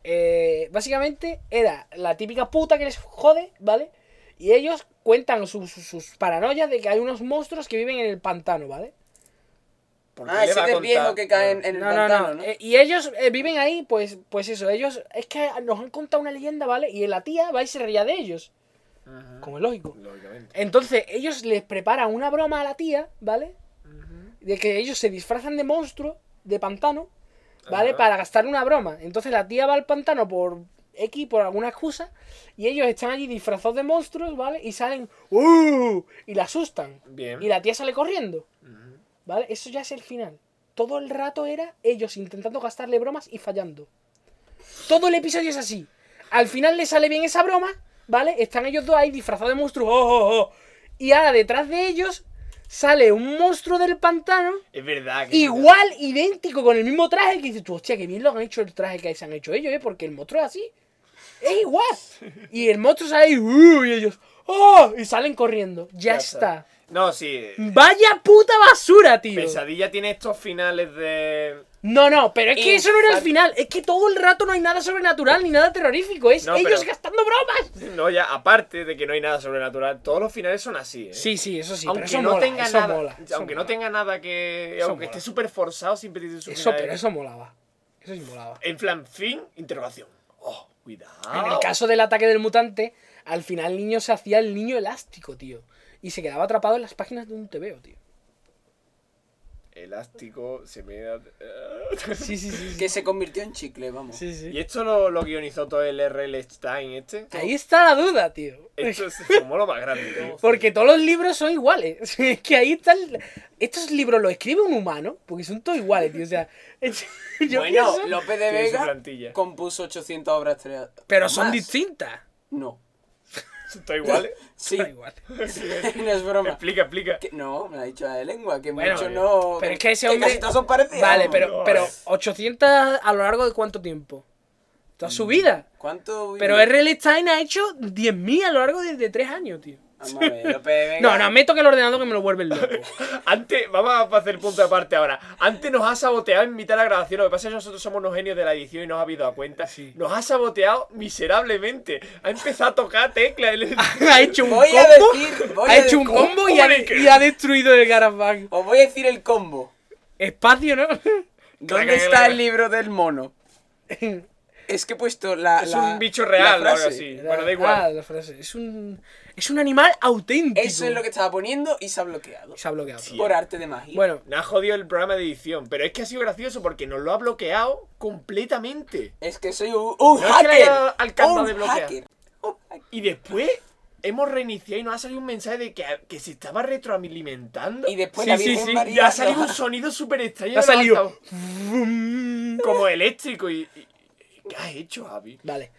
[SPEAKER 3] Eh, básicamente era la típica puta que les jode, ¿vale? Y ellos cuentan sus, sus- sus paranoias de que hay unos monstruos que viven en el pantano, ¿vale?
[SPEAKER 1] ¿Por qué
[SPEAKER 2] Ah,
[SPEAKER 1] le
[SPEAKER 2] ese
[SPEAKER 1] va a
[SPEAKER 2] del
[SPEAKER 1] contar?
[SPEAKER 2] viejo que cae en, en el
[SPEAKER 3] No, no,
[SPEAKER 2] pantano,
[SPEAKER 3] no.
[SPEAKER 2] ¿no?
[SPEAKER 3] Eh, y ellos eh, viven ahí, pues, pues eso, ellos... Es que nos han contado una leyenda, ¿vale? Y la tía va y se reía de ellos,
[SPEAKER 1] Ujú,
[SPEAKER 3] como es lógico.
[SPEAKER 1] Lógicamente.
[SPEAKER 3] Entonces, ellos les preparan una broma a la tía, ¿vale? de que ellos se disfrazan de monstruo, de pantano, ¿vale?
[SPEAKER 1] Ajá.
[SPEAKER 3] Para gastar una broma. Entonces la tía va al pantano por X, por alguna excusa, y ellos están allí disfrazados de monstruos, ¿vale? Y salen, ¡Uh! Y la asustan.
[SPEAKER 1] Bien.
[SPEAKER 3] Y la tía sale corriendo,
[SPEAKER 1] Ujú.
[SPEAKER 3] ¿vale? Eso ya es el final. Todo el rato era ellos intentando gastarle bromas y fallando. Todo el episodio es así. Al final le sale bien esa broma, ¿vale? Están ellos dos ahí disfrazados de monstruos, ¡Oh, oh, oh! Y ahora detrás de ellos sale un monstruo del pantano
[SPEAKER 1] Es verdad que.
[SPEAKER 3] igual, idéntico, con el mismo traje, que dices tú, hostia, que bien lo han hecho el traje que se han hecho ellos, ¿eh? Porque el monstruo es así. Es igual. Y el monstruo sale ahí, "Uh", y ellos, ¡oh! Y salen corriendo. Ya, está.
[SPEAKER 1] No, sí.
[SPEAKER 3] Vaya puta basura, tío.
[SPEAKER 1] Pesadilla tiene estos finales de.
[SPEAKER 3] No, no, pero es que eso no era el
[SPEAKER 2] Infan-
[SPEAKER 3] final. Es que todo el rato no hay nada sobrenatural ni nada terrorífico. Es
[SPEAKER 1] No,
[SPEAKER 3] ellos
[SPEAKER 1] pero-
[SPEAKER 3] gastando bromas.
[SPEAKER 1] No, ya, aparte de que no hay nada sobrenatural, todos los finales son así, ¿eh?
[SPEAKER 3] Sí, sí, eso sí.
[SPEAKER 1] aunque
[SPEAKER 3] pero eso
[SPEAKER 1] no
[SPEAKER 3] mola,
[SPEAKER 1] tenga
[SPEAKER 3] eso
[SPEAKER 1] nada.
[SPEAKER 3] mola, eso
[SPEAKER 1] aunque no
[SPEAKER 3] mola.
[SPEAKER 1] tenga nada que.
[SPEAKER 3] Eso
[SPEAKER 1] aunque
[SPEAKER 3] mola.
[SPEAKER 1] esté súper forzado, siempre tiene su
[SPEAKER 3] Eso,
[SPEAKER 1] final.
[SPEAKER 3] pero eso molaba. Eso sí molaba.
[SPEAKER 1] En plan, fin, interrogación. Oh, cuidado.
[SPEAKER 3] En
[SPEAKER 2] Ah.
[SPEAKER 3] el caso del ataque del mutante, al final el niño se hacía el niño elástico, tío. Y se quedaba atrapado en las páginas de un tebeo, tío.
[SPEAKER 1] Elástico, se me da.
[SPEAKER 3] Sí, sí, sí.
[SPEAKER 2] Que se convirtió en chicle, vamos.
[SPEAKER 1] ¿Y esto lo, lo guionizó todo el R.L. Stein este?
[SPEAKER 3] Ahí está la duda, tío.
[SPEAKER 2] Eh,
[SPEAKER 1] Esto es como lo más grande, tío.
[SPEAKER 3] Porque todos los libros son iguales. Es que ahí está el- Estos libros los escribe un humano, porque son todos iguales, tío. O sea, es- yo
[SPEAKER 2] bueno,
[SPEAKER 3] pienso-
[SPEAKER 2] López de
[SPEAKER 1] Tiene su
[SPEAKER 2] Vega
[SPEAKER 1] plantilla.
[SPEAKER 2] compuso 800 obras tre-
[SPEAKER 3] Pero son
[SPEAKER 2] más.
[SPEAKER 3] distintas.
[SPEAKER 2] No.
[SPEAKER 1] ¿Está igual? ¿eh?
[SPEAKER 2] Sí,
[SPEAKER 3] Son iguales.
[SPEAKER 2] no es broma.
[SPEAKER 1] Explica, explica.
[SPEAKER 2] Que- no, me lo ha dicho la de lengua, que
[SPEAKER 3] Bueno,
[SPEAKER 2] mucho no.
[SPEAKER 3] pero es que ese hombre-
[SPEAKER 2] casi todos son parecidos.
[SPEAKER 3] Vale,
[SPEAKER 2] vamos.
[SPEAKER 3] pero, pero 800 a lo largo de cuánto tiempo? Toda su vida.
[SPEAKER 2] ¿Cuánto? vive?
[SPEAKER 3] Pero R.L. Stein ha hecho 10.000 a lo largo de, de 3 años, tío.
[SPEAKER 2] Vamos a ver, López de Vega.
[SPEAKER 3] No, no, me toca el ordenador que me lo vuelve loco.
[SPEAKER 1] Antes, vamos a hacer punto aparte ahora. Antes nos ha saboteado en mitad de la grabación. Lo que pasa es que nosotros somos unos genios de la edición y nos ha habido a cuenta.
[SPEAKER 3] Sí.
[SPEAKER 1] Nos ha saboteado miserablemente. Ha empezado a tocar tecla. El...
[SPEAKER 3] ha hecho un
[SPEAKER 2] Voy a
[SPEAKER 3] combo.
[SPEAKER 2] decir- voy
[SPEAKER 3] ha
[SPEAKER 2] a
[SPEAKER 3] hecho un
[SPEAKER 2] decir-
[SPEAKER 3] combo y ha,
[SPEAKER 1] ¿Cómo de qué?
[SPEAKER 3] y ha destruido el Garabang.
[SPEAKER 2] Os voy a decir el combo.
[SPEAKER 3] Espacio, ¿no?
[SPEAKER 2] ¿Dónde está el libro del mono? Es que he puesto la.
[SPEAKER 1] Es
[SPEAKER 2] la-
[SPEAKER 1] un bicho real
[SPEAKER 2] la
[SPEAKER 1] o algo
[SPEAKER 2] frase.
[SPEAKER 1] así. Bueno, da igual.
[SPEAKER 3] Ah, la frase. Es un, es un animal auténtico.
[SPEAKER 2] Eso es lo que estaba poniendo y se ha bloqueado.
[SPEAKER 3] Se ha bloqueado.
[SPEAKER 1] Sí.
[SPEAKER 2] Por arte de magia.
[SPEAKER 3] Bueno,
[SPEAKER 1] Me ha jodido el programa de edición, pero es que ha sido gracioso porque nos lo ha bloqueado completamente.
[SPEAKER 2] Es que soy un, un
[SPEAKER 1] No es que le
[SPEAKER 2] hacker.
[SPEAKER 1] haya alcanzado
[SPEAKER 2] un
[SPEAKER 1] de bloquear.
[SPEAKER 2] hacker. Un hacker.
[SPEAKER 1] Y después hemos reiniciado y nos ha salido un mensaje de que, que se estaba retroalimentando.
[SPEAKER 2] Y después
[SPEAKER 1] Sí,
[SPEAKER 2] la
[SPEAKER 1] sí,
[SPEAKER 2] Virgen
[SPEAKER 1] sí.
[SPEAKER 2] María-
[SPEAKER 1] Y ha salido un sonido súper extraño. de
[SPEAKER 3] ha
[SPEAKER 1] los
[SPEAKER 3] salido.
[SPEAKER 1] altavoz- Como eléctrico. Y, y- y- ¿Qué has hecho, Javi?
[SPEAKER 3] Vale.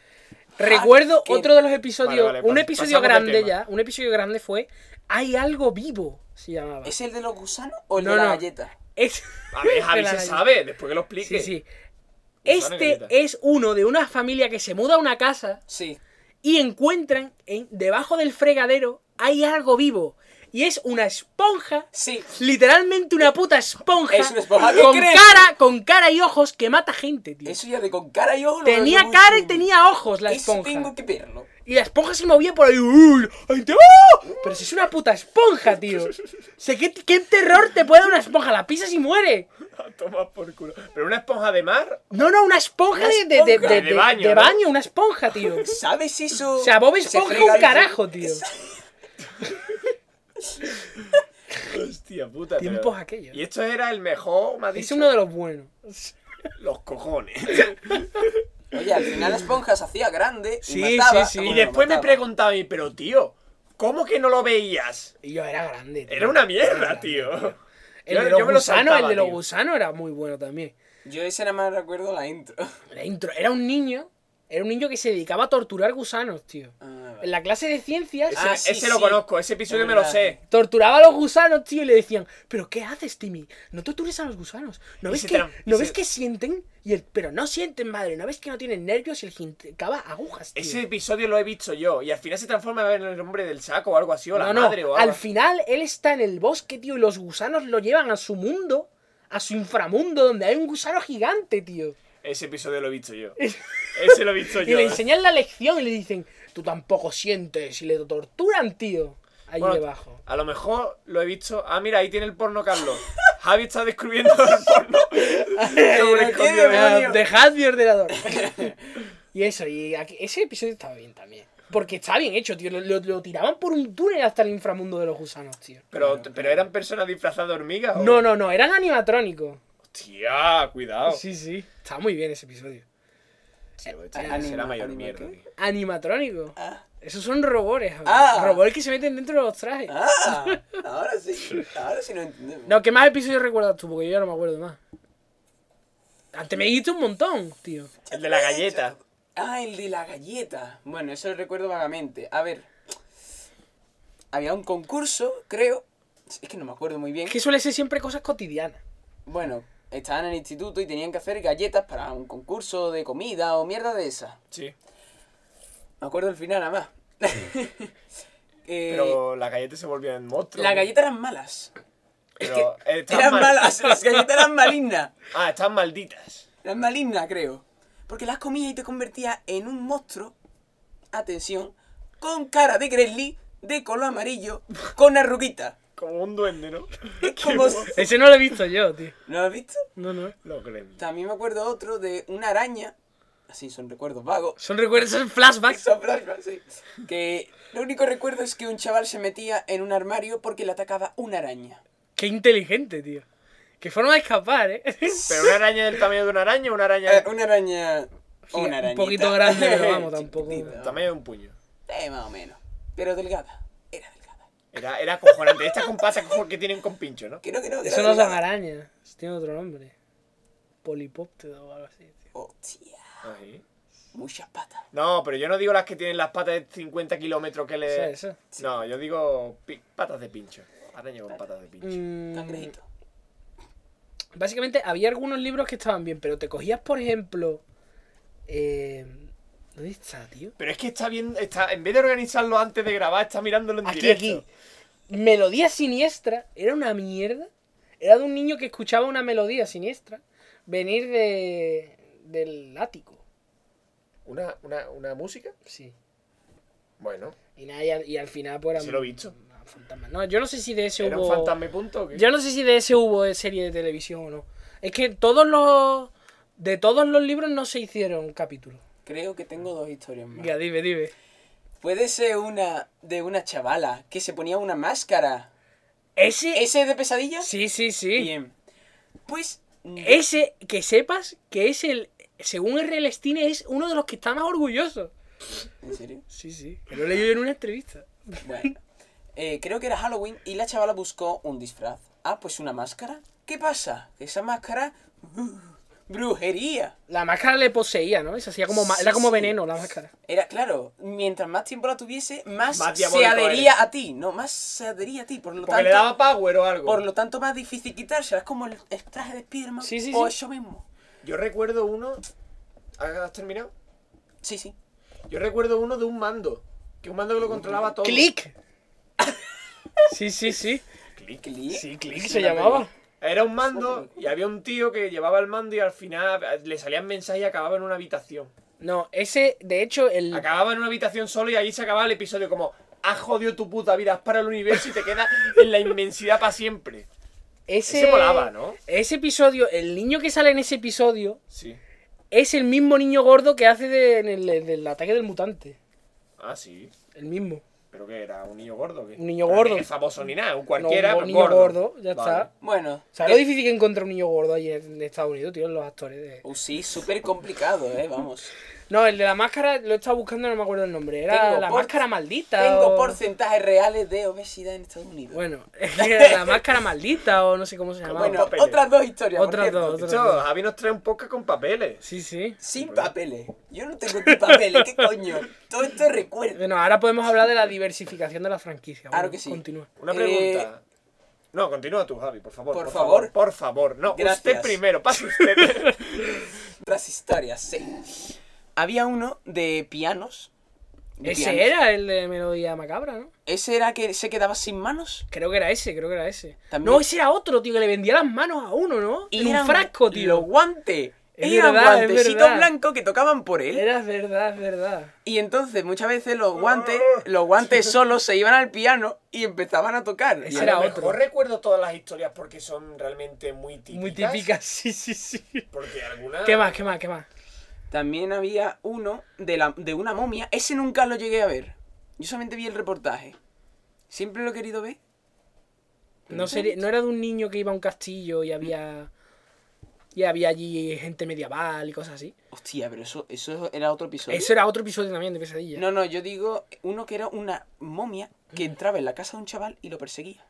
[SPEAKER 3] Recuerdo
[SPEAKER 2] Ah, que-
[SPEAKER 3] otro de los episodios.
[SPEAKER 1] Vale, vale,
[SPEAKER 3] un
[SPEAKER 1] pas-
[SPEAKER 3] episodio
[SPEAKER 1] pasamos de
[SPEAKER 3] grande
[SPEAKER 1] tema.
[SPEAKER 3] ya. Un episodio grande fue Hay algo vivo. Se llamaba.
[SPEAKER 2] ¿Es el de los gusanos o el
[SPEAKER 3] No,
[SPEAKER 2] de la
[SPEAKER 3] no.
[SPEAKER 2] galleta?
[SPEAKER 3] Es-
[SPEAKER 1] A ver, Javi
[SPEAKER 3] Espera,
[SPEAKER 1] se
[SPEAKER 3] Javi.
[SPEAKER 1] sabe, después que lo explique.
[SPEAKER 3] Sí, sí.
[SPEAKER 1] Gusano y
[SPEAKER 3] Este
[SPEAKER 1] galleta.
[SPEAKER 3] es uno de una familia que se muda a una casa
[SPEAKER 2] Sí.
[SPEAKER 3] y encuentran en, debajo del fregadero hay algo vivo. Y es una esponja.
[SPEAKER 2] Sí.
[SPEAKER 3] Literalmente una puta esponja.
[SPEAKER 2] Es una esponja. ¿Qué
[SPEAKER 3] Con
[SPEAKER 2] crees?
[SPEAKER 3] cara, con cara y ojos que mata gente, tío.
[SPEAKER 2] Eso ya de con cara y ojo. lo
[SPEAKER 3] Tenía
[SPEAKER 2] veo muy
[SPEAKER 3] cara y
[SPEAKER 2] chungo.
[SPEAKER 3] tenía ojos la
[SPEAKER 2] Eso
[SPEAKER 3] esponja.
[SPEAKER 2] tengo que verlo.
[SPEAKER 3] Y la esponja se movía por ahí. ¡Uy! ¡Ay, te- ¡Ah! Pero si es una puta esponja, tío. O sea, ¿qué, qué terror te puede dar una esponja? La pisas y muere.
[SPEAKER 1] A tomar por culo. Pero una esponja de mar.
[SPEAKER 3] No, no, una esponja,
[SPEAKER 2] Una
[SPEAKER 3] de- de, de-
[SPEAKER 2] esponja.
[SPEAKER 3] de-
[SPEAKER 1] De
[SPEAKER 3] de-
[SPEAKER 1] baño,
[SPEAKER 3] de
[SPEAKER 1] ¿no?
[SPEAKER 3] baño, una esponja, tío. O
[SPEAKER 2] ¿Sabes eso?
[SPEAKER 3] sea, Bob
[SPEAKER 2] Se
[SPEAKER 3] Esponja
[SPEAKER 2] frega
[SPEAKER 3] un
[SPEAKER 2] el-
[SPEAKER 3] carajo, tío.
[SPEAKER 1] Hostia puta. pero-
[SPEAKER 3] Tiempos aquellos.
[SPEAKER 1] Y esto era el mejor, me ha
[SPEAKER 3] Es
[SPEAKER 1] dicho.
[SPEAKER 3] uno de los buenos.
[SPEAKER 1] Los cojones.
[SPEAKER 2] Oye, al final la esponja se hacía grande.
[SPEAKER 3] Sí,
[SPEAKER 2] y mataba.
[SPEAKER 3] sí, sí.
[SPEAKER 2] Bueno,
[SPEAKER 1] y después me
[SPEAKER 2] mataba.
[SPEAKER 1] preguntaba a mí, pero tío, ¿cómo que no lo veías?
[SPEAKER 3] Y yo era grande. tío.
[SPEAKER 1] Era una
[SPEAKER 3] Era
[SPEAKER 1] mierda,
[SPEAKER 3] grande,
[SPEAKER 1] tío.
[SPEAKER 3] El de
[SPEAKER 1] Yo-
[SPEAKER 3] los
[SPEAKER 1] yo me lo
[SPEAKER 3] gusanos,
[SPEAKER 1] saltaba,
[SPEAKER 3] el de los
[SPEAKER 1] tío.
[SPEAKER 3] gusanos era muy bueno también.
[SPEAKER 2] Yo ese nada más recuerdo la intro.
[SPEAKER 3] La intro, era un niño, era un niño que se dedicaba a torturar gusanos, tío.
[SPEAKER 2] Ah, vale.
[SPEAKER 3] En la clase de ciencias
[SPEAKER 1] Ese,
[SPEAKER 2] Ah, sí,
[SPEAKER 1] ese lo
[SPEAKER 2] sí.
[SPEAKER 1] conozco, ese episodio
[SPEAKER 2] Es
[SPEAKER 1] me lo
[SPEAKER 2] verdad.
[SPEAKER 1] sé.
[SPEAKER 3] torturaba a los gusanos, tío, y le decían, ¿pero qué haces, Timmy? No tortures a los gusanos. ¿No
[SPEAKER 1] Y
[SPEAKER 3] ves,
[SPEAKER 1] se
[SPEAKER 3] que,
[SPEAKER 1] tra- y
[SPEAKER 3] ¿no
[SPEAKER 1] se-
[SPEAKER 3] ves que sienten? Y el, pero no sienten, madre. ¿No ves que no tienen nervios y el jincaba agujas, tío?
[SPEAKER 1] Ese episodio lo he visto yo. Y al final se transforma en el hombre del saco o algo así, o la
[SPEAKER 3] No, no,
[SPEAKER 1] madre o algo.
[SPEAKER 3] Al final él está en el bosque, tío, y los gusanos lo llevan a su mundo, a su inframundo, donde hay un gusano gigante, tío.
[SPEAKER 1] Ese episodio lo he visto yo. ese lo he visto
[SPEAKER 3] Y
[SPEAKER 1] yo.
[SPEAKER 3] le
[SPEAKER 1] ¿eh?
[SPEAKER 3] enseñan la lección y le dicen, tú tampoco sientes, y le torturan, tío. Ahí
[SPEAKER 1] Bueno,
[SPEAKER 3] debajo.
[SPEAKER 1] A lo mejor lo he visto. Ah, mira, ahí tiene el porno, Carlos. Javi está descubriendo el porno. Sobre eh,
[SPEAKER 2] ¿qué
[SPEAKER 1] escondido.
[SPEAKER 2] demonios?
[SPEAKER 3] Ah, Dejad mi ordenador. y eso, y aquí- ese episodio estaba bien también. Porque estaba bien hecho, tío. Lo, lo- lo tiraban por un túnel hasta el inframundo de los gusanos, tío.
[SPEAKER 1] pero, pero eran personas disfrazadas de hormigas. ¿o?
[SPEAKER 3] No, no, no, eran animatrónicos.
[SPEAKER 1] Hostia, cuidado.
[SPEAKER 3] Sí, sí. Estaba muy bien ese episodio.
[SPEAKER 1] Tío, este
[SPEAKER 2] Anima-
[SPEAKER 1] será mayor
[SPEAKER 2] anima,
[SPEAKER 1] mierda.
[SPEAKER 2] ¿qué?
[SPEAKER 1] tío.
[SPEAKER 3] Animatrónicos.
[SPEAKER 2] Ah,
[SPEAKER 3] Esos son robots, Javier.
[SPEAKER 2] Ah.
[SPEAKER 3] Robots que se meten dentro de los trajes.
[SPEAKER 2] ah, ahora sí. Ahora sí no entendemos.
[SPEAKER 3] No, ¿qué más episodios recuerdas tú? Porque yo ya no me acuerdo más. Antes me dijiste un montón, tío.
[SPEAKER 1] El de la galleta.
[SPEAKER 2] Ah, el de la galleta. Bueno, eso lo recuerdo vagamente. A ver. Había un concurso, creo. Es que no me acuerdo muy bien.
[SPEAKER 3] Es que suele ser siempre cosas cotidianas.
[SPEAKER 2] Bueno, estaban en el instituto y tenían que hacer galletas para un concurso de comida o mierda de esa.
[SPEAKER 1] Sí.
[SPEAKER 2] Me acuerdo el final, nada más. Eh,
[SPEAKER 1] Pero las galletas se volvían monstruos.
[SPEAKER 2] Las galletas eran malas.
[SPEAKER 1] Pero están
[SPEAKER 2] Eran
[SPEAKER 1] mal-
[SPEAKER 2] malas, las galletas eran malignas.
[SPEAKER 1] Ah, están malditas.
[SPEAKER 2] Eran malignas, creo. Porque las comías y te convertías en un monstruo. Atención. Con cara de Grizzly, de color amarillo, con arruguita.
[SPEAKER 1] Como un duende, ¿no?
[SPEAKER 2] Es como.
[SPEAKER 3] Ese no lo he visto yo, tío.
[SPEAKER 2] ¿No lo has visto?
[SPEAKER 3] No, no.
[SPEAKER 1] Lo creen.
[SPEAKER 2] También me acuerdo otro de una araña. Así son recuerdos vagos.
[SPEAKER 3] Son recuerdos, son flashbacks.
[SPEAKER 2] Son flashbacks, sí. Que lo único recuerdo es que un chaval se metía en un armario porque le atacaba una araña.
[SPEAKER 3] Qué inteligente, tío. Qué forma de escapar, ¿eh?
[SPEAKER 1] Pero una araña del tamaño de una araña, una araña
[SPEAKER 2] Eh,
[SPEAKER 1] del
[SPEAKER 2] una araña. o
[SPEAKER 3] un
[SPEAKER 2] Una araña.
[SPEAKER 3] poquito grande, pero vamos, tampoco.
[SPEAKER 1] tamaño de un puño.
[SPEAKER 2] Eh, más o menos. Pero delgada. Era delgada.
[SPEAKER 1] Era, era cojonante. Estas con patas como que tienen con pincho, ¿no?
[SPEAKER 2] Que no, que no. que
[SPEAKER 3] Eso
[SPEAKER 2] era
[SPEAKER 3] no son
[SPEAKER 2] delgada.
[SPEAKER 3] arañas. Tiene otro nombre. Polipóptero o algo así, tío.
[SPEAKER 2] Hostia.
[SPEAKER 1] Ahí.
[SPEAKER 2] Muchas patas.
[SPEAKER 1] No, pero yo no digo las que tienen las patas de 50 kilómetros que
[SPEAKER 2] Eh,
[SPEAKER 1] le.
[SPEAKER 3] Sí, sí.
[SPEAKER 1] No, yo digo pi- patas de pincho. Araña con patas de pincho.
[SPEAKER 3] Mm,
[SPEAKER 2] Cangrejito.
[SPEAKER 3] básicamente había algunos libros que estaban bien, pero te cogías, por ejemplo. Eh, ¿Dónde está, tío?
[SPEAKER 1] Pero es que está bien. Está, en vez de organizarlo antes de grabar, está mirándolo en
[SPEAKER 3] Aquí,
[SPEAKER 1] directo.
[SPEAKER 3] aquí. Melodía siniestra. Era una mierda. Era de un niño que escuchaba una melodía siniestra venir de. del ático.
[SPEAKER 1] ¿Una, una, ¿Una música?
[SPEAKER 3] Sí.
[SPEAKER 1] Bueno.
[SPEAKER 3] Y nada, y al, y al final pues eran-
[SPEAKER 1] Sí lo he visto.
[SPEAKER 3] eran fantasmas. No, yo no sé si de ese
[SPEAKER 1] ¿Era
[SPEAKER 3] hubo.
[SPEAKER 1] un fantasma y punto o qué?
[SPEAKER 3] Yo no sé si de ese hubo serie de televisión o no. Es que todos los. De todos los libros no se hicieron capítulos.
[SPEAKER 2] Creo que tengo dos historias más.
[SPEAKER 3] Ya, dime, dime.
[SPEAKER 2] Puede ser una de una chavala que se ponía una máscara.
[SPEAKER 3] Ese.
[SPEAKER 2] ¿Ese es de pesadilla?
[SPEAKER 3] Sí, sí, sí.
[SPEAKER 2] Bien. Pues. mm,
[SPEAKER 1] Eh.
[SPEAKER 3] Ese, que sepas que es el. Según R.L. Stine, es uno de los que está más orgulloso.
[SPEAKER 2] ¿En serio?
[SPEAKER 3] Sí, sí. que Lo leí yo en una entrevista.
[SPEAKER 2] Bueno. Eh, creo que era Halloween y la chavala buscó un disfraz. Ah, pues una máscara. ¿Qué pasa? Esa máscara. uh, brujería.
[SPEAKER 3] La máscara le poseía, ¿no? Y se hacía como. ma-
[SPEAKER 2] Sí,
[SPEAKER 3] Era como
[SPEAKER 2] sí.
[SPEAKER 3] veneno la máscara.
[SPEAKER 2] Era claro, mientras más tiempo la tuviese, más,
[SPEAKER 1] Más
[SPEAKER 2] se
[SPEAKER 1] diabólico
[SPEAKER 2] adhería
[SPEAKER 1] eres.
[SPEAKER 2] a ti. No, más se adhería a ti. Por lo
[SPEAKER 1] Porque
[SPEAKER 2] tanto,
[SPEAKER 1] le daba power o algo.
[SPEAKER 2] por lo tanto más difícil quitársela. Es como el, el traje de Spiderman.
[SPEAKER 3] Sí, sí,
[SPEAKER 2] o
[SPEAKER 3] sí.
[SPEAKER 2] eso mismo.
[SPEAKER 1] Yo recuerdo uno. ¿Has terminado?
[SPEAKER 2] Sí, sí.
[SPEAKER 1] Yo recuerdo uno de un mando. Que un mando que lo controlaba todo.
[SPEAKER 3] ¡Click! Sí, sí, sí.
[SPEAKER 1] Click.
[SPEAKER 2] Click.
[SPEAKER 3] Sí, Click
[SPEAKER 1] Es
[SPEAKER 3] se
[SPEAKER 1] una
[SPEAKER 3] llamaba.
[SPEAKER 1] peli. Era un mando y había un tío que llevaba el mando y al final eh, le salían mensajes y acababa en una habitación.
[SPEAKER 3] No, ese, de hecho, el.
[SPEAKER 1] Acababa en una habitación solo y ahí se acababa el episodio como has jodido tu puta vida, has para el universo y te quedas en la inmensidad para siempre.
[SPEAKER 3] Ese,
[SPEAKER 1] Ese volaba, ¿no?
[SPEAKER 3] Ese episodio, el niño que sale en ese episodio
[SPEAKER 1] Sí.
[SPEAKER 3] es el mismo niño gordo que hace de- en el- del ataque del mutante.
[SPEAKER 1] Ah, sí.
[SPEAKER 3] El mismo.
[SPEAKER 1] Pero que era un niño gordo. ¿qué?
[SPEAKER 3] Un niño
[SPEAKER 1] Pero
[SPEAKER 3] gordo.
[SPEAKER 1] que es famoso ni nada, un cualquiera. pues,
[SPEAKER 3] No, un
[SPEAKER 1] pero
[SPEAKER 3] niño gordo, ya está.
[SPEAKER 2] Bueno.
[SPEAKER 3] ¿Sabes lo
[SPEAKER 2] eh,
[SPEAKER 3] difícil que encuentra un niño gordo allí en Estados Unidos, tío? Los actores de.
[SPEAKER 2] oh, sí, súper complicado, eh, vamos.
[SPEAKER 3] No, el de la máscara lo he estado buscando, no me acuerdo el nombre. Era
[SPEAKER 2] Tengo
[SPEAKER 3] la
[SPEAKER 2] por-
[SPEAKER 3] máscara maldita.
[SPEAKER 2] Tengo
[SPEAKER 3] o-
[SPEAKER 2] porcentajes reales de obesidad en Estados Unidos. Bueno,
[SPEAKER 3] Bueno, era la máscara maldita o no sé cómo se llamaba.
[SPEAKER 1] papeles.
[SPEAKER 2] otras dos historias. por
[SPEAKER 3] Otras
[SPEAKER 2] cierto.
[SPEAKER 3] dos, otras-
[SPEAKER 1] Esto, Javi nos trae un podcast con papeles.
[SPEAKER 3] Sí, sí.
[SPEAKER 2] Sin papeles. Yo no tengo ni papeles, ¿qué coño? Todo esto es recuerdo.
[SPEAKER 3] Bueno, ahora podemos hablar de la diversificación de la franquicia.
[SPEAKER 2] Claro
[SPEAKER 3] Bueno,
[SPEAKER 2] que sí.
[SPEAKER 3] Continúa.
[SPEAKER 1] Una
[SPEAKER 2] Eh,
[SPEAKER 1] pregunta. No, continúa tú, Javi, por favor.
[SPEAKER 2] por favor.
[SPEAKER 1] Por favor. No,
[SPEAKER 2] Gracias.
[SPEAKER 1] usted primero, pase usted.
[SPEAKER 2] Otras historias, sí. Había uno de pianos. de pianos.
[SPEAKER 3] Ese era el de Melodía Macabra, ¿no?
[SPEAKER 2] ¿Ese era que se quedaba sin manos?
[SPEAKER 3] Creo que era ese, creo que era ese.
[SPEAKER 2] También-
[SPEAKER 3] No, ese era otro, tío, que le vendía las manos a uno, ¿no? en
[SPEAKER 2] eran
[SPEAKER 3] un frasco,
[SPEAKER 2] Los
[SPEAKER 3] tío.
[SPEAKER 2] guantes.
[SPEAKER 3] Es
[SPEAKER 2] Eran
[SPEAKER 3] verdad, es
[SPEAKER 2] guantecitos
[SPEAKER 3] verdad.
[SPEAKER 2] blancos que tocaban por él.
[SPEAKER 3] Era verdad, es verdad.
[SPEAKER 2] Y entonces muchas veces los guantes, los guantes solos se iban al piano y empezaban a tocar.
[SPEAKER 3] Ese
[SPEAKER 2] Y
[SPEAKER 3] era
[SPEAKER 1] A lo
[SPEAKER 3] otro.
[SPEAKER 1] mejor recuerdo todas las historias porque son realmente muy típicas.
[SPEAKER 3] Muy típica, sí, sí, sí.
[SPEAKER 1] Porque alguna.
[SPEAKER 3] ¿Qué más, qué más, qué más?
[SPEAKER 2] También había uno de, la, de una momia. Ese nunca lo llegué a ver. Yo solamente vi el reportaje. Siempre lo he querido ver.
[SPEAKER 3] No, sería- no era de un niño que iba a un castillo y había. Y había allí gente medieval y cosas así.
[SPEAKER 2] Hostia, pero eso, eso era otro episodio.
[SPEAKER 3] Eso era otro episodio también de pesadilla.
[SPEAKER 2] No, no, yo digo uno que era una momia que entraba en la casa de un chaval y lo perseguía.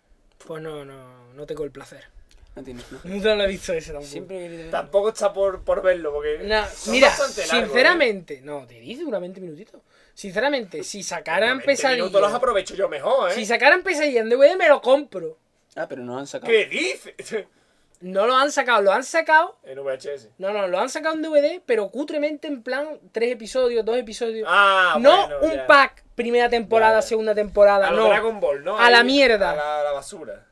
[SPEAKER 3] Pues no, no, no tengo el placer.
[SPEAKER 2] No tienes, no.
[SPEAKER 3] Nunca lo he visto ese tampoco.
[SPEAKER 2] Siempre he querido ver.
[SPEAKER 1] Tampoco está por, por verlo porque.
[SPEAKER 3] No,
[SPEAKER 1] son
[SPEAKER 3] mira,
[SPEAKER 1] bastante largos, ¿eh?
[SPEAKER 3] sinceramente, no, te di una 20 minutitos. Sinceramente, si
[SPEAKER 1] ¿eh?
[SPEAKER 3] sacaran
[SPEAKER 1] 20 minutos los
[SPEAKER 3] pesadilla.
[SPEAKER 1] aprovecho yo mejor, ¿eh?
[SPEAKER 3] Si sacaran pesadilla en DVD me lo compro.
[SPEAKER 2] Ah, pero no han sacado.
[SPEAKER 1] ¿Qué dices?
[SPEAKER 3] No lo han sacado, lo han sacado.
[SPEAKER 1] En VHS.
[SPEAKER 3] No, no, lo han sacado en DVD, pero cutremente en plan tres episodios, dos episodios.
[SPEAKER 1] Ah,
[SPEAKER 3] no
[SPEAKER 1] bueno,
[SPEAKER 3] un
[SPEAKER 1] ya.
[SPEAKER 3] pack, primera temporada,
[SPEAKER 1] Ya, ya.
[SPEAKER 3] segunda temporada,
[SPEAKER 1] A lo
[SPEAKER 3] no.
[SPEAKER 1] Dragon Ball, ¿no?
[SPEAKER 3] A la
[SPEAKER 1] Ahí,
[SPEAKER 3] mierda.
[SPEAKER 1] A la, a la basura.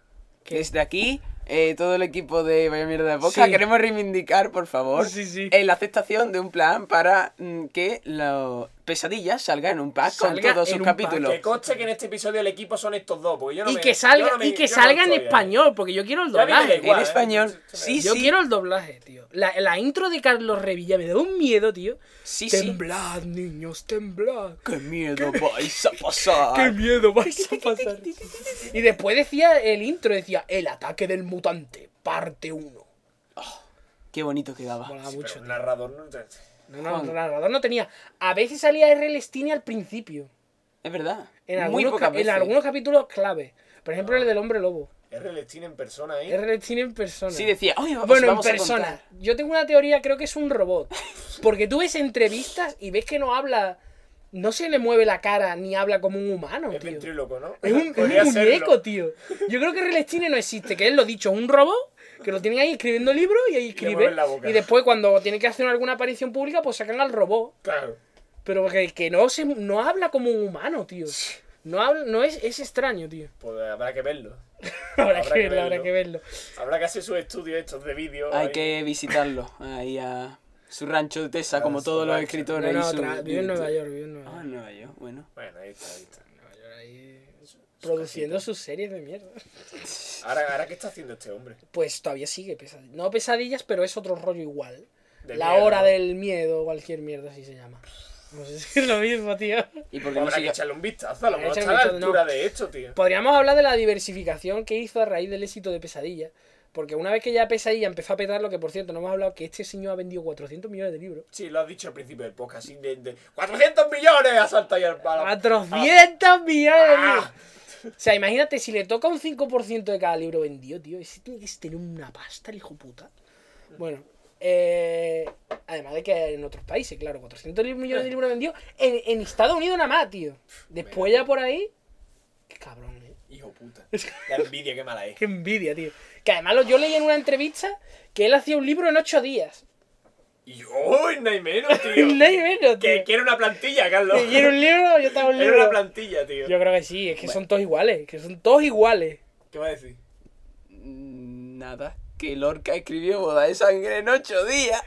[SPEAKER 2] Desde aquí, eh, todo el equipo de Vaya Mierda de Boca
[SPEAKER 3] Sí.
[SPEAKER 2] queremos reivindicar, por favor,
[SPEAKER 3] Sí, sí.
[SPEAKER 2] eh, la aceptación de un plan para mm, que la pesadilla salga en un pack
[SPEAKER 3] Salga
[SPEAKER 2] con todos
[SPEAKER 3] en
[SPEAKER 2] sus
[SPEAKER 3] un
[SPEAKER 2] capítulos.
[SPEAKER 3] pack.
[SPEAKER 1] Que conste que en este episodio el equipo son estos dos. Porque yo no
[SPEAKER 3] y
[SPEAKER 1] me-
[SPEAKER 3] que salga,
[SPEAKER 1] yo no me-
[SPEAKER 3] y que
[SPEAKER 1] yo no
[SPEAKER 3] salga en
[SPEAKER 1] estoy ahí.
[SPEAKER 3] español, porque yo quiero el
[SPEAKER 1] Ya a mí me da
[SPEAKER 3] doblaje.
[SPEAKER 1] igual.
[SPEAKER 2] en
[SPEAKER 1] eh,
[SPEAKER 2] español,
[SPEAKER 1] se- se-
[SPEAKER 2] sí,
[SPEAKER 3] Yo
[SPEAKER 2] sí,
[SPEAKER 3] quiero el doblaje, tío. La, la intro de Carlos Revilla me da un miedo, tío.
[SPEAKER 2] sí, sí.
[SPEAKER 3] temblad, niños, temblad.
[SPEAKER 2] ¡Qué miedo vais a
[SPEAKER 1] Ah.
[SPEAKER 3] ¡Qué
[SPEAKER 2] pasar!
[SPEAKER 3] miedo vais a pasar! y después decía el intro, decía el ataque del mutante, parte 1.
[SPEAKER 2] ¡Qué bonito quedaba!
[SPEAKER 3] Molaba
[SPEAKER 1] Sí,
[SPEAKER 3] mucho.
[SPEAKER 1] pero un narrador no.
[SPEAKER 3] tío. No, no, el narrador no tenía. A veces salía R. Stine al principio.
[SPEAKER 2] Es verdad.
[SPEAKER 3] En
[SPEAKER 2] Muy
[SPEAKER 3] algunos,
[SPEAKER 2] pocas
[SPEAKER 3] ca- en
[SPEAKER 2] veces.
[SPEAKER 3] algunos capítulos clave. Por ejemplo,
[SPEAKER 1] Ah.
[SPEAKER 3] el del hombre lobo.
[SPEAKER 1] R. Lestine en persona ahí.
[SPEAKER 3] R. Stine en persona.
[SPEAKER 2] Sí decía, ¡ay, vamos,
[SPEAKER 3] bueno, en
[SPEAKER 2] vamos a
[SPEAKER 3] persona.
[SPEAKER 2] contar".
[SPEAKER 3] Yo tengo una teoría, creo que es un robot. Porque tú ves entrevistas y ves que no habla. No se le mueve la cara ni habla como un humano,
[SPEAKER 1] Es
[SPEAKER 3] tío.
[SPEAKER 1] ventríloco, ¿no?
[SPEAKER 3] Es un, es un
[SPEAKER 1] Podría
[SPEAKER 3] muñeco,
[SPEAKER 1] serlo.
[SPEAKER 3] tío. Yo creo que Relestine no existe, que él lo dicho, es un robot que lo tienen ahí escribiendo libros y ahí escribe.
[SPEAKER 1] mueven la boca.
[SPEAKER 3] Y después, cuando tiene que hacer alguna aparición pública, pues sacan al robot.
[SPEAKER 1] Claro.
[SPEAKER 3] Pero que, que no se no habla como un humano, tío. No habla, no es, es extraño, tío.
[SPEAKER 1] Pues habrá que verlo.
[SPEAKER 3] Habrá,
[SPEAKER 1] Habrá
[SPEAKER 3] que
[SPEAKER 1] que
[SPEAKER 3] verlo, habrá
[SPEAKER 1] verlo.
[SPEAKER 3] que verlo.
[SPEAKER 1] Habrá que hacer sus estudios estos de vídeo.
[SPEAKER 2] Hay
[SPEAKER 1] ahí.
[SPEAKER 2] que visitarlo, ahí a su rancho de Tesa,
[SPEAKER 1] A
[SPEAKER 2] como
[SPEAKER 1] su
[SPEAKER 2] todos los
[SPEAKER 1] rancho.
[SPEAKER 3] Ah, No,
[SPEAKER 2] escritores.
[SPEAKER 3] no,
[SPEAKER 2] y su-
[SPEAKER 3] tra- vive en Nueva York, vive en Nueva
[SPEAKER 2] Ah,
[SPEAKER 3] York.
[SPEAKER 2] en Nueva York, bueno.
[SPEAKER 1] Bueno, ahí está, ahí está.
[SPEAKER 3] Nueva York ahí- produciendo sus series de mierda.
[SPEAKER 1] Ahora, ahora, ¿qué está haciendo este hombre?
[SPEAKER 3] Pues todavía sigue pesadillas. No pesadillas, pero es otro rollo igual.
[SPEAKER 1] De
[SPEAKER 3] la
[SPEAKER 1] mierda.
[SPEAKER 3] hora del miedo, cualquier mierda así se llama. No sé si es lo mismo, tío.
[SPEAKER 2] ¿Y por qué no
[SPEAKER 1] Habrá que
[SPEAKER 2] sigue?
[SPEAKER 1] echarle un vistazo, a lo
[SPEAKER 3] Habrá
[SPEAKER 1] mejor
[SPEAKER 3] que
[SPEAKER 1] está a
[SPEAKER 3] echarle
[SPEAKER 1] la
[SPEAKER 3] un vistazo,
[SPEAKER 1] altura
[SPEAKER 3] no.
[SPEAKER 1] de esto, tío.
[SPEAKER 3] Podríamos hablar de la diversificación que hizo a raíz del éxito de Pesadilla. Porque una vez que ya Pesadilla empezó a petar, lo que por cierto no hemos hablado, que este señor ha vendido 400 millones de libros.
[SPEAKER 1] Sí, lo has dicho al principio del podcast, así de, de- ¡400 millones! Ha saltado ahí al palo.
[SPEAKER 3] ¡400 millones de libros!
[SPEAKER 1] Ah.
[SPEAKER 3] O sea, imagínate, si le toca un 5% de cada libro vendido, tío, ese tiene que tener una pasta, el hijo puta. Bueno, eh, además de que en otros países, claro, 400 li- millones de libros vendidos. En, en Estados Unidos nada más, tío. Después ya por ahí... Qué cabrón, eh.
[SPEAKER 1] Hijo puta. La envidia, qué mala es.
[SPEAKER 3] Qué envidia, tío. Que además lo- yo leí en una entrevista que él hacía un libro en 8 días.
[SPEAKER 1] Y yo, ¡uy, no hay menos, tío!
[SPEAKER 3] No hay menos, tío.
[SPEAKER 1] Que quiero una plantilla, Carlos.
[SPEAKER 3] Que quiere un libro, yo te hago un
[SPEAKER 1] Era una
[SPEAKER 3] libro.
[SPEAKER 1] plantilla, tío.
[SPEAKER 3] Yo creo que sí, es que son todos iguales, que son todos iguales.
[SPEAKER 1] ¿Qué va a decir?
[SPEAKER 2] Mm, Nada. Que Lorca escribió Boda de Sangre en ocho días.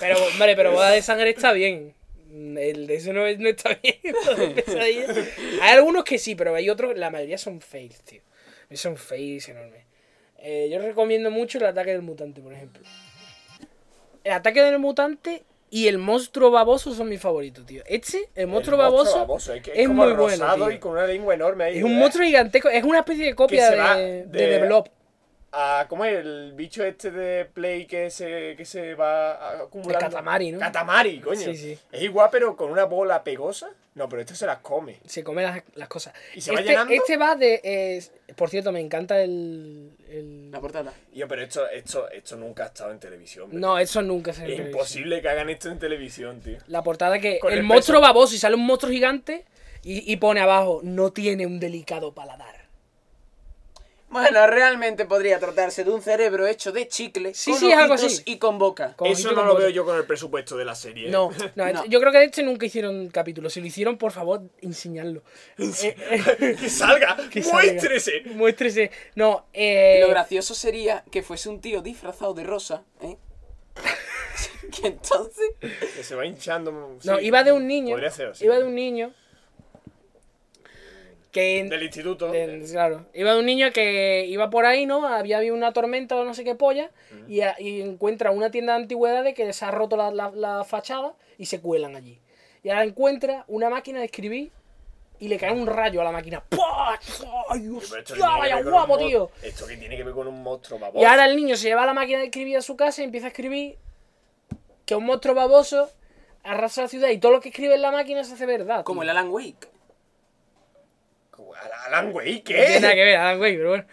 [SPEAKER 3] Pero, hombre, pero boda de sangre está bien. Mm, El de eso no, es- no está bien. lo de pesadilla. hay algunos que sí, pero hay otros, la mayoría son fails, tío. Son fails enormes. Eh, yo recomiendo mucho el ataque del mutante, por ejemplo. El ataque del mutante y el monstruo baboso son mis favoritos, tío. Este, el monstruo baboso,
[SPEAKER 1] es, que
[SPEAKER 3] es
[SPEAKER 1] como
[SPEAKER 3] muy bueno,
[SPEAKER 1] rosado
[SPEAKER 3] tío.
[SPEAKER 1] y con una lengua enorme ahí.
[SPEAKER 3] es un monstruo gigantesco, es una especie de copia
[SPEAKER 1] se va
[SPEAKER 3] de, de...
[SPEAKER 1] de-
[SPEAKER 3] The Blob.
[SPEAKER 1] Ah, ¿Cómo es el bicho este de Play que se, que se va acumulando?
[SPEAKER 3] El Katamari, ¿no?
[SPEAKER 1] Katamari, coño.
[SPEAKER 3] Sí, sí.
[SPEAKER 1] Es igual, pero con una bola pegosa. No, pero este se las come.
[SPEAKER 3] se come las, las cosas.
[SPEAKER 1] ¿Y se va
[SPEAKER 3] este,
[SPEAKER 1] llenando?
[SPEAKER 3] este va de. eh, por cierto, me encanta el. el-
[SPEAKER 2] La portada.
[SPEAKER 1] Yo, pero esto, esto, esto nunca ha estado en televisión. ¿verdad?
[SPEAKER 3] No, eso nunca se
[SPEAKER 1] es imposible que hagan esto en televisión, tío.
[SPEAKER 3] La portada que.
[SPEAKER 1] Con
[SPEAKER 3] el,
[SPEAKER 1] el
[SPEAKER 3] monstruo
[SPEAKER 1] peso.
[SPEAKER 3] baboso y sale un monstruo gigante y, y pone abajo, no tiene un delicado paladar.
[SPEAKER 1] Eh.
[SPEAKER 2] Bueno, realmente podría tratarse de un cerebro hecho de chicle,
[SPEAKER 3] Sí,
[SPEAKER 2] con
[SPEAKER 3] sí, es algo
[SPEAKER 2] ojitos
[SPEAKER 3] así.
[SPEAKER 2] y con boca.
[SPEAKER 3] Con
[SPEAKER 1] Eso
[SPEAKER 3] ojito
[SPEAKER 1] no
[SPEAKER 3] con
[SPEAKER 1] lo
[SPEAKER 3] boca.
[SPEAKER 1] veo yo con el presupuesto de la serie. ¿eh?
[SPEAKER 3] No, no,
[SPEAKER 2] No.
[SPEAKER 3] yo creo que de este nunca hicieron capítulo. Si lo hicieron, por favor, enseñadlo. Eh, eh,
[SPEAKER 1] que salga,
[SPEAKER 3] que salga.
[SPEAKER 1] muéstrese.
[SPEAKER 3] Muéstrese. No, eh.
[SPEAKER 2] Lo gracioso sería que fuese un tío disfrazado de rosa, ¿eh? que entonces...
[SPEAKER 1] Que se va hinchando.
[SPEAKER 3] No,
[SPEAKER 1] sí.
[SPEAKER 3] iba de un niño.
[SPEAKER 1] Podría ser así.
[SPEAKER 3] Iba de un niño. Que en-
[SPEAKER 1] Del instituto.
[SPEAKER 3] Del- claro. Iba de un niño que iba por ahí, ¿no? Había habido una tormenta o no sé qué polla. y a- Y, encuentra una tienda de antigüedades que se ha roto la, la- la fachada y se cuelan allí. Y ahora encuentra una máquina de escribir y le cae un rayo a la máquina. ¡Pah! ¡Ay,
[SPEAKER 1] Sí, pero esto
[SPEAKER 3] hostia,
[SPEAKER 1] que tiene que
[SPEAKER 3] ¡Ah, vaya
[SPEAKER 1] ver con
[SPEAKER 3] guapo,
[SPEAKER 1] un mon-
[SPEAKER 3] tío!
[SPEAKER 1] Esto que tiene que ver con un monstruo baboso.
[SPEAKER 3] Y ahora el niño se lleva la máquina de escribir a su casa y empieza a escribir que un monstruo baboso arrasa la ciudad y todo lo que escribe en la máquina se hace verdad. tío.
[SPEAKER 2] Como el Alan Wake.
[SPEAKER 1] Alan Wake, ¿eh?
[SPEAKER 3] No tiene nada
[SPEAKER 1] ¿qué?
[SPEAKER 3] que ver, Alan Wake, pero bueno.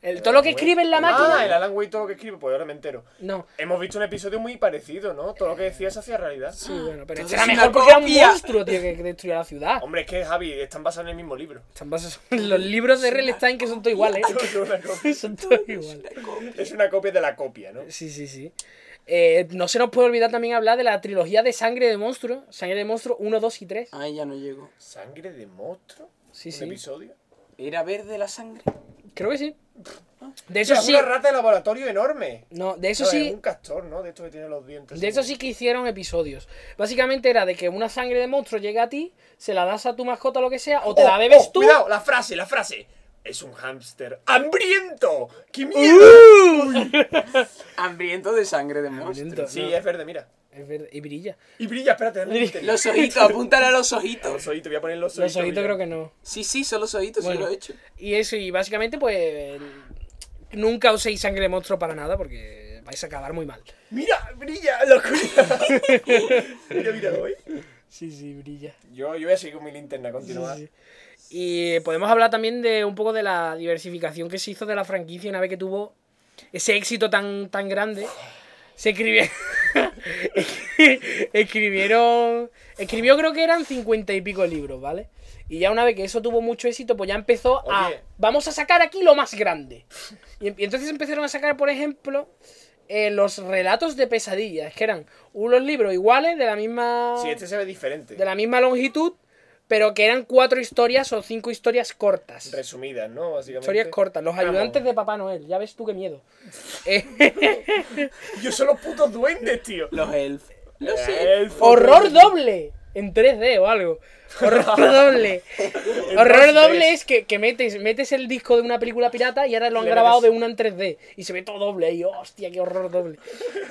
[SPEAKER 3] El- todo lo que escribe en la máquina.
[SPEAKER 1] Ah, el Alan Wake todo lo que escribe, pues ahora me entero.
[SPEAKER 3] No.
[SPEAKER 1] Hemos visto un episodio muy parecido, ¿no? Todo lo que decías hacía realidad.
[SPEAKER 3] Sí, bueno, pero este
[SPEAKER 2] Entonces
[SPEAKER 3] era
[SPEAKER 2] es
[SPEAKER 3] mejor
[SPEAKER 2] una
[SPEAKER 3] porque era un
[SPEAKER 2] copia.
[SPEAKER 3] monstruo, tío, que que destruyó la ciudad.
[SPEAKER 1] Hombre, es que Javi, están basados en el mismo libro.
[SPEAKER 3] Están basados- Los libros de Relstein que son todos iguales.
[SPEAKER 1] Es una copia,
[SPEAKER 3] son todos iguales.
[SPEAKER 1] es una copia de la copia, ¿no?
[SPEAKER 3] Sí, sí, sí. Eh, no se nos puede olvidar también hablar de la trilogía de Sangre de Monstruo. Sangre de Monstruo 1, 2 y 3.
[SPEAKER 2] Ahí ya no llego.
[SPEAKER 1] ¿Sangre de monstruo?
[SPEAKER 3] Sí,
[SPEAKER 1] ¿Un
[SPEAKER 3] sí.
[SPEAKER 1] episodio?
[SPEAKER 2] ¿Era verde la sangre?
[SPEAKER 3] Creo que sí. De
[SPEAKER 1] Eso
[SPEAKER 3] eso sí.
[SPEAKER 1] Es una rata de laboratorio enorme.
[SPEAKER 3] No, de eso
[SPEAKER 1] No,
[SPEAKER 3] sí.
[SPEAKER 1] Es un castor, ¿no? De estos que tiene los dientes.
[SPEAKER 3] De eso sí que hicieron episodios. Básicamente era de que una sangre de monstruo llega a ti, se la das a tu mascota o lo que sea, o te la
[SPEAKER 1] Oh,
[SPEAKER 3] bebes
[SPEAKER 1] oh,
[SPEAKER 3] tú.
[SPEAKER 1] Cuidado, la frase, la frase. Es un hámster hambriento. ¡Qué miedo!
[SPEAKER 3] ¡Uh!
[SPEAKER 2] Hambriento de sangre de monstruo.
[SPEAKER 3] Hambriento.
[SPEAKER 1] sí, eh.
[SPEAKER 3] no.
[SPEAKER 1] es verde, mira.
[SPEAKER 3] Es verdad, y brilla.
[SPEAKER 1] Y brilla, espérate, dame un instante.
[SPEAKER 2] Los ojitos, apuntan a los
[SPEAKER 1] Los
[SPEAKER 2] ojitos.
[SPEAKER 1] ojitos, voy a poner los ojitos.
[SPEAKER 3] Los ojitos creo que no.
[SPEAKER 2] Sí, sí, son los ojitos, sí
[SPEAKER 3] Bueno.
[SPEAKER 2] lo he hecho.
[SPEAKER 3] Y eso, y básicamente, pues. el- Nunca uséis sangre de monstruo para nada porque vais a acabar muy mal.
[SPEAKER 1] Mira, brilla, locura. mira, mira, hoy.
[SPEAKER 3] Sí, sí, brilla.
[SPEAKER 1] Yo, yo voy a seguir con mi linterna, continúa.
[SPEAKER 3] Y podemos hablar también de un poco de la diversificación que se hizo de la franquicia una vez que tuvo ese éxito tan, tan grande. Se escribieron. escribieron. Escribió, creo que eran cincuenta y pico libros, ¿vale? Y ya una vez que eso tuvo mucho éxito, pues ya empezó a.
[SPEAKER 1] Oye.
[SPEAKER 3] Vamos a sacar aquí lo más grande. Y, em- y entonces empezaron a sacar, por ejemplo, eh, los relatos de pesadillas, que eran unos libros iguales de la misma
[SPEAKER 1] Sí, este se ve diferente.
[SPEAKER 3] de la misma longitud, pero que eran cuatro historias o cinco historias cortas.
[SPEAKER 1] Resumidas, ¿no? Básicamente.
[SPEAKER 3] Historias cortas, los
[SPEAKER 1] Vamos.
[SPEAKER 3] ayudantes de Papá Noel, ya ves tú qué miedo. Eh,
[SPEAKER 1] Yo son los putos duendes, tío.
[SPEAKER 2] Los elfos. Los
[SPEAKER 1] Eh,
[SPEAKER 2] elfos.
[SPEAKER 1] elfo,
[SPEAKER 3] Horror
[SPEAKER 1] duende.
[SPEAKER 3] doble en 3D o algo. Horror doble. Horror doble es que, que metes, metes el disco de una película pirata y ahora lo han
[SPEAKER 1] Le
[SPEAKER 3] grabado de
[SPEAKER 1] metes-
[SPEAKER 3] una en 3D. Y se ve todo doble. Y hostia, qué horror doble.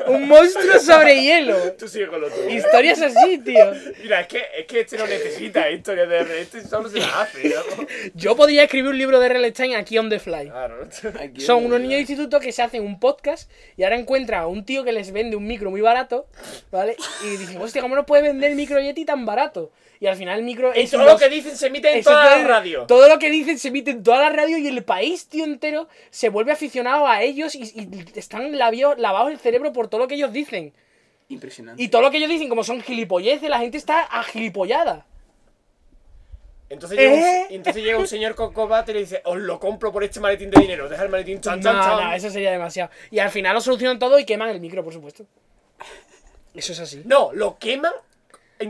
[SPEAKER 3] Un monstruo sobre hielo.
[SPEAKER 1] Tú sigue con lo tuyo.
[SPEAKER 3] Historias así, tío.
[SPEAKER 1] Mira, es que, es que este no necesita historias de R. Este solo se las hace, ¿no?
[SPEAKER 3] Yo podría escribir un libro de R.L. Stein aquí on the fly.
[SPEAKER 1] Claro.
[SPEAKER 2] Aquí
[SPEAKER 3] Son
[SPEAKER 2] es
[SPEAKER 3] unos
[SPEAKER 2] verdad.
[SPEAKER 3] niños de instituto que se hacen un podcast y ahora encuentran a un tío que les vende un micro muy barato, ¿vale? Y dicen, hostia, ¿cómo no puede vender el micro Yeti tan barato? Y al final el micro
[SPEAKER 1] Y
[SPEAKER 3] es
[SPEAKER 1] todo
[SPEAKER 3] unos-
[SPEAKER 1] lo que dicen se emite en
[SPEAKER 3] eso
[SPEAKER 1] toda
[SPEAKER 3] todo-
[SPEAKER 1] la radio.
[SPEAKER 3] Todo lo que dicen se emite en toda la radio y el país, tío, entero se vuelve aficionado a ellos y, y están lavio- lavados el cerebro por todo lo que ellos dicen.
[SPEAKER 2] Impresionante.
[SPEAKER 3] Y todo lo que ellos dicen, como son gilipolleces, la gente está agilipollada.
[SPEAKER 1] Entonces, llega un,
[SPEAKER 3] ¿Eh?
[SPEAKER 1] y entonces llega un señor con combate y le dice, os lo compro por este maletín de dinero. Deja el maletín chan, chan,
[SPEAKER 3] No,
[SPEAKER 1] chan.
[SPEAKER 3] no, eso sería demasiado. Y al final lo solucionan todo y queman el micro, por supuesto. Eso es así.
[SPEAKER 1] No, lo queman.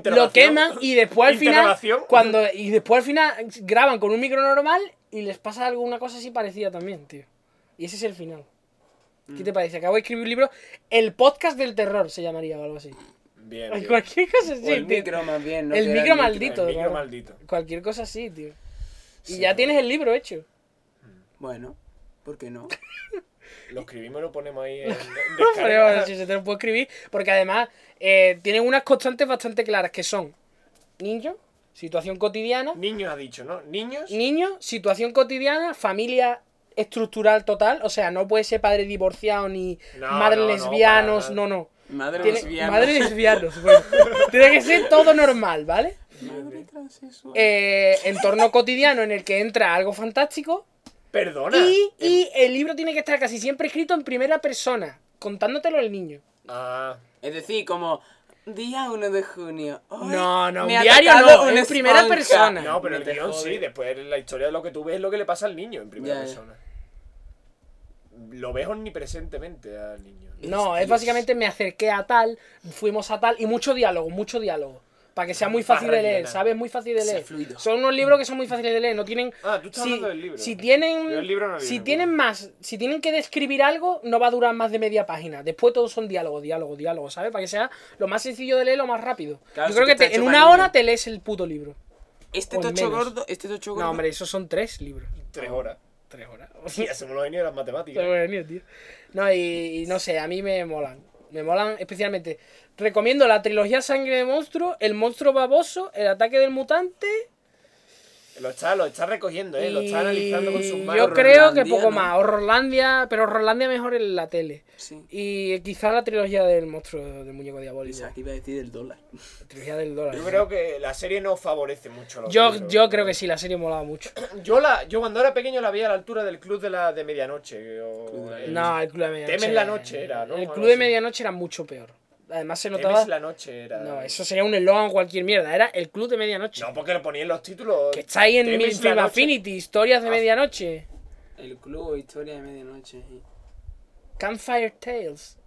[SPEAKER 3] Lo queman y después al final.
[SPEAKER 1] Interrogación.
[SPEAKER 3] Cuando, y después al final graban con un micro normal y les pasa alguna cosa así parecida también, tío. Y ese es el final. ¿Qué te parece? Acabo de escribir un libro. El podcast del terror se llamaría o algo así.
[SPEAKER 1] Bien.
[SPEAKER 3] Ay,
[SPEAKER 1] bien.
[SPEAKER 3] Cualquier cosa así,
[SPEAKER 2] O el
[SPEAKER 3] tío.
[SPEAKER 2] micro más bien. no
[SPEAKER 3] El
[SPEAKER 2] que era
[SPEAKER 3] micro maldito.
[SPEAKER 1] El micro
[SPEAKER 3] claro.
[SPEAKER 1] maldito.
[SPEAKER 3] Cualquier cosa así, tío. Y
[SPEAKER 1] Sí,
[SPEAKER 3] ya
[SPEAKER 1] claro.
[SPEAKER 3] tienes el libro hecho.
[SPEAKER 2] Bueno, ¿por qué no?
[SPEAKER 1] Lo escribimos y lo ponemos ahí en, en
[SPEAKER 3] Pero
[SPEAKER 1] descarga.
[SPEAKER 3] bueno, si se te lo puedo escribir, porque además eh, tienen unas constantes bastante claras que son niño, situación cotidiana,
[SPEAKER 1] Niños ha dicho, ¿no? Niños.
[SPEAKER 3] niño, situación cotidiana, familia estructural total, o sea, no puede ser padre divorciado ni
[SPEAKER 1] No,
[SPEAKER 3] madre
[SPEAKER 1] no, no,
[SPEAKER 3] lesbianos,
[SPEAKER 1] para
[SPEAKER 3] no,
[SPEAKER 1] nada.
[SPEAKER 3] no.
[SPEAKER 2] Madre
[SPEAKER 3] Tiene-
[SPEAKER 2] lesbiana.
[SPEAKER 3] madre lesbianos, bueno. Tiene que ser todo normal, ¿vale?
[SPEAKER 2] Madre transexual.
[SPEAKER 3] Eh, entorno cotidiano en el que entra algo fantástico
[SPEAKER 1] Perdona.
[SPEAKER 3] y,
[SPEAKER 1] Em-
[SPEAKER 3] y el libro tiene que estar casi siempre escrito en primera persona, contándotelo el niño.
[SPEAKER 1] Ah,
[SPEAKER 2] Es decir, como día 1 de junio. Hoy
[SPEAKER 3] No, no,
[SPEAKER 2] me
[SPEAKER 3] un
[SPEAKER 2] ha
[SPEAKER 3] diario
[SPEAKER 2] atacado
[SPEAKER 3] no,
[SPEAKER 2] una
[SPEAKER 3] en primera
[SPEAKER 2] esponja.
[SPEAKER 3] persona.
[SPEAKER 1] no, pero el
[SPEAKER 2] te
[SPEAKER 1] guión
[SPEAKER 2] jode.
[SPEAKER 1] sí. Después la historia de lo que tú ves es lo que le pasa al niño en primera
[SPEAKER 2] Ya, ya.
[SPEAKER 1] persona. Lo ves omnipresentemente al niño.
[SPEAKER 3] No,
[SPEAKER 2] Es-
[SPEAKER 3] es básicamente me acerqué a tal, fuimos a tal y mucho diálogo, mucho diálogo. Para que sea muy fácil de leer,
[SPEAKER 1] rellenar.
[SPEAKER 3] ¿sabes? Muy fácil de
[SPEAKER 2] Sea
[SPEAKER 3] leer.
[SPEAKER 2] fluido.
[SPEAKER 3] Son unos libros que son muy fáciles de leer, no tienen...
[SPEAKER 1] Ah, tú estás
[SPEAKER 3] si,
[SPEAKER 1] hablando del libro.
[SPEAKER 3] Si tienen,
[SPEAKER 1] Yo el libro no
[SPEAKER 3] si
[SPEAKER 1] viene,
[SPEAKER 3] tienen
[SPEAKER 1] bueno.
[SPEAKER 3] más, si tienen que describir algo, no va a durar más de media página. Después todos son diálogo, diálogo, diálogo, ¿sabes? Para que sea lo más sencillo de leer, lo más rápido.
[SPEAKER 2] Claro,
[SPEAKER 3] Yo
[SPEAKER 2] si
[SPEAKER 3] creo
[SPEAKER 2] tú
[SPEAKER 3] que te-
[SPEAKER 2] estás
[SPEAKER 3] en
[SPEAKER 2] hecho
[SPEAKER 3] una
[SPEAKER 2] para
[SPEAKER 3] hora
[SPEAKER 2] niños.
[SPEAKER 3] te lees el puto libro.
[SPEAKER 2] Este
[SPEAKER 3] o en
[SPEAKER 2] tocho
[SPEAKER 3] menos.
[SPEAKER 2] gordo, este tocho gordo.
[SPEAKER 3] No, hombre, esos son tres libros.
[SPEAKER 1] Tres horas.
[SPEAKER 3] Tres horas.
[SPEAKER 1] Hostia, somos los genios de las matemáticas.
[SPEAKER 3] Pero bueno, tío. No, y, y no sé, a mí me molan. Me molan especialmente. Recomiendo la trilogía Sangre de Monstruo, El Monstruo Baboso, El Ataque del Mutante.
[SPEAKER 1] Lo está, lo está recogiendo, ¿eh? Lo
[SPEAKER 3] y
[SPEAKER 1] está analizando con sus manos.
[SPEAKER 3] Yo creo que
[SPEAKER 2] Horrorlandia,
[SPEAKER 3] poco
[SPEAKER 2] ¿no?
[SPEAKER 3] más. Horrorlandia, pero Horrorlandia mejor en la tele.
[SPEAKER 2] Sí.
[SPEAKER 3] Y eh, quizá la trilogía del monstruo del muñeco diabólico.
[SPEAKER 2] Pensaba que iba a decir el dólar.
[SPEAKER 3] La trilogía del dólar.
[SPEAKER 1] Yo creo que la serie no favorece mucho a los
[SPEAKER 3] yo,
[SPEAKER 1] libros.
[SPEAKER 3] yo creo que sí, la serie molaba mucho.
[SPEAKER 1] Yo, la, yo cuando era pequeño la vi a la altura del club de la de medianoche. o-
[SPEAKER 2] Club de la-
[SPEAKER 1] eh,
[SPEAKER 3] No, el club de medianoche.
[SPEAKER 1] Temes la noche era, ¿no?
[SPEAKER 3] El
[SPEAKER 1] Algo
[SPEAKER 3] club de
[SPEAKER 1] así.
[SPEAKER 3] medianoche era mucho peor. Además se
[SPEAKER 1] Temes
[SPEAKER 3] notaba.
[SPEAKER 1] la noche era.
[SPEAKER 3] No, eso sería un elón cualquier mierda. Era el club de medianoche.
[SPEAKER 1] No, porque lo ponían los títulos.
[SPEAKER 3] Que está ahí en
[SPEAKER 1] Temes
[SPEAKER 3] mi
[SPEAKER 1] la
[SPEAKER 3] Film
[SPEAKER 1] noche. Ah.
[SPEAKER 3] Affinity, historias de medianoche.
[SPEAKER 2] El club, historia de medianoche.
[SPEAKER 3] Campfire Tales,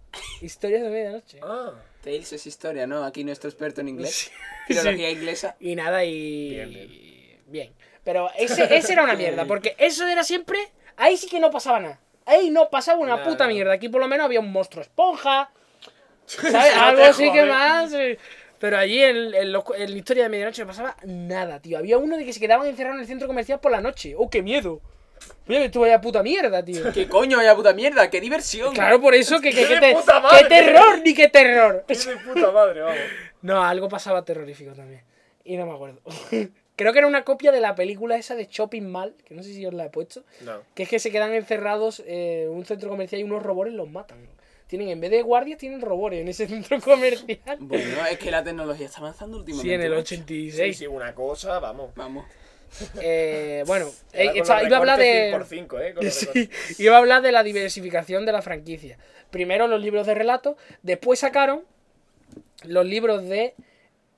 [SPEAKER 3] historias de medianoche.
[SPEAKER 1] Ah,
[SPEAKER 2] Tales es historia, ¿no? Aquí nuestro experto en
[SPEAKER 3] Sí.
[SPEAKER 2] inglés. Filología inglesa.
[SPEAKER 3] Y nada, y.
[SPEAKER 1] Bien,
[SPEAKER 3] Bien. Pero ese, ese era una mierda, porque eso era siempre. Ahí sí que no pasaba nada. Ahí no pasaba una
[SPEAKER 1] Nada.
[SPEAKER 3] puta mierda. Aquí por lo menos había un monstruo esponja. ¿sabes?
[SPEAKER 1] No te
[SPEAKER 3] Algo así que
[SPEAKER 1] jodes.
[SPEAKER 3] más. eh. Pero allí en, en los- en la historia de medianoche no pasaba nada, tío. Había uno de que se quedaban encerrados en el centro comercial por la noche. ¡Oh, qué miedo! Oye, tú vaya puta mierda, tío.
[SPEAKER 2] ¿Qué coño, vaya puta mierda? ¡Qué diversión!
[SPEAKER 3] Claro, por eso que, que,
[SPEAKER 1] ¡Qué
[SPEAKER 3] que
[SPEAKER 1] de
[SPEAKER 3] te-
[SPEAKER 1] puta
[SPEAKER 3] que
[SPEAKER 1] madre!
[SPEAKER 3] terror, ni que terror.
[SPEAKER 1] es de puta madre, vamos.
[SPEAKER 3] No, algo pasaba terrorífico también. Y no me acuerdo. Creo que era una copia de la película esa de Shopping Mall, que no sé si os la he puesto,
[SPEAKER 1] No.
[SPEAKER 3] que es que se quedan encerrados eh, en un centro comercial y unos robores los matan. Tienen, en vez de guardias, tienen robores en ese centro comercial.
[SPEAKER 2] Bueno, es que la tecnología está avanzando últimamente.
[SPEAKER 3] Sí, en el
[SPEAKER 2] macho.
[SPEAKER 3] 86.
[SPEAKER 1] Sí, sí, una cosa, vamos.
[SPEAKER 2] Vamos.
[SPEAKER 3] Eh, bueno,
[SPEAKER 1] Ahora
[SPEAKER 3] eh,
[SPEAKER 1] con
[SPEAKER 3] estaba-
[SPEAKER 1] los
[SPEAKER 3] iba a hablar
[SPEAKER 1] recortes
[SPEAKER 3] de...
[SPEAKER 1] 5x5, ¿eh? Con los
[SPEAKER 3] Sí,
[SPEAKER 1] recortes.
[SPEAKER 3] iba a hablar de la diversificación de la franquicia. Primero los libros de relato, después sacaron los libros de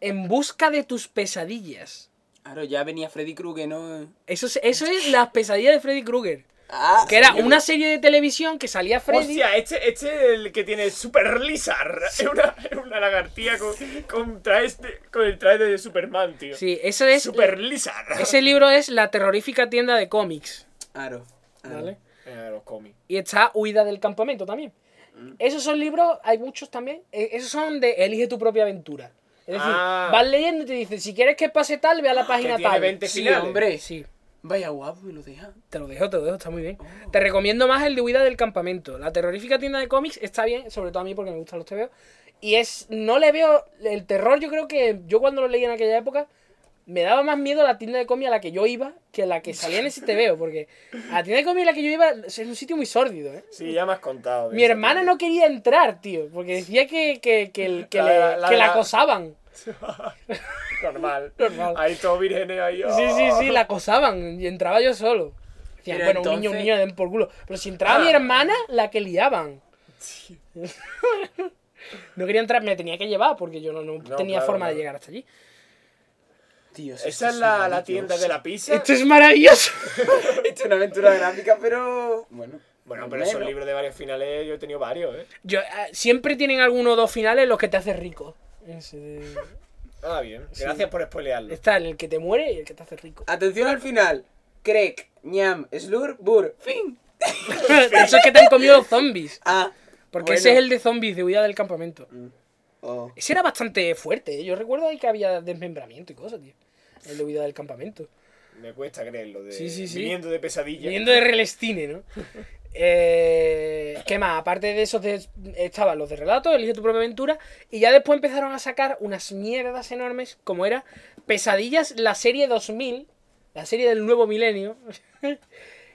[SPEAKER 3] En busca de tus pesadillas.
[SPEAKER 2] Claro, ya venía Freddy Krueger, ¿no?
[SPEAKER 3] Eso es, eso es las pesadillas de Freddy Krueger.
[SPEAKER 2] Ah,
[SPEAKER 3] Que era una serie de televisión que salía Freddy.
[SPEAKER 1] Hostia, este, este es el que tiene Super Lizard. Es una, es una lagartía con, con, trajes de- con el traje de Superman, tío.
[SPEAKER 3] Sí, eso es.
[SPEAKER 1] Super Lizard.
[SPEAKER 3] Ese libro es La terrorífica tienda de cómics.
[SPEAKER 2] Aro. aro.
[SPEAKER 3] ¿Vale?
[SPEAKER 1] Eh, los cómics.
[SPEAKER 3] Y está Huida del
[SPEAKER 1] Mm.
[SPEAKER 3] e-, campamento también. Esos son libros, hay muchos también. eh, Esos son de Elige tu propia aventura. Es decir,
[SPEAKER 1] Ah.
[SPEAKER 3] vas leyendo y te dice, si quieres que pase tal, ve a la página
[SPEAKER 1] tiene
[SPEAKER 3] tal.
[SPEAKER 1] 20
[SPEAKER 3] sí,
[SPEAKER 1] finales.
[SPEAKER 3] hombre, sí.
[SPEAKER 2] Vaya guapo, me lo deja.
[SPEAKER 3] Te lo dejo, te lo dejo, está muy bien. Te recomiendo más el de Huida del Campamento. La terrorífica tienda de cómics está bien, sobre todo a mí porque me gustan los TVO. Y es, no le veo, el terror yo creo que yo cuando lo leí en aquella época, me daba más miedo la tienda de cómics a la que yo iba que la que salía en ese TVO. Porque a la tienda de cómics a la que yo iba es un sitio muy sórdido, ¿eh?
[SPEAKER 1] Sí, ya me has contado. de
[SPEAKER 3] Mi
[SPEAKER 1] eso.
[SPEAKER 3] hermana no quería entrar, tío, porque decía que, que, que, el- que
[SPEAKER 1] La-
[SPEAKER 3] le-
[SPEAKER 1] la- la-
[SPEAKER 3] que la
[SPEAKER 1] la-
[SPEAKER 3] acosaban.
[SPEAKER 1] Normal.
[SPEAKER 3] Normal.
[SPEAKER 1] Ahí todo virgen ahí.
[SPEAKER 3] Sí, sí,
[SPEAKER 1] oh.
[SPEAKER 3] sí, la acosaban y entraba yo solo. Decían,
[SPEAKER 2] Pero
[SPEAKER 3] bueno, un niño,
[SPEAKER 2] entonces-
[SPEAKER 3] un niño, den por culo. Pero si entraba mi
[SPEAKER 1] Ah.
[SPEAKER 3] hermana, la que liaban. no quería entrar, me tenía que llevar porque yo no, no tenía
[SPEAKER 1] claro,
[SPEAKER 3] forma de
[SPEAKER 1] claro.
[SPEAKER 3] llegar hasta allí.
[SPEAKER 2] Dios, esto
[SPEAKER 1] Esa es la, la
[SPEAKER 2] maravilloso.
[SPEAKER 1] tienda de la pizza.
[SPEAKER 3] Esto es maravilloso.
[SPEAKER 2] Esto es una aventura gráfica, pero. Bueno.
[SPEAKER 1] Bueno,
[SPEAKER 2] al
[SPEAKER 1] pero esos
[SPEAKER 2] menos.
[SPEAKER 1] libros de varios finales yo he tenido varios, ¿eh?
[SPEAKER 3] Yo, ah, siempre tienen alguno o dos finales los que te hacen rico. Ese-
[SPEAKER 1] Ah, bien. Gracias por spoilearlo.
[SPEAKER 3] Está el que te muere y el que te hace rico.
[SPEAKER 2] Atención al final. Crack, ñam, slur, bur, fin.
[SPEAKER 3] Eso es que te han comido los zombies.
[SPEAKER 2] Ah.
[SPEAKER 3] Porque
[SPEAKER 2] bueno.
[SPEAKER 3] ese es el de zombies de huida del campamento.
[SPEAKER 2] Oh.
[SPEAKER 3] Ese era bastante fuerte, ¿eh? yo recuerdo ahí que había desmembramiento y cosas, tío. El de huida del campamento.
[SPEAKER 1] Me cuesta creerlo. De...
[SPEAKER 3] Sí, sí, sí.
[SPEAKER 1] Viniendo de pesadilla.
[SPEAKER 3] Viniendo de Relestine, ¿no? Eh, ¿Qué más? Aparte de esos, de, estaban los de relatos, Elige tu propia aventura, y ya después empezaron a sacar unas mierdas enormes, como era Pesadillas, la serie 2000, la serie del nuevo milenio,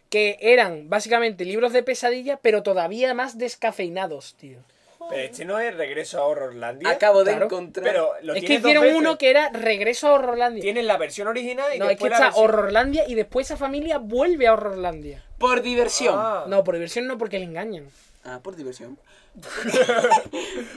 [SPEAKER 3] que eran básicamente libros de pesadilla, pero todavía más descafeinados, tío.
[SPEAKER 1] Pero este no es Regreso a Horrorlandia.
[SPEAKER 2] Acabo de
[SPEAKER 3] Claro.
[SPEAKER 2] encontrar.
[SPEAKER 1] Pero lo
[SPEAKER 3] Es que
[SPEAKER 1] tiene dos
[SPEAKER 3] hicieron
[SPEAKER 1] veces.
[SPEAKER 3] uno que era Regreso a Horrorlandia.
[SPEAKER 1] Tienes la versión original y
[SPEAKER 3] No, es que
[SPEAKER 1] después la
[SPEAKER 3] está
[SPEAKER 1] versión-
[SPEAKER 3] Horrorlandia y después esa familia vuelve a Horrorlandia.
[SPEAKER 2] Por diversión. Ah,
[SPEAKER 1] Ah,
[SPEAKER 3] No, por diversión no, porque le engañan.
[SPEAKER 2] por diversión.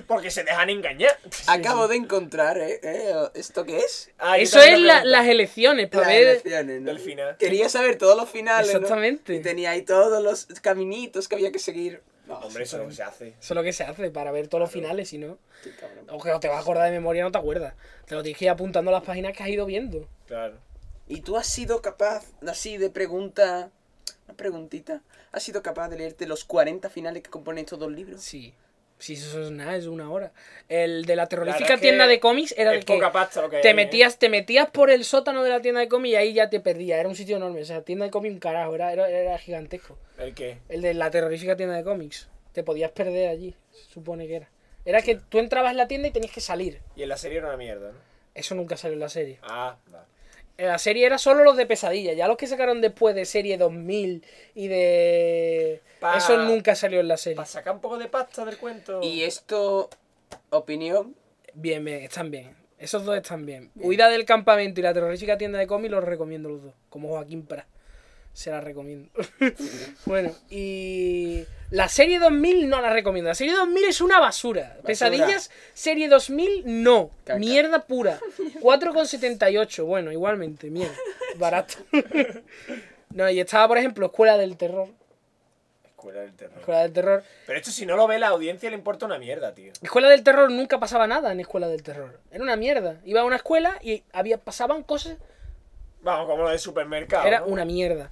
[SPEAKER 1] Porque se dejan engañar.
[SPEAKER 2] Acabo de encontrar, ¿eh? eh, ¿Esto qué es?
[SPEAKER 1] Ah, yo
[SPEAKER 3] Eso
[SPEAKER 1] también
[SPEAKER 3] es
[SPEAKER 1] lo
[SPEAKER 3] la-
[SPEAKER 1] pregunto.
[SPEAKER 3] las elecciones, para
[SPEAKER 2] Las
[SPEAKER 3] ver.
[SPEAKER 2] elecciones, ¿no?
[SPEAKER 1] Del final.
[SPEAKER 2] Quería saber todos los finales. ¿no?
[SPEAKER 3] Exactamente.
[SPEAKER 2] Y tenía ahí todos los caminitos que había que seguir. No,
[SPEAKER 1] Hombre, eso no se hace.
[SPEAKER 3] Eso es lo que se hace, para ver todos los finales, si no.
[SPEAKER 2] qué cabrón.
[SPEAKER 3] O que no te vas a acordar de memoria, no te acuerdas. Te lo tienes que ir apuntando a las páginas que has ido viendo.
[SPEAKER 1] Claro.
[SPEAKER 2] ¿Y tú has sido capaz, así de pregunta, una preguntita, has sido capaz de leerte los 40 finales que componen estos dos libros?
[SPEAKER 3] Sí. Sí, eso es nada, es una hora. El de la terrorífica
[SPEAKER 1] verdad es que
[SPEAKER 3] tienda de cómics era el
[SPEAKER 1] Es
[SPEAKER 3] que.
[SPEAKER 1] poca pasta lo que hay
[SPEAKER 3] Te
[SPEAKER 1] ahí, ¿eh?
[SPEAKER 3] metías, te metías por el sótano de la tienda de cómics y ahí ya te perdías. Era un sitio enorme. O sea, tienda de cómics, un carajo, era, era, era gigantesco.
[SPEAKER 1] ¿El qué?
[SPEAKER 3] El de la terrorífica tienda de cómics. Te podías perder allí, se supone que era. Era que tú entrabas en la tienda y tenías que salir.
[SPEAKER 1] Y en la serie era una mierda, ¿no?
[SPEAKER 3] Eso nunca salió en la serie.
[SPEAKER 1] Ah, vale.
[SPEAKER 3] En La serie era solo los de pesadilla. Ya los que sacaron después de serie 2000 y de.
[SPEAKER 1] Pa-
[SPEAKER 3] Eso nunca salió en la serie.
[SPEAKER 1] Para sacar un poco de pasta del cuento.
[SPEAKER 2] Y esto, opinión,
[SPEAKER 3] Bien, bien, están bien. Esos dos están bien. Huida del campamento y la terrorífica tienda de cómics los recomiendo los dos. Como Joaquín Prat. Se la recomiendo. bueno, y. La serie 2000 no la recomiendo. La serie 2000 es una basura. Pesadillas, serie 2000 no.
[SPEAKER 2] Caca.
[SPEAKER 3] Mierda pura. 4,78. Bueno, igualmente, mierda. Barato. no, y estaba, por ejemplo, Escuela del Terror.
[SPEAKER 1] Escuela del terror.
[SPEAKER 3] Escuela del Terror.
[SPEAKER 1] Pero esto si no lo ve la audiencia le importa una mierda, tío.
[SPEAKER 3] Escuela del Terror nunca pasaba nada en Escuela del Terror. Era una mierda. Iba a una escuela y había, pasaban cosas.
[SPEAKER 1] Vamos, como lo de supermercado.
[SPEAKER 3] Era
[SPEAKER 1] ¿no?
[SPEAKER 3] una mierda.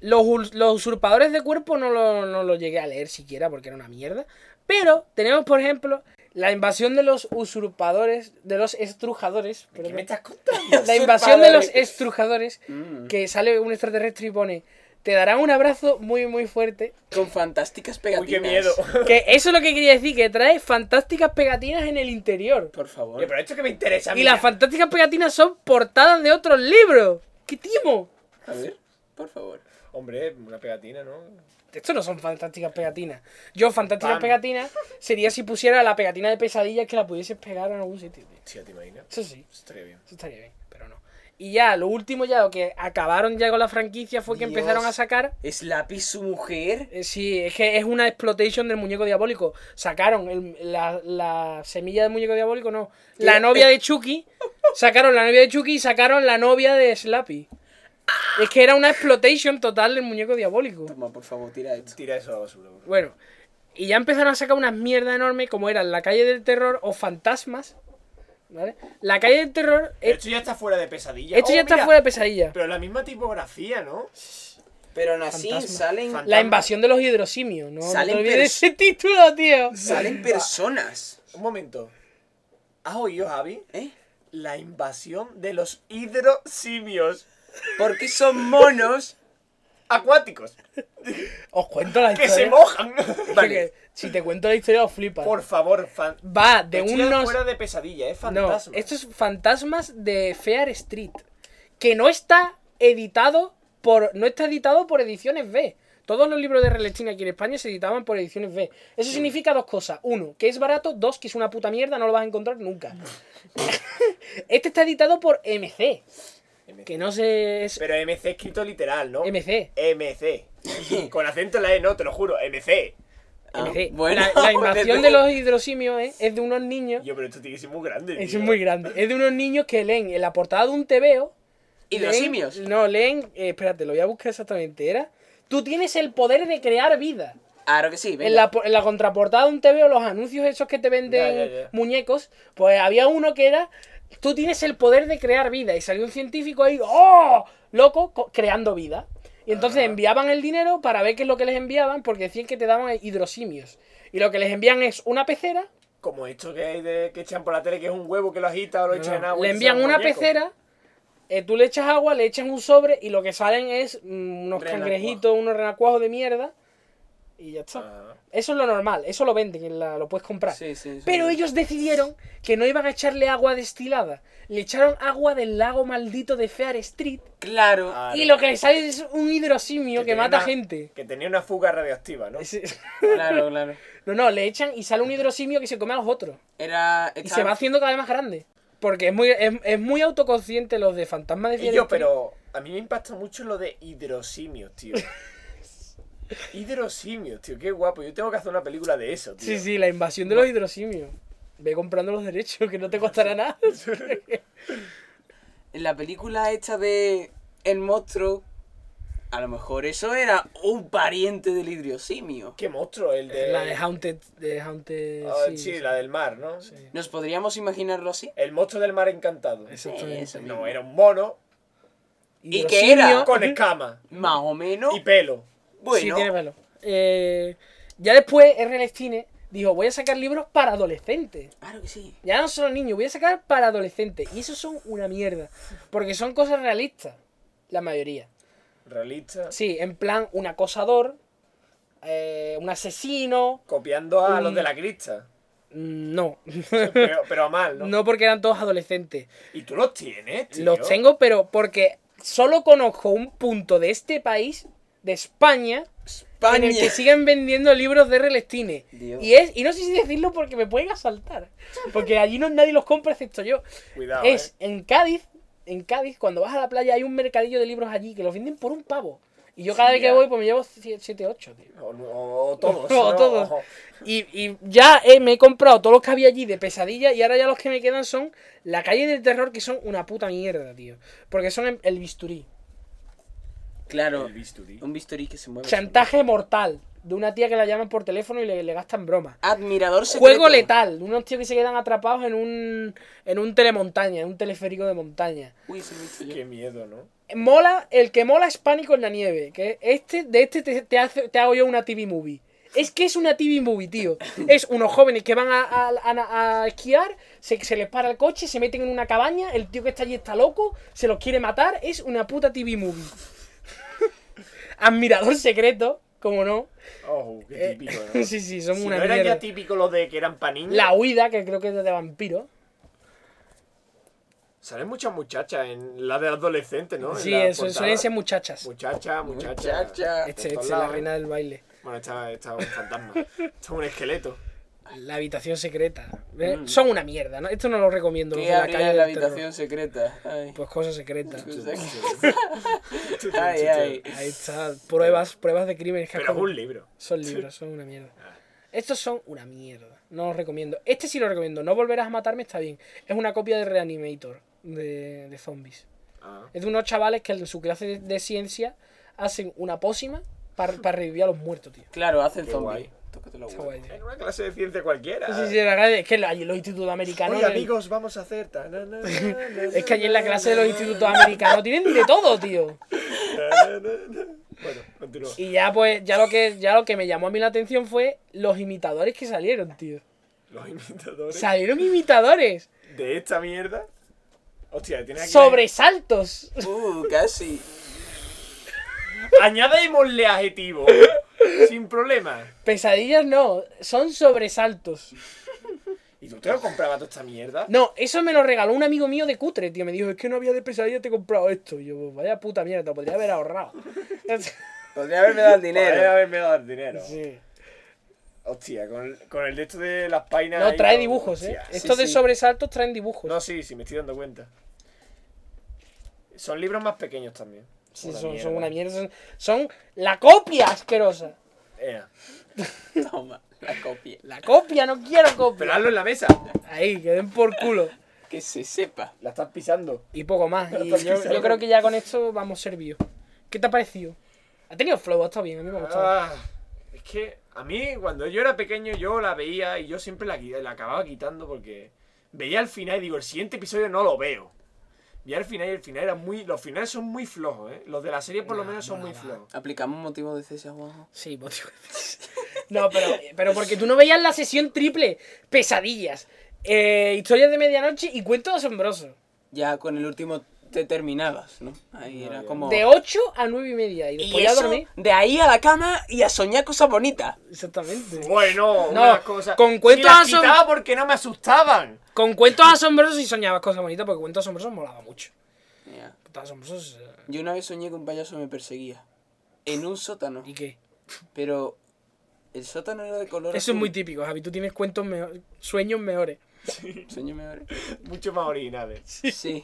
[SPEAKER 3] Los, ul- los usurpadores de cuerpo no lo, no lo llegué a leer siquiera porque era una mierda. Pero tenemos, por ejemplo, la invasión de los usurpadores, de los estrujadores.
[SPEAKER 1] ¿Qué
[SPEAKER 3] perdón.
[SPEAKER 1] me estás contando?
[SPEAKER 3] la invasión de los
[SPEAKER 1] Usurpadores.
[SPEAKER 3] estrujadores,
[SPEAKER 2] Mm.
[SPEAKER 3] que sale un extraterrestre y pone, te darán un abrazo muy, muy fuerte.
[SPEAKER 2] con fantásticas pegatinas.
[SPEAKER 1] Uy, qué miedo.
[SPEAKER 3] Que eso es lo que quería decir, que trae fantásticas pegatinas en el interior.
[SPEAKER 2] Por favor.
[SPEAKER 1] Oye, pero esto que me interesa a mí.
[SPEAKER 3] Y las
[SPEAKER 1] ya.
[SPEAKER 3] fantásticas pegatinas son portadas de otros libros. ¡Qué timo!
[SPEAKER 2] A ver, por favor.
[SPEAKER 1] Hombre, una pegatina, ¿no?
[SPEAKER 3] Esto no son fantásticas pegatinas. Yo, fantásticas
[SPEAKER 1] Pam.
[SPEAKER 3] pegatinas sería si pusiera la pegatina de pesadillas que la pudieses pegar en algún sitio. tío.
[SPEAKER 1] Sí, te imaginas.
[SPEAKER 3] Eso sí,
[SPEAKER 1] Estaría bien.
[SPEAKER 3] eso estaría bien, pero no. Y ya, lo último ya, lo que acabaron ya con la franquicia fue que
[SPEAKER 2] Dios.
[SPEAKER 3] empezaron a sacar.
[SPEAKER 2] ¿Es lápiz su mujer?
[SPEAKER 3] eh, sí, es que es una exploitation del muñeco diabólico. Sacaron el- la, la semilla del muñeco diabólico, no. La
[SPEAKER 2] Tío,
[SPEAKER 3] novia de Chucky. Sacaron la novia de Chucky y sacaron la novia de Slappy. Es que era una exploitation total del muñeco diabólico.
[SPEAKER 2] Toma, por favor, tira esto.
[SPEAKER 1] Tira eso a la basura, bro.
[SPEAKER 3] Bueno, y ya empezaron a sacar unas mierdas enormes como eran La Calle del Terror o Fantasmas. ¿Vale? La Calle del Terror. eh,
[SPEAKER 1] Esto ya está fuera de pesadilla.
[SPEAKER 3] esto
[SPEAKER 1] Oh,
[SPEAKER 3] ya está
[SPEAKER 1] mira,
[SPEAKER 3] fuera de pesadilla.
[SPEAKER 1] Pero la misma tipografía, ¿no?
[SPEAKER 2] Pero aún así
[SPEAKER 3] Fantasma.
[SPEAKER 2] salen,
[SPEAKER 1] Fan-
[SPEAKER 3] La invasión de los hidrosimios, ¿no? No te
[SPEAKER 2] Salen
[SPEAKER 3] olvides
[SPEAKER 2] pers-
[SPEAKER 3] ese título, tío.
[SPEAKER 2] salen personas.
[SPEAKER 1] Un momento. ¿Has oído, Javi?
[SPEAKER 2] ¿Eh?
[SPEAKER 1] La invasión de los hidrosimios
[SPEAKER 2] Porque son monos.
[SPEAKER 1] acuáticos.
[SPEAKER 3] Os cuento la
[SPEAKER 1] Que
[SPEAKER 3] historia.
[SPEAKER 1] se mojan.
[SPEAKER 3] Es
[SPEAKER 1] Vale.
[SPEAKER 3] que Si te cuento la historia, os flipas.
[SPEAKER 1] Por favor, fan...
[SPEAKER 3] Va de
[SPEAKER 1] Esto ya es
[SPEAKER 3] unos.
[SPEAKER 1] fuera de pesadilla, eh, es
[SPEAKER 3] No,
[SPEAKER 1] fantasma.
[SPEAKER 3] esto es Fantasmas de Fear Street. Que no está editado por. No está editado por ediciones B. Todos los libros de Relestina aquí en España se editaban por ediciones B. Eso significa dos cosas. Uno, que es barato. Dos, que es una puta mierda, no lo vas a encontrar nunca. este está editado por MC. Que no sé. es
[SPEAKER 1] Pero MC escrito literal, ¿no?
[SPEAKER 3] MC.
[SPEAKER 1] MC. Con acento en la E, no, te lo juro. MC.
[SPEAKER 2] Ah,
[SPEAKER 3] MC.
[SPEAKER 2] bueno,
[SPEAKER 3] la, la invasión
[SPEAKER 2] desde-
[SPEAKER 3] de los hidrosimios ¿eh? es de unos niños.
[SPEAKER 1] Yo, pero esto tiene que ser muy grande.
[SPEAKER 3] Es
[SPEAKER 1] tío.
[SPEAKER 3] muy grande. Es de unos niños que leen en la portada de un TVO.
[SPEAKER 2] Y los
[SPEAKER 3] leen-
[SPEAKER 2] simios.
[SPEAKER 3] No, leen. eh, espérate, lo voy a buscar exactamente. Era. Tú tienes el poder de crear vida.
[SPEAKER 2] Claro que sí, venga.
[SPEAKER 3] En la, po- en la contraportada de un TVO, los anuncios esos que te venden
[SPEAKER 1] Ya, ya, ya.
[SPEAKER 3] muñecos, pues había uno que era. Tú tienes el poder de crear vida. Y salió un científico ahí, ¡oh! Loco, co- creando vida. Y entonces enviaban el dinero para ver qué es lo que les enviaban, porque decían que te daban hidrosimios. Y lo que les envían es una pecera
[SPEAKER 1] Como esto que hay de que echan por la tele, que es un huevo que lo agita o lo echan en agua.
[SPEAKER 3] le
[SPEAKER 1] y
[SPEAKER 3] envían
[SPEAKER 1] son
[SPEAKER 3] una
[SPEAKER 1] muñecos.
[SPEAKER 3] pecera, eh, tú le echas agua, le echas un sobre y lo que salen es mm, unos
[SPEAKER 1] Renacuajo.
[SPEAKER 3] cangrejitos, unos renacuajos de mierda y ya está.
[SPEAKER 1] Ah.
[SPEAKER 3] Eso es lo normal, eso lo venden, en la- lo puedes comprar.
[SPEAKER 2] Sí, sí, sí.
[SPEAKER 3] Pero ellos decidieron que no iban a echarle agua destilada, le echaron agua del lago maldito de Fear Street
[SPEAKER 2] Claro.
[SPEAKER 1] Ah,
[SPEAKER 3] y
[SPEAKER 1] no.
[SPEAKER 3] lo que sale es un hidrosimio que,
[SPEAKER 1] tenía
[SPEAKER 3] mata
[SPEAKER 1] una-
[SPEAKER 3] gente.
[SPEAKER 1] Que tenía una fuga radioactiva, ¿no?
[SPEAKER 3] Ese-
[SPEAKER 2] Claro, claro.
[SPEAKER 3] No, no, le echan y sale un hidrosimio que se come a los otros.
[SPEAKER 2] Era.
[SPEAKER 3] Y se va haciendo cada vez más grande. Porque es muy, es, es muy autoconsciente los de Fantasma de
[SPEAKER 1] Y
[SPEAKER 3] Fiel
[SPEAKER 1] yo,
[SPEAKER 3] Street.
[SPEAKER 1] pero a mí me impacta mucho lo de hidrosimios, tío. hidrosimios, tío, qué guapo. Yo tengo que hacer una película de eso, tío.
[SPEAKER 3] Sí, sí, la invasión de los hidrosimios. Ve comprando los derechos, que no te costará nada.
[SPEAKER 2] En la película esta de El monstruo, a lo mejor eso era un pariente del hidriosimio.
[SPEAKER 1] Qué monstruo el de.
[SPEAKER 3] la de Haunted. De Haunted
[SPEAKER 1] Ah,
[SPEAKER 3] sí,
[SPEAKER 1] sí, la del mar, ¿no?
[SPEAKER 2] ¿Nos podríamos imaginarlo así? Eh,
[SPEAKER 1] El monstruo del mar encantado.
[SPEAKER 3] Exactamente.
[SPEAKER 2] Eso mismo.
[SPEAKER 1] No, era un mono
[SPEAKER 2] ¿Y
[SPEAKER 3] Hidrosimio-
[SPEAKER 2] qué era?
[SPEAKER 1] con escamas
[SPEAKER 2] Más o menos.
[SPEAKER 1] y pelo.
[SPEAKER 2] Bueno,
[SPEAKER 3] Sí, tiene pelo. Eh, ya después, R. Lestine dijo: Voy a sacar libros para adolescentes.
[SPEAKER 2] claro que sí.
[SPEAKER 3] Ya no solo niños, voy a sacar para adolescentes. Y eso son una mierda. Porque son cosas realistas. La mayoría.
[SPEAKER 1] Realista.
[SPEAKER 3] Sí, en plan, un acosador, eh, un asesino.
[SPEAKER 1] Copiando a
[SPEAKER 3] Mm.
[SPEAKER 1] los de la crista.
[SPEAKER 3] Mm, No.
[SPEAKER 1] Pero, pero a mal, ¿no?
[SPEAKER 3] no porque eran todos adolescentes.
[SPEAKER 1] Y tú los tienes, tío.
[SPEAKER 3] Los tengo, pero porque solo conozco un punto de este país, de España, en el que siguen vendiendo libros de Relestine.
[SPEAKER 2] Dios.
[SPEAKER 3] Y es, y no sé si decirlo porque me pueden asaltar. Porque allí no nadie los compra excepto yo.
[SPEAKER 1] Cuidado.
[SPEAKER 3] es
[SPEAKER 1] eh.
[SPEAKER 3] en Cádiz, en Cádiz, cuando vas a la playa hay un mercadillo de libros allí que los venden por un pavo. Y yo cada
[SPEAKER 1] Sí,
[SPEAKER 3] vez que
[SPEAKER 1] ya.
[SPEAKER 3] voy, pues me llevo 7, 8, tío.
[SPEAKER 1] eh. O, o- o todos.
[SPEAKER 3] O
[SPEAKER 1] ¿no?
[SPEAKER 3] todos. Y, y ya eh, me he comprado todos los que había allí de pesadilla y ahora ya los que me quedan son La calle del terror, que son una puta mierda, tío. Porque son en- el bisturí.
[SPEAKER 2] Claro,
[SPEAKER 1] El bisturí.
[SPEAKER 2] un bisturí que se mueve.
[SPEAKER 3] Chantaje mortal de una tía que la llaman por teléfono y le, le gastan bromas.
[SPEAKER 2] solo. Admirador secreto.
[SPEAKER 3] Juego letal, de unos tíos que se quedan atrapados en un, en un telemontaña, en un teleférico de montaña.
[SPEAKER 2] Uy, se me hizo yo.
[SPEAKER 1] Qué miedo, ¿no?
[SPEAKER 3] Mola, el que mola es Pánico en la Nieve. Que este, de este te, te hace- te hago yo una TV movie. Es que es una TV movie, tío. Es unos jóvenes que van a, a- a- a esquiar, se, se les para el coche, se meten en una cabaña, el tío que está allí está loco, se los quiere matar. Es una puta TV movie. Admirador secreto, como no.
[SPEAKER 1] Oh, qué típico, ¿no?
[SPEAKER 3] Eh, sí, sí, son
[SPEAKER 1] Si
[SPEAKER 3] una
[SPEAKER 1] no eran ya
[SPEAKER 3] mierda.
[SPEAKER 1] típicos los de que eran pa' niños.
[SPEAKER 3] La huida, que creo que es de vampiro.
[SPEAKER 1] Salen muchas muchachas en la de adolescentes, ¿no? En
[SPEAKER 3] Sí,
[SPEAKER 1] la
[SPEAKER 3] eso,
[SPEAKER 1] portada.
[SPEAKER 3] suelen ser muchachas.
[SPEAKER 1] Muchacha, muchacha.
[SPEAKER 2] Muchacha.
[SPEAKER 1] por
[SPEAKER 3] Este,
[SPEAKER 1] todos
[SPEAKER 3] este, la
[SPEAKER 1] lados.
[SPEAKER 3] reina del baile.
[SPEAKER 1] Bueno, esta esta es un fantasma. Esta es un esqueleto.
[SPEAKER 3] La habitación secreta. Eh,
[SPEAKER 1] Mm.
[SPEAKER 3] Son una mierda, ¿no? Esto no lo recomiendo. los
[SPEAKER 2] ¿Qué
[SPEAKER 3] de la
[SPEAKER 2] habría
[SPEAKER 3] calle
[SPEAKER 2] en la
[SPEAKER 3] del terror.
[SPEAKER 2] habitación secreta? Ay.
[SPEAKER 3] Pues cosas secretas.
[SPEAKER 2] Ay, ay.
[SPEAKER 3] Ahí está. Pruebas, pruebas de crímenes. que
[SPEAKER 1] Pero
[SPEAKER 3] has
[SPEAKER 1] es Ah. un libro.
[SPEAKER 3] Son libros, son una mierda. Estos son una mierda. No los recomiendo. Este sí lo recomiendo. No volverás a matarme, está bien. Es una copia de Reanimator, de, de zombies.
[SPEAKER 1] Ah.
[SPEAKER 3] Es de unos chavales que en su clase de, de ciencia hacen una pócima para revivir a los muertos, tío.
[SPEAKER 2] Claro, hacen
[SPEAKER 1] Qué
[SPEAKER 2] zombies.
[SPEAKER 1] guay.
[SPEAKER 2] Tócate la
[SPEAKER 3] Está
[SPEAKER 2] hueá.
[SPEAKER 3] guay, tío.
[SPEAKER 1] En una clase de ciencia cualquiera.
[SPEAKER 3] Sí, sí, la verdad es que allí los institutos americanos.
[SPEAKER 1] Oye, amigos, vamos a hacer. ta, na, na, na,
[SPEAKER 3] Es que allí en
[SPEAKER 1] na,
[SPEAKER 3] la clase de los
[SPEAKER 1] na,
[SPEAKER 3] institutos americanos tienen de todo, tío.
[SPEAKER 1] na, na, na. Bueno, continúa.
[SPEAKER 3] Y ya pues, ya lo que ya lo que me llamó a mí la atención fue los imitadores que salieron, tío.
[SPEAKER 1] Los imitadores
[SPEAKER 3] Salieron imitadores.
[SPEAKER 1] de esta mierda. Hostia, tiene aquí.
[SPEAKER 3] Sobresaltos.
[SPEAKER 2] Uh, casi.
[SPEAKER 1] Añadémosle adjetivo. sin problema.
[SPEAKER 3] Pesadillas no, son sobresaltos.
[SPEAKER 1] ¿Y tú te lo comprabas toda esta mierda?
[SPEAKER 3] No, eso me lo regaló un amigo mío de cutre, tío. Me dijo, es que no había de pesadillas, te he comprado esto. Y yo, "Pues vaya puta mierda, te lo podría haber ahorrado.
[SPEAKER 2] Podría haberme dado el
[SPEAKER 1] Podría
[SPEAKER 2] dinero.
[SPEAKER 1] haberme dado el dinero.
[SPEAKER 3] Sí.
[SPEAKER 1] Hostia, con, con el de esto de las páginas.
[SPEAKER 3] No,
[SPEAKER 1] ahí,
[SPEAKER 3] trae dibujos, eh.
[SPEAKER 1] hostia.
[SPEAKER 3] Estos de
[SPEAKER 2] sí.
[SPEAKER 3] sobresaltos traen dibujos.
[SPEAKER 1] No, sí, sí, me estoy dando cuenta. Son libros más pequeños también.
[SPEAKER 3] Sí, son, son una mierda. Son, son la copia asquerosa.
[SPEAKER 1] Ea.
[SPEAKER 2] Toma, la copia.
[SPEAKER 3] La copia, no quiero
[SPEAKER 1] Pero
[SPEAKER 3] copia.
[SPEAKER 1] hazlo en la mesa.
[SPEAKER 3] Ahí, que den por culo.
[SPEAKER 2] Que se sepa.
[SPEAKER 1] La estás pisando.
[SPEAKER 3] Y poco más. Y
[SPEAKER 1] Hasta que
[SPEAKER 3] yo,
[SPEAKER 1] salga.
[SPEAKER 3] yo creo que ya con esto vamos servidos. ¿Qué te ha parecido? Ha tenido flow, está bien, a mí me ha gustado.
[SPEAKER 1] Ah, es que a mí, cuando yo era pequeño, yo la veía y yo siempre la, qui- la acababa quitando porque veía al final y digo, el siguiente episodio no lo veo. Veía al final y el final era muy. Los finales son muy flojos, ¿eh? Los de la serie por lo
[SPEAKER 3] Nah,
[SPEAKER 1] menos son
[SPEAKER 3] no
[SPEAKER 1] muy
[SPEAKER 3] la-
[SPEAKER 1] flojos.
[SPEAKER 2] Aplicamos motivo de cese abajo.
[SPEAKER 3] Sí, motivo. No, pero, pero porque tú no veías la sesión triple. Pesadillas, eh, historias de medianoche y cuentos asombrosos.
[SPEAKER 2] Ya con el último te terminabas, ¿no? Ahí
[SPEAKER 1] No,
[SPEAKER 2] era
[SPEAKER 1] ya.
[SPEAKER 2] como.
[SPEAKER 3] De 8 a 9 y media. Y
[SPEAKER 2] y
[SPEAKER 3] después ya
[SPEAKER 2] eso,
[SPEAKER 3] dormí.
[SPEAKER 2] de ahí a la cama y a soñar cosas bonitas.
[SPEAKER 3] Exactamente.
[SPEAKER 1] Bueno,
[SPEAKER 3] No,
[SPEAKER 1] unas cosas.
[SPEAKER 3] con
[SPEAKER 1] Si
[SPEAKER 3] cuentos
[SPEAKER 1] las
[SPEAKER 3] son-
[SPEAKER 1] quitaba porque no me asustaban.
[SPEAKER 3] Con cuentos asombrosos y soñabas cosas bonitas porque cuentos asombrosos molaba mucho.
[SPEAKER 2] Ya.
[SPEAKER 3] Cuentos asombrosos. eh,
[SPEAKER 2] Yo una vez soñé que un payaso me perseguía. En un sótano.
[SPEAKER 3] ¿Y qué?
[SPEAKER 2] Pero el sótano era de color
[SPEAKER 3] Eso
[SPEAKER 2] azul.
[SPEAKER 3] es muy típico, Javi. Tú tienes cuentos mejor- sueños mejores.
[SPEAKER 2] Sueño mejor.
[SPEAKER 1] Mucho más originales.
[SPEAKER 2] Sí.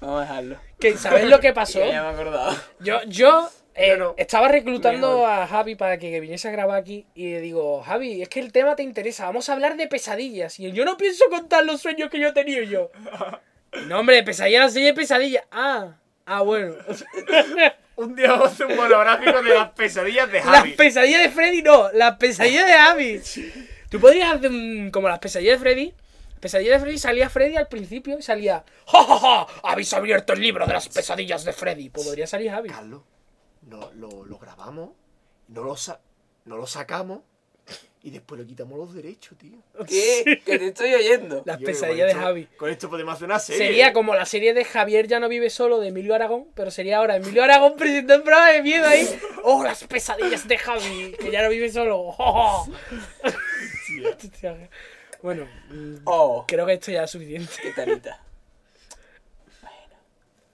[SPEAKER 2] Vamos a dejarlo.
[SPEAKER 3] Que, ¿Sabes lo que pasó?
[SPEAKER 2] Ya, ya me he acordado.
[SPEAKER 3] Yo, yo eh,
[SPEAKER 1] Yo no.
[SPEAKER 3] estaba reclutando
[SPEAKER 1] Mejor.
[SPEAKER 3] a Javi para que, que viniese a grabar aquí y le digo, Javi, es que el tema te interesa, vamos a hablar de pesadillas. Y él, yo no pienso contar los sueños que yo he tenido Y yo. No, hombre, pesadillas, no sueño pesadillas. Ah, ah, bueno.
[SPEAKER 1] Un día vamos a hacer un monográfico de las pesadillas de
[SPEAKER 3] Las
[SPEAKER 1] Javi.
[SPEAKER 3] pesadillas de Freddy no, las pesadillas de Javi. Tú podrías hacer un- como las pesadillas de Freddy. Pesadillas de Freddy salía Freddy al principio y salía, ¡Ja, ja, ja! Habéis abierto el libro de las pesadillas de Freddy. Pues podría salir Javi.
[SPEAKER 1] Carlos, no, lo, lo grabamos, no lo, sa- no lo sacamos y después le quitamos los derechos, tío.
[SPEAKER 2] ¿Qué? Que te estoy oyendo.
[SPEAKER 3] Las
[SPEAKER 1] Yo creo que con
[SPEAKER 3] pesadillas de
[SPEAKER 1] esto-
[SPEAKER 3] Javi.
[SPEAKER 1] Con esto podemos hacer una serie.
[SPEAKER 3] Sería como la serie de Javier ya no vive solo de Emilio Aragón, pero sería ahora Emilio Aragón presentando un programa de miedo ahí. ¡Oh, las pesadillas de Javi! Que ya no vive solo. ¡Oh! bueno, mm,
[SPEAKER 2] Oh,
[SPEAKER 3] creo que esto ya es suficiente.
[SPEAKER 2] qué tarita.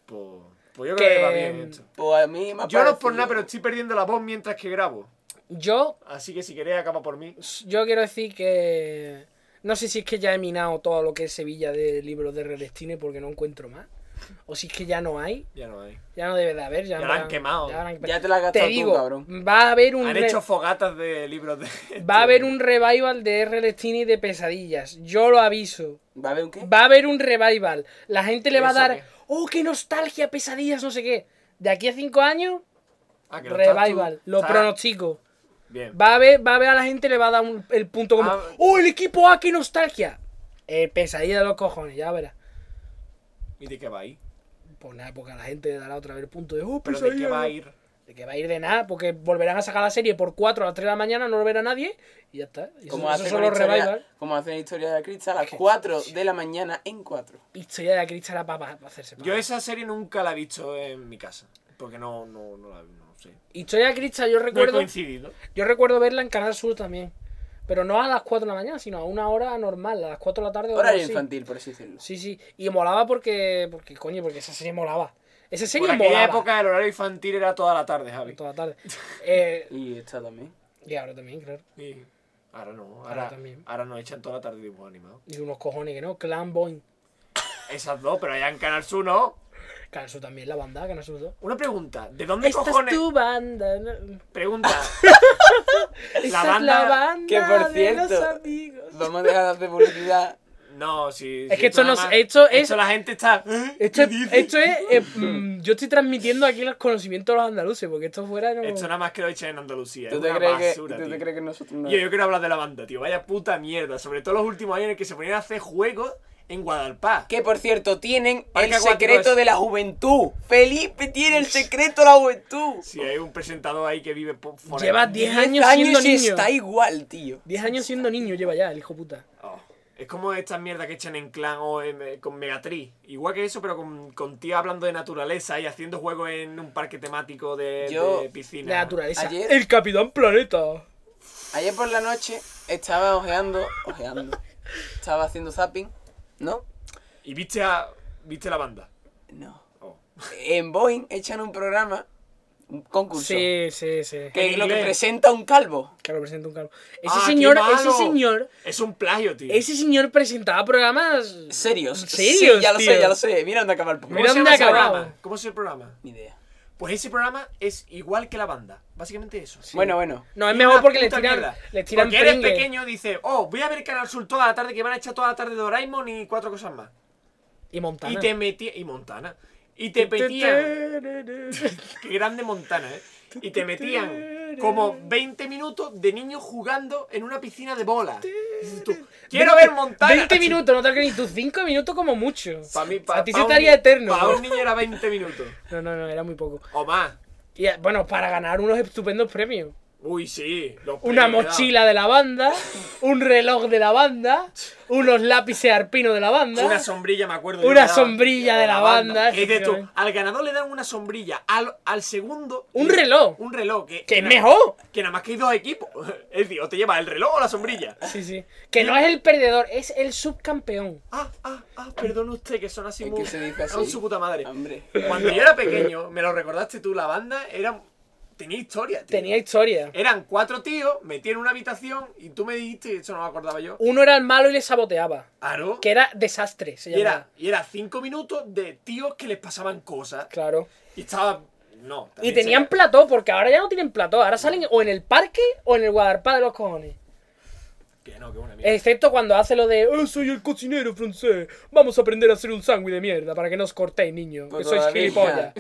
[SPEAKER 1] Pues, pues yo creo que,
[SPEAKER 3] Que- mm,
[SPEAKER 1] va bien esto.
[SPEAKER 2] Pues a mí me ha
[SPEAKER 1] Yo no es por
[SPEAKER 2] parecido-
[SPEAKER 1] nada, pero estoy perdiendo la voz mientras que grabo.
[SPEAKER 3] Yo,
[SPEAKER 1] Así que si queréis, acaba por mí.
[SPEAKER 3] yo quiero decir que. No sé si es que ya he minado todo lo que es Sevilla de libros de Relestine porque no encuentro más. O si es que ya no hay.
[SPEAKER 1] Ya no hay.
[SPEAKER 3] Ya no debe de haber. Ya,
[SPEAKER 1] Ya
[SPEAKER 3] no
[SPEAKER 1] la han
[SPEAKER 3] habrán-
[SPEAKER 1] quemado.
[SPEAKER 3] habrán-
[SPEAKER 2] Ya te la has
[SPEAKER 3] Te
[SPEAKER 2] gastado tú,
[SPEAKER 3] digo,
[SPEAKER 2] cabrón.
[SPEAKER 3] va a haber un.
[SPEAKER 1] Han
[SPEAKER 3] re-
[SPEAKER 1] hecho fogatas de libros de.
[SPEAKER 3] Va a haber un revival de R. Lestini de pesadillas. Yo lo aviso.
[SPEAKER 2] ¿Va a haber un qué?
[SPEAKER 3] Va a haber un revival. La gente le va a
[SPEAKER 1] ¿Eh? ¿Eso
[SPEAKER 3] dar.
[SPEAKER 1] qué?
[SPEAKER 3] ¡Oh, qué nostalgia! Pesadillas, no sé qué. De aquí a cinco años,
[SPEAKER 1] Ah, que no estás tú.
[SPEAKER 3] revival. Lo
[SPEAKER 1] Ah,
[SPEAKER 3] pronostico.
[SPEAKER 1] Bien.
[SPEAKER 3] Va a ver, va a ver a la gente, le va a dar un- el punto como.
[SPEAKER 1] Ah.
[SPEAKER 3] ¡Oh, el equipo A, qué nostalgia! Eh, pesadilla de los cojones, ya verás.
[SPEAKER 1] ¿Y de qué va a ir?
[SPEAKER 3] Pues nada, porque a la gente le dará otra vez el punto de. ¡Oh,
[SPEAKER 1] ¿Pero de qué
[SPEAKER 3] pesadilla!
[SPEAKER 1] va a ir?
[SPEAKER 3] De que va a ir de nada, porque volverán a sacar la serie por 4 a las 3 de la mañana, no lo verá nadie, y ya está. Y
[SPEAKER 2] Como
[SPEAKER 3] eso-
[SPEAKER 2] hacen
[SPEAKER 3] esos
[SPEAKER 2] con
[SPEAKER 3] son los
[SPEAKER 2] historia-
[SPEAKER 3] revival.
[SPEAKER 2] Como hacen historia de Crista a las 4 de la mañana en 4.
[SPEAKER 3] historia de la cristal para, hacerse
[SPEAKER 1] Yo
[SPEAKER 3] pagar.
[SPEAKER 1] esa serie nunca la he visto en mi casa. Porque no, no, no la no sé.
[SPEAKER 3] Historia de cristal yo
[SPEAKER 1] No he
[SPEAKER 3] recuerdo
[SPEAKER 1] coincidido.
[SPEAKER 3] yo recuerdo verla en Canal Sur también pero no a las 4 de la mañana sino a una hora normal a las 4 de la tarde o algo
[SPEAKER 2] Horario
[SPEAKER 3] así.
[SPEAKER 2] infantil, por así decirlo.
[SPEAKER 3] sí sí y molaba porque porque coño porque esa serie molaba esa
[SPEAKER 1] Por
[SPEAKER 3] serie
[SPEAKER 1] aquella
[SPEAKER 3] molaba
[SPEAKER 1] época el horario infantil era toda la tarde, Javi.
[SPEAKER 3] toda la tarde Eh,
[SPEAKER 2] Y esta también.
[SPEAKER 3] y ahora también claro
[SPEAKER 1] Sí. Ahora no,
[SPEAKER 3] Ahora
[SPEAKER 1] ahora,
[SPEAKER 3] también.
[SPEAKER 1] ahora nos echan toda la tarde dibujos animados.
[SPEAKER 3] y unos cojones que no Clan Boy
[SPEAKER 1] Esas dos, pero allá en Canal Sur no.
[SPEAKER 3] Canal Sur también la banda Canal Sur 2
[SPEAKER 1] Una pregunta, ¿de dónde
[SPEAKER 3] esta
[SPEAKER 1] cojones?
[SPEAKER 3] es tu banda ¿no?
[SPEAKER 1] Pregunta.
[SPEAKER 3] Esta es
[SPEAKER 1] banda-
[SPEAKER 3] la banda
[SPEAKER 2] que por
[SPEAKER 3] de los
[SPEAKER 2] cierto-
[SPEAKER 3] amigos
[SPEAKER 2] Vamos a dejar de hacer publicidad.
[SPEAKER 1] No, sí.
[SPEAKER 3] Es
[SPEAKER 1] sí,
[SPEAKER 3] que esto
[SPEAKER 1] nada
[SPEAKER 3] no-
[SPEAKER 1] más-
[SPEAKER 3] esto es-
[SPEAKER 1] la gente está. ¿eh?
[SPEAKER 3] Esto es, esto es eh, mm, yo estoy transmitiendo aquí los conocimientos de los andaluces, porque esto fuera no...
[SPEAKER 1] Esto nada más que lo echan en Andalucía.
[SPEAKER 2] ¿Tú
[SPEAKER 1] es
[SPEAKER 2] te,
[SPEAKER 1] una
[SPEAKER 2] crees
[SPEAKER 1] basura,
[SPEAKER 2] que, ¿tú te
[SPEAKER 1] tío.
[SPEAKER 2] crees que nosotros no?
[SPEAKER 1] Yo, yo quiero hablar de la banda, tío. Vaya puta mierda. Sobre todo los últimos años en que se ponían a hacer juegos en Guadalpá.
[SPEAKER 2] Que por cierto, tienen
[SPEAKER 1] Parque
[SPEAKER 2] el
[SPEAKER 1] acuático
[SPEAKER 2] secreto
[SPEAKER 1] es-
[SPEAKER 2] de la juventud. Felipe tiene el secreto de la juventud.
[SPEAKER 1] Si hay un presentador ahí que vive por fuera.
[SPEAKER 3] Lleva 10 años
[SPEAKER 2] Diez
[SPEAKER 3] siendo
[SPEAKER 2] y
[SPEAKER 3] niño.
[SPEAKER 2] está igual, tío.
[SPEAKER 3] 10 años siendo niño lleva ya, el hijo puta.
[SPEAKER 1] Oh, Es como estas mierdas que echan en clan o en- eh, con Megatriz. Igual que eso, pero con, con tía hablando de naturaleza y haciendo juegos en un parque temático de,
[SPEAKER 2] Yo-
[SPEAKER 1] de piscina.
[SPEAKER 3] De naturaleza.
[SPEAKER 2] Ayer-
[SPEAKER 3] El Capitán Planeta.
[SPEAKER 2] Ayer por la noche estaba ojeando, ojeando. Estaba haciendo zapping, ¿no?
[SPEAKER 1] Y viste a. viste la banda.
[SPEAKER 2] No.
[SPEAKER 1] Oh.
[SPEAKER 2] En Boeing echan un programa, un concurso,
[SPEAKER 3] Sí, sí, sí.
[SPEAKER 2] que
[SPEAKER 1] En
[SPEAKER 2] es lo que
[SPEAKER 1] inglés.
[SPEAKER 2] presenta un calvo.
[SPEAKER 3] Que representa un calvo. Ese
[SPEAKER 1] ¡Ah, qué
[SPEAKER 3] señor, ese
[SPEAKER 1] malo!
[SPEAKER 3] señor,
[SPEAKER 1] Es un plagio, tío.
[SPEAKER 3] ese señor presentaba programas.
[SPEAKER 2] Serios.
[SPEAKER 3] Serios,
[SPEAKER 2] Sí, ya lo sé,
[SPEAKER 3] tío.
[SPEAKER 2] ya lo sé. Mira dónde acaba el
[SPEAKER 1] ¿Cómo
[SPEAKER 2] programa.
[SPEAKER 3] Mira
[SPEAKER 1] se
[SPEAKER 3] dónde
[SPEAKER 1] llama ese
[SPEAKER 3] ha acabado.
[SPEAKER 1] programa? ¿Cómo se llama el programa?
[SPEAKER 2] Ni idea.
[SPEAKER 1] Pues ese programa es igual que la banda. Básicamente eso.
[SPEAKER 2] Bueno, bueno.
[SPEAKER 3] No, es
[SPEAKER 1] Y
[SPEAKER 3] mejor
[SPEAKER 1] una
[SPEAKER 3] porque les
[SPEAKER 1] puta
[SPEAKER 3] tiran,
[SPEAKER 1] mierda.
[SPEAKER 3] les tiran
[SPEAKER 1] Porque eres
[SPEAKER 3] pringue.
[SPEAKER 1] pequeño, dice, oh, voy a ver Canal Sur toda la tarde, que van a echar toda la tarde Doraemon y cuatro cosas más.
[SPEAKER 3] Y Montana.
[SPEAKER 1] Y te metía. Y Montana. Y te metían. Qué grande Montana, ¿eh? Y te metían como 20 minutos de niños jugando en una piscina de bola. Dices tú, Quiero ver Montana.
[SPEAKER 3] 20 minutos, no te crees ni tus 5 minutos como mucho.
[SPEAKER 1] Pa' mí,
[SPEAKER 3] a ti se te haría eterno.
[SPEAKER 1] Para
[SPEAKER 3] ¿no?
[SPEAKER 1] un niño era 20 minutos.
[SPEAKER 3] no, no, no, era muy poco.
[SPEAKER 1] O más.
[SPEAKER 3] Y eh, bueno, para ganar unos estupendos premios.
[SPEAKER 1] Uy, sí. los
[SPEAKER 3] Una
[SPEAKER 1] premios que
[SPEAKER 3] mochila de la banda, un reloj de la banda, unos lápices arpino de la
[SPEAKER 1] daban.
[SPEAKER 3] banda.
[SPEAKER 1] Una sombrilla, me acuerdo.
[SPEAKER 3] Una
[SPEAKER 1] yo, daban.
[SPEAKER 3] sombrilla de la banda,
[SPEAKER 1] Que dices tú,
[SPEAKER 3] efectivamente.
[SPEAKER 1] al ganador le dan una sombrilla. Al, al segundo.
[SPEAKER 3] Un
[SPEAKER 1] le-
[SPEAKER 3] reloj.
[SPEAKER 1] Un reloj. Que,
[SPEAKER 3] ¡Que es
[SPEAKER 1] na-
[SPEAKER 3] mejor!
[SPEAKER 1] Que nada más que hay dos equipos. Es decir, o te llevas el reloj o la sombrilla.
[SPEAKER 3] Sí, sí. Que no es el perdedor, es el subcampeón.
[SPEAKER 1] Ah, ah, ah, perdón usted, que son así
[SPEAKER 2] Es
[SPEAKER 1] muy.
[SPEAKER 2] que se dice así.
[SPEAKER 1] Son su puta madre.
[SPEAKER 2] Hombre.
[SPEAKER 1] Cuando yo era pequeño, me lo recordaste tú, la banda era. tenía historia, tío.
[SPEAKER 3] Tenía historia.
[SPEAKER 1] Eran cuatro tíos, metí en una habitación y tú me dijiste, eso no me acordaba yo.
[SPEAKER 3] Uno era el malo y le saboteaba.
[SPEAKER 1] Aro.
[SPEAKER 3] Que era desastre, se
[SPEAKER 1] Y
[SPEAKER 3] llamaba.
[SPEAKER 1] era, y era cinco minutos de tíos que les pasaban cosas.
[SPEAKER 3] Claro.
[SPEAKER 1] Y estaba. No.
[SPEAKER 3] Y
[SPEAKER 1] también
[SPEAKER 3] tenían
[SPEAKER 1] sería-
[SPEAKER 3] plató, porque ahora ya no tienen plató. Ahora salen o en el parque o en el Guadalpá de los cojones.
[SPEAKER 1] Que no, que
[SPEAKER 3] Eh.
[SPEAKER 1] una mierda.
[SPEAKER 3] Excepto cuando hace lo de "Eh, soy el cocinero francés, vamos a aprender a hacer un sándwich de mierda para que no os cortéis, niño, que
[SPEAKER 2] Pues
[SPEAKER 3] sois
[SPEAKER 2] todavía,
[SPEAKER 3] gilipollas.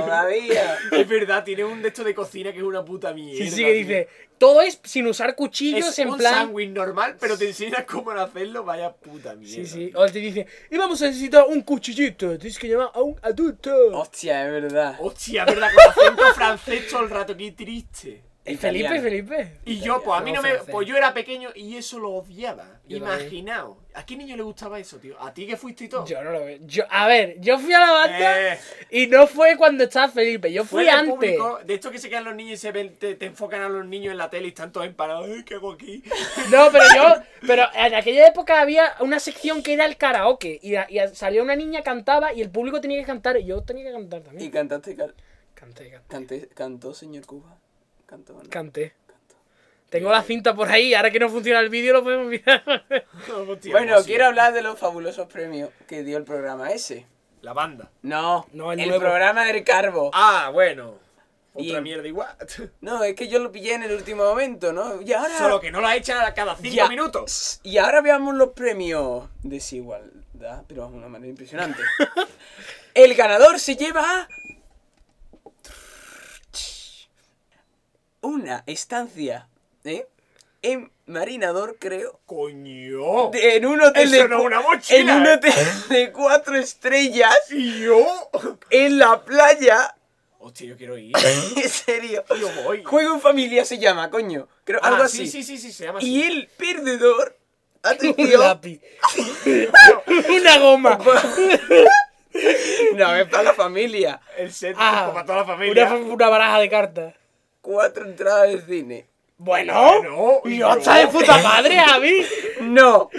[SPEAKER 2] Todavía.
[SPEAKER 1] Es verdad, tiene un de estos de cocina que es una puta mierda.
[SPEAKER 3] Sí, sí, que
[SPEAKER 1] tío.
[SPEAKER 3] dice, todo es sin usar cuchillos
[SPEAKER 1] Es
[SPEAKER 3] en
[SPEAKER 1] un
[SPEAKER 3] plan...
[SPEAKER 1] sándwich normal, pero te enseñas cómo hacerlo, vaya puta mierda.
[SPEAKER 3] Sí, sí, o te dice, y vamos a necesitar un cuchillito, tienes que llamar a un
[SPEAKER 1] Oh,
[SPEAKER 3] adulto.
[SPEAKER 2] Hostia, es verdad.
[SPEAKER 3] Oh,
[SPEAKER 1] Hostia, verdad, con acento francés todo el rato, qué triste.
[SPEAKER 3] Eh, Felipe,
[SPEAKER 2] Italiano.
[SPEAKER 3] Felipe.
[SPEAKER 1] Y yo, pues a mí
[SPEAKER 3] No,
[SPEAKER 1] no me.
[SPEAKER 3] francés.
[SPEAKER 1] Pues yo era pequeño y eso lo odiaba.
[SPEAKER 3] Yo también.
[SPEAKER 1] Imaginaos. ¿A qué niño le gustaba eso, tío? ¿A ti que fuiste y todo?
[SPEAKER 3] Yo no lo veo. Yo, a ver, yo fui a la banda
[SPEAKER 1] Eh.
[SPEAKER 3] y no fue cuando estaba Felipe, yo
[SPEAKER 1] Fue
[SPEAKER 3] fui
[SPEAKER 1] del
[SPEAKER 3] antes.
[SPEAKER 1] público, de esto que se quedan los niños y se ven, te, te enfocan a los niños en la tele y están todos emparados. ¡Ay, qué hago aquí!
[SPEAKER 3] No, pero yo. Pero en aquella época había una sección que era el karaoke. Y, a- y a- salía una niña, cantaba y el público tenía que cantar. Y yo tenía que cantar
[SPEAKER 2] Y
[SPEAKER 3] también.
[SPEAKER 2] cantaste, cal-
[SPEAKER 3] Canté, canté.
[SPEAKER 2] canté- cantó señor Cuba. Cantó, ¿no?
[SPEAKER 3] Canté. Tengo la cinta por ahí. Ahora que no funciona el vídeo, lo podemos mirar.
[SPEAKER 1] Hostia,
[SPEAKER 2] Bueno,
[SPEAKER 3] pues
[SPEAKER 1] así.
[SPEAKER 2] quiero hablar de los fabulosos premios que dio el programa ese.
[SPEAKER 1] La banda.
[SPEAKER 2] No,
[SPEAKER 3] No, el
[SPEAKER 2] el,
[SPEAKER 3] nuevo.
[SPEAKER 2] programa del Carbo.
[SPEAKER 1] Ah, bueno. Ah.
[SPEAKER 2] Y-
[SPEAKER 1] Otra mierda igual.
[SPEAKER 2] No, es que yo lo pillé en el último momento, ¿no? Y ahora.
[SPEAKER 1] Solo que no la echan a cada cinco
[SPEAKER 2] Ya.
[SPEAKER 1] minutos.
[SPEAKER 2] Y ahora veamos los premios. Desigualdad, pero de una manera impresionante. el ganador se lleva. a- Una estancia, ¿eh? En Marinador, creo.
[SPEAKER 1] Coño.
[SPEAKER 2] de- en un hotel
[SPEAKER 1] Eso
[SPEAKER 2] de.
[SPEAKER 1] no es
[SPEAKER 2] cu-
[SPEAKER 1] una mochila,
[SPEAKER 2] En un
[SPEAKER 1] ¿eh?
[SPEAKER 2] hotel de cuatro estrellas.
[SPEAKER 1] ¿Y yo?
[SPEAKER 2] En la playa.
[SPEAKER 1] Hostia, yo quiero ir.
[SPEAKER 2] En serio.
[SPEAKER 1] Yo voy.
[SPEAKER 2] Juego en familia se llama, coño. Creo,
[SPEAKER 1] Ah,
[SPEAKER 2] algo
[SPEAKER 1] sí,
[SPEAKER 2] así.
[SPEAKER 1] Sí, sí, sí, se llama así.
[SPEAKER 2] Y el perdedor.
[SPEAKER 3] Un
[SPEAKER 2] Atención.
[SPEAKER 3] lápiz. Una goma.
[SPEAKER 2] no, es para la familia.
[SPEAKER 1] El set
[SPEAKER 3] Ah,
[SPEAKER 1] para toda la
[SPEAKER 3] una,
[SPEAKER 1] familia.
[SPEAKER 3] una baraja de cartas.
[SPEAKER 2] Cuatro entradas de cine.
[SPEAKER 3] Bueno,
[SPEAKER 1] Bueno,
[SPEAKER 3] y
[SPEAKER 1] yo-
[SPEAKER 3] está de puta madre, Javi.
[SPEAKER 2] No.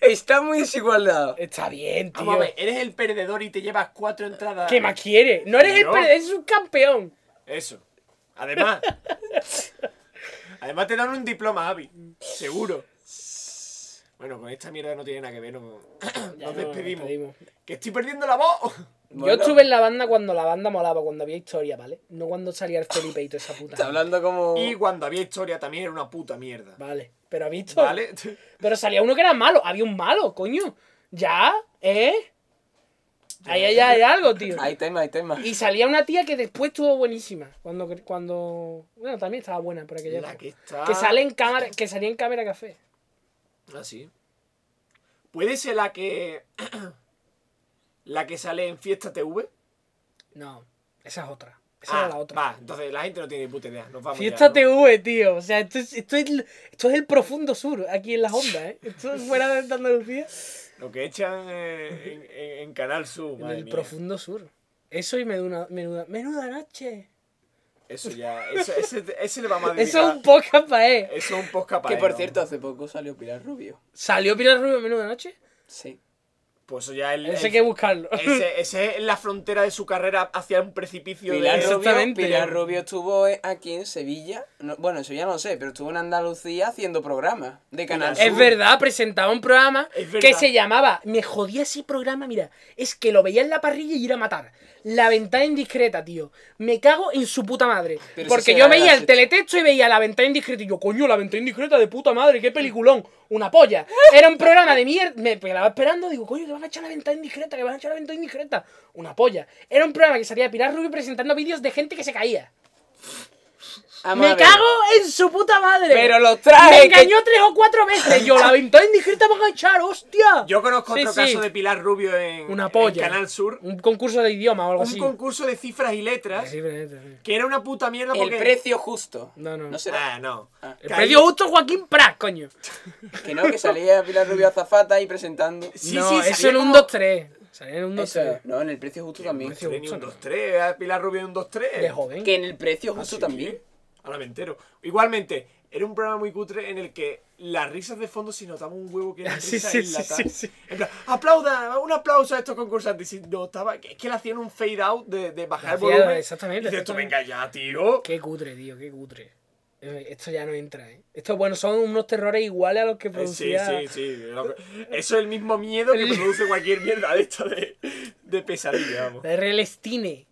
[SPEAKER 2] Está muy desigualdad.
[SPEAKER 3] Está bien, tío.
[SPEAKER 1] Vamos a ver, eres el perdedor y te llevas cuatro entradas.
[SPEAKER 3] ¿Qué más quiere? No eres el
[SPEAKER 1] No.
[SPEAKER 3] perdedor, eres un campeón.
[SPEAKER 1] Eso. Además. además te dan un diploma, Avi. Seguro. Bueno, con esta mierda no tiene nada que ver. no- nos despedimos.
[SPEAKER 3] despedimos.
[SPEAKER 1] Que estoy perdiendo la voz.
[SPEAKER 2] Bueno,
[SPEAKER 3] Yo estuve en la banda cuando la banda molaba, cuando había historia, ¿vale? No cuando salía el Felipe y toda esa puta.
[SPEAKER 2] Está
[SPEAKER 3] mierda.
[SPEAKER 2] hablando como.
[SPEAKER 1] Y
[SPEAKER 3] Oh.
[SPEAKER 1] cuando había historia también era una puta mierda.
[SPEAKER 3] Vale, pero había historia.
[SPEAKER 1] ¿Vale?
[SPEAKER 3] Pero salía uno que era malo, había un malo, coño. Ya, ¿eh? Ahí ahí hay algo, tío.
[SPEAKER 2] Hay tema, hay tema.
[SPEAKER 3] Y salía una tía que después estuvo buenísima. Cuando, cuando. Bueno, también estaba buena, pero que ya.
[SPEAKER 1] La que está.
[SPEAKER 3] Que sale en cámara, que salía en cámara café.
[SPEAKER 1] Ah, sí. ¿Puede ser la que. la que sale en Fiesta TV?
[SPEAKER 3] No, esa es otra. Esa era la otra.
[SPEAKER 1] Ah, Va, entonces la gente no tiene ni puta idea. Nos vamos.
[SPEAKER 3] Fiesta
[SPEAKER 1] ya, ¿no?
[SPEAKER 3] TV, tío. O sea, esto es, esto, es, esto es el profundo sur aquí en las ondas, ¿eh? Esto es fuera de Andalucía.
[SPEAKER 1] Lo que echan eh, en, en- en Canal Sur.
[SPEAKER 3] En
[SPEAKER 1] madre
[SPEAKER 3] el
[SPEAKER 1] mía.
[SPEAKER 3] profundo sur. Eso y menuda, menuda, menuda noche.
[SPEAKER 1] Eso ya. Eso, ese, ese le vamos a dedicar.
[SPEAKER 3] Eso es un podcast para él.
[SPEAKER 1] Eso es un post capaz.
[SPEAKER 2] Que por cierto, hace poco salió Pilar Rubio.
[SPEAKER 3] ¿Salió Pilar Rubio en menuda noche?
[SPEAKER 2] Sí.
[SPEAKER 1] Pues eso ya el-
[SPEAKER 3] Eso hay
[SPEAKER 1] el-
[SPEAKER 3] que buscarlo.
[SPEAKER 1] ese, ese es la frontera de su carrera hacia un precipicio
[SPEAKER 2] Pilar
[SPEAKER 1] de.
[SPEAKER 3] Eso-
[SPEAKER 2] Rubio,
[SPEAKER 3] Exactamente.
[SPEAKER 2] Pilar Rubio estuvo eh, aquí en Sevilla. No- bueno, en Sevilla no lo sé, pero estuvo en Andalucía haciendo programas de Canal
[SPEAKER 1] Pilar
[SPEAKER 2] Sur.
[SPEAKER 3] Es verdad, presentaba un programa
[SPEAKER 1] Es verdad.
[SPEAKER 3] que se llamaba. Me jodía ese programa, mira. Es que lo veía en la parrilla y ir a matar. La ventana indiscreta, tío. Me cago en su puta madre.
[SPEAKER 2] Pero eso
[SPEAKER 3] Porque
[SPEAKER 2] se
[SPEAKER 3] yo
[SPEAKER 2] da
[SPEAKER 3] veía
[SPEAKER 2] la
[SPEAKER 3] el
[SPEAKER 2] sexta.
[SPEAKER 3] teletexto y veía la ventana indiscreta. Y yo, coño, la ventana indiscreta de puta madre, qué peliculón. Una polla. Era un programa de mierda. Me quedaba esperando, digo, coño, que van a echar la ventana indiscreta, que van a echar la ventana indiscreta. Una polla. Era un programa que salía Pilar Rubio presentando vídeos de gente que se caía.
[SPEAKER 2] Vamos a
[SPEAKER 3] Me
[SPEAKER 2] ver.
[SPEAKER 3] cago en su puta madre.
[SPEAKER 2] Pero los
[SPEAKER 3] Me
[SPEAKER 2] trajes. que-
[SPEAKER 3] engañó tres o cuatro veces. Yo la ventana indiscreta van a echar, hostia.
[SPEAKER 1] Yo conozco
[SPEAKER 3] Sí,
[SPEAKER 1] otro
[SPEAKER 3] sí.
[SPEAKER 1] caso de Pilar Rubio en,
[SPEAKER 3] Una
[SPEAKER 1] en
[SPEAKER 3] polla.
[SPEAKER 1] Canal Sur.
[SPEAKER 3] Un concurso de idioma o algo
[SPEAKER 1] Un
[SPEAKER 3] así.
[SPEAKER 1] concurso de cifras y letras.
[SPEAKER 3] Sí, sí, sí.
[SPEAKER 1] Que era una puta mierda
[SPEAKER 2] El
[SPEAKER 1] porque.
[SPEAKER 2] precio justo.
[SPEAKER 3] No, no.
[SPEAKER 2] No será.
[SPEAKER 1] Ah, no.
[SPEAKER 2] Ah.
[SPEAKER 3] El
[SPEAKER 1] Que
[SPEAKER 3] predio
[SPEAKER 1] ahí-
[SPEAKER 3] justo Joaquín Prat, coño.
[SPEAKER 2] Que no, que salía Pilar Rubio azafata ahí presentando.
[SPEAKER 1] Sí,
[SPEAKER 3] no,
[SPEAKER 1] sí,
[SPEAKER 3] eso
[SPEAKER 1] salía
[SPEAKER 3] en un
[SPEAKER 1] como-
[SPEAKER 3] 2-3. Salía en un
[SPEAKER 2] Eso,
[SPEAKER 3] 2-3.
[SPEAKER 2] no, en el precio justo también.
[SPEAKER 3] precio-
[SPEAKER 1] Tenía un 2-3, era Pilar Rubio en un 2-3.
[SPEAKER 3] De joven.
[SPEAKER 2] Que en el precio justo
[SPEAKER 1] Sí,
[SPEAKER 2] también.
[SPEAKER 1] Ahora me entero. Igualmente, era un programa muy cutre en el que las risas de fondo se notaba un huevo que era
[SPEAKER 3] Sí,
[SPEAKER 1] risa
[SPEAKER 3] sí,
[SPEAKER 1] enlatada.
[SPEAKER 3] sí, sí, sí.
[SPEAKER 1] En plan, aplauda, un aplauso a estos concursantes. Y se notaba, es que le hacían un fade out de, de bajar el
[SPEAKER 3] Hacía-
[SPEAKER 1] volumen.
[SPEAKER 3] exactamente,
[SPEAKER 1] Y dices, tú
[SPEAKER 3] exactamente.
[SPEAKER 1] venga ya, tío. Eh,
[SPEAKER 3] Qué cutre, tío, qué cutre. Eh, Esto ya no entra, ¿eh? Esto, bueno, son unos terrores iguales a los que
[SPEAKER 1] Eh, Sí,
[SPEAKER 3] producía.
[SPEAKER 1] sí, sí. lo que- Eso es el mismo miedo que produce cualquier mierda de esta de, de pesadilla, vamos.
[SPEAKER 3] Relestine.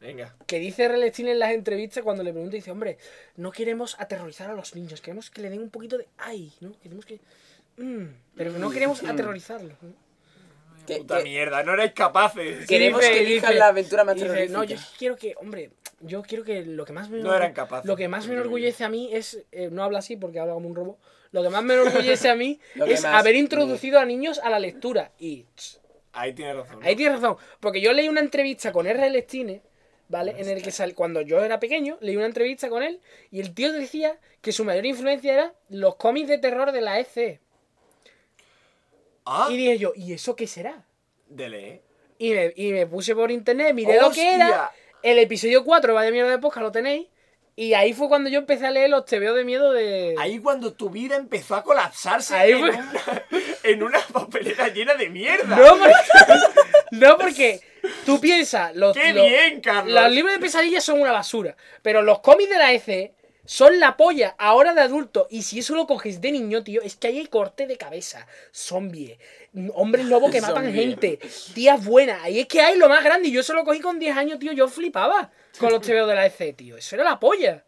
[SPEAKER 1] Venga.
[SPEAKER 3] que dice Relestine en las entrevistas cuando le pregunta, dice, hombre, no queremos aterrorizar a los niños, queremos que le den un poquito de ay, ¿no? Queremos que... mm, pero no queremos
[SPEAKER 2] Mm.
[SPEAKER 3] aterrorizarlos. ¿no?
[SPEAKER 2] Que-
[SPEAKER 1] Puta
[SPEAKER 2] que-
[SPEAKER 1] mierda, no erais capaces.
[SPEAKER 3] Sí,
[SPEAKER 2] queremos
[SPEAKER 3] dice-
[SPEAKER 2] que
[SPEAKER 3] dice-
[SPEAKER 2] elijan la aventura más
[SPEAKER 3] Y dice,
[SPEAKER 2] terrorífica.
[SPEAKER 3] no, yo quiero que, hombre, yo quiero que lo que más me,
[SPEAKER 1] No eran capaces.
[SPEAKER 3] lo que más
[SPEAKER 1] Yo
[SPEAKER 3] me
[SPEAKER 1] creo que-
[SPEAKER 3] enorgullece a mí es, eh, no habla así porque habla como un robo, lo que más me enorgullece a mí
[SPEAKER 2] Lo que
[SPEAKER 3] es
[SPEAKER 2] más-
[SPEAKER 3] haber introducido a niños a la lectura. Y tss,
[SPEAKER 1] Ahí tienes razón.
[SPEAKER 3] Ahí tienes razón. Porque yo leí una entrevista con R. Lestine, ¿vale? En el que sal... cuando yo era pequeño, leí una entrevista con él y el tío decía que su mayor influencia era los cómics de terror de la EC.
[SPEAKER 1] Ah,
[SPEAKER 3] Y dije yo, ¿y eso qué será?
[SPEAKER 1] dele, eh.
[SPEAKER 3] Y me, y me puse por internet, miré lo que
[SPEAKER 1] ¡Hostia!
[SPEAKER 3] era. El episodio 4, vaya mierda de posca, lo tenéis. Y ahí fue cuando yo empecé a leer los TVO de miedo de.
[SPEAKER 1] Ahí cuando tu vida empezó a colapsarse
[SPEAKER 3] Ahí
[SPEAKER 1] en,
[SPEAKER 3] fue-
[SPEAKER 1] una, en una papelera llena de mierda.
[SPEAKER 3] No, porque. no, porque tú piensas. Los,
[SPEAKER 1] ¡Qué
[SPEAKER 3] los-
[SPEAKER 1] bien, Carlos!
[SPEAKER 3] Los libros de pesadillas son una basura, pero los cómics de la ECE son la polla ahora de adulto. Y si eso lo coges de niño, tío, es que ahí hay corte de cabeza, zombie, hombres lobo que matan
[SPEAKER 2] Zombie.
[SPEAKER 3] gente, tías buenas. Ahí es que hay lo más grande. Y yo eso lo cogí con 10 años, tío. Yo flipaba con los TVO de la ECE, tío. Eso era la polla.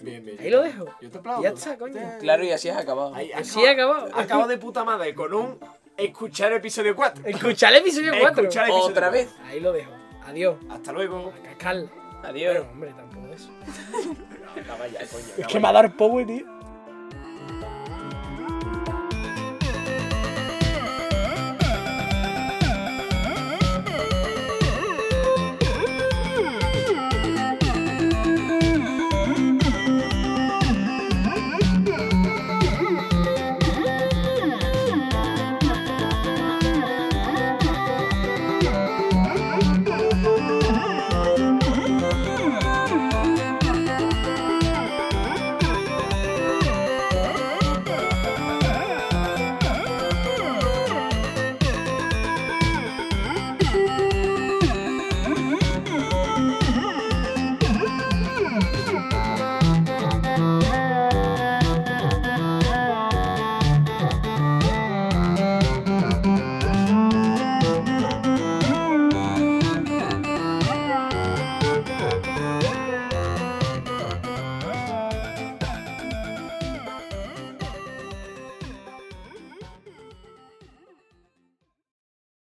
[SPEAKER 1] Bien, bien,
[SPEAKER 3] Ahí
[SPEAKER 1] yo
[SPEAKER 3] lo
[SPEAKER 1] te-
[SPEAKER 3] dejo.
[SPEAKER 1] Yo te aplaudo. Este-
[SPEAKER 3] Ya está, coño.
[SPEAKER 2] Claro, y así has acabado.
[SPEAKER 1] Ahí,
[SPEAKER 3] Así he acabado.
[SPEAKER 1] Acabo de puta madre con un escuchar episodio 4.
[SPEAKER 3] Escuchar el episodio 4.
[SPEAKER 1] Escuchar episodio
[SPEAKER 2] Otra vez.
[SPEAKER 3] Ahí lo dejo. Adiós.
[SPEAKER 1] Hasta luego.
[SPEAKER 3] A cacarla.
[SPEAKER 2] Adiós.
[SPEAKER 3] Pero, hombre, tampoco eso.
[SPEAKER 1] Acaba ya, coño,
[SPEAKER 3] Es
[SPEAKER 1] acaba
[SPEAKER 3] que me ha dado el power, tío.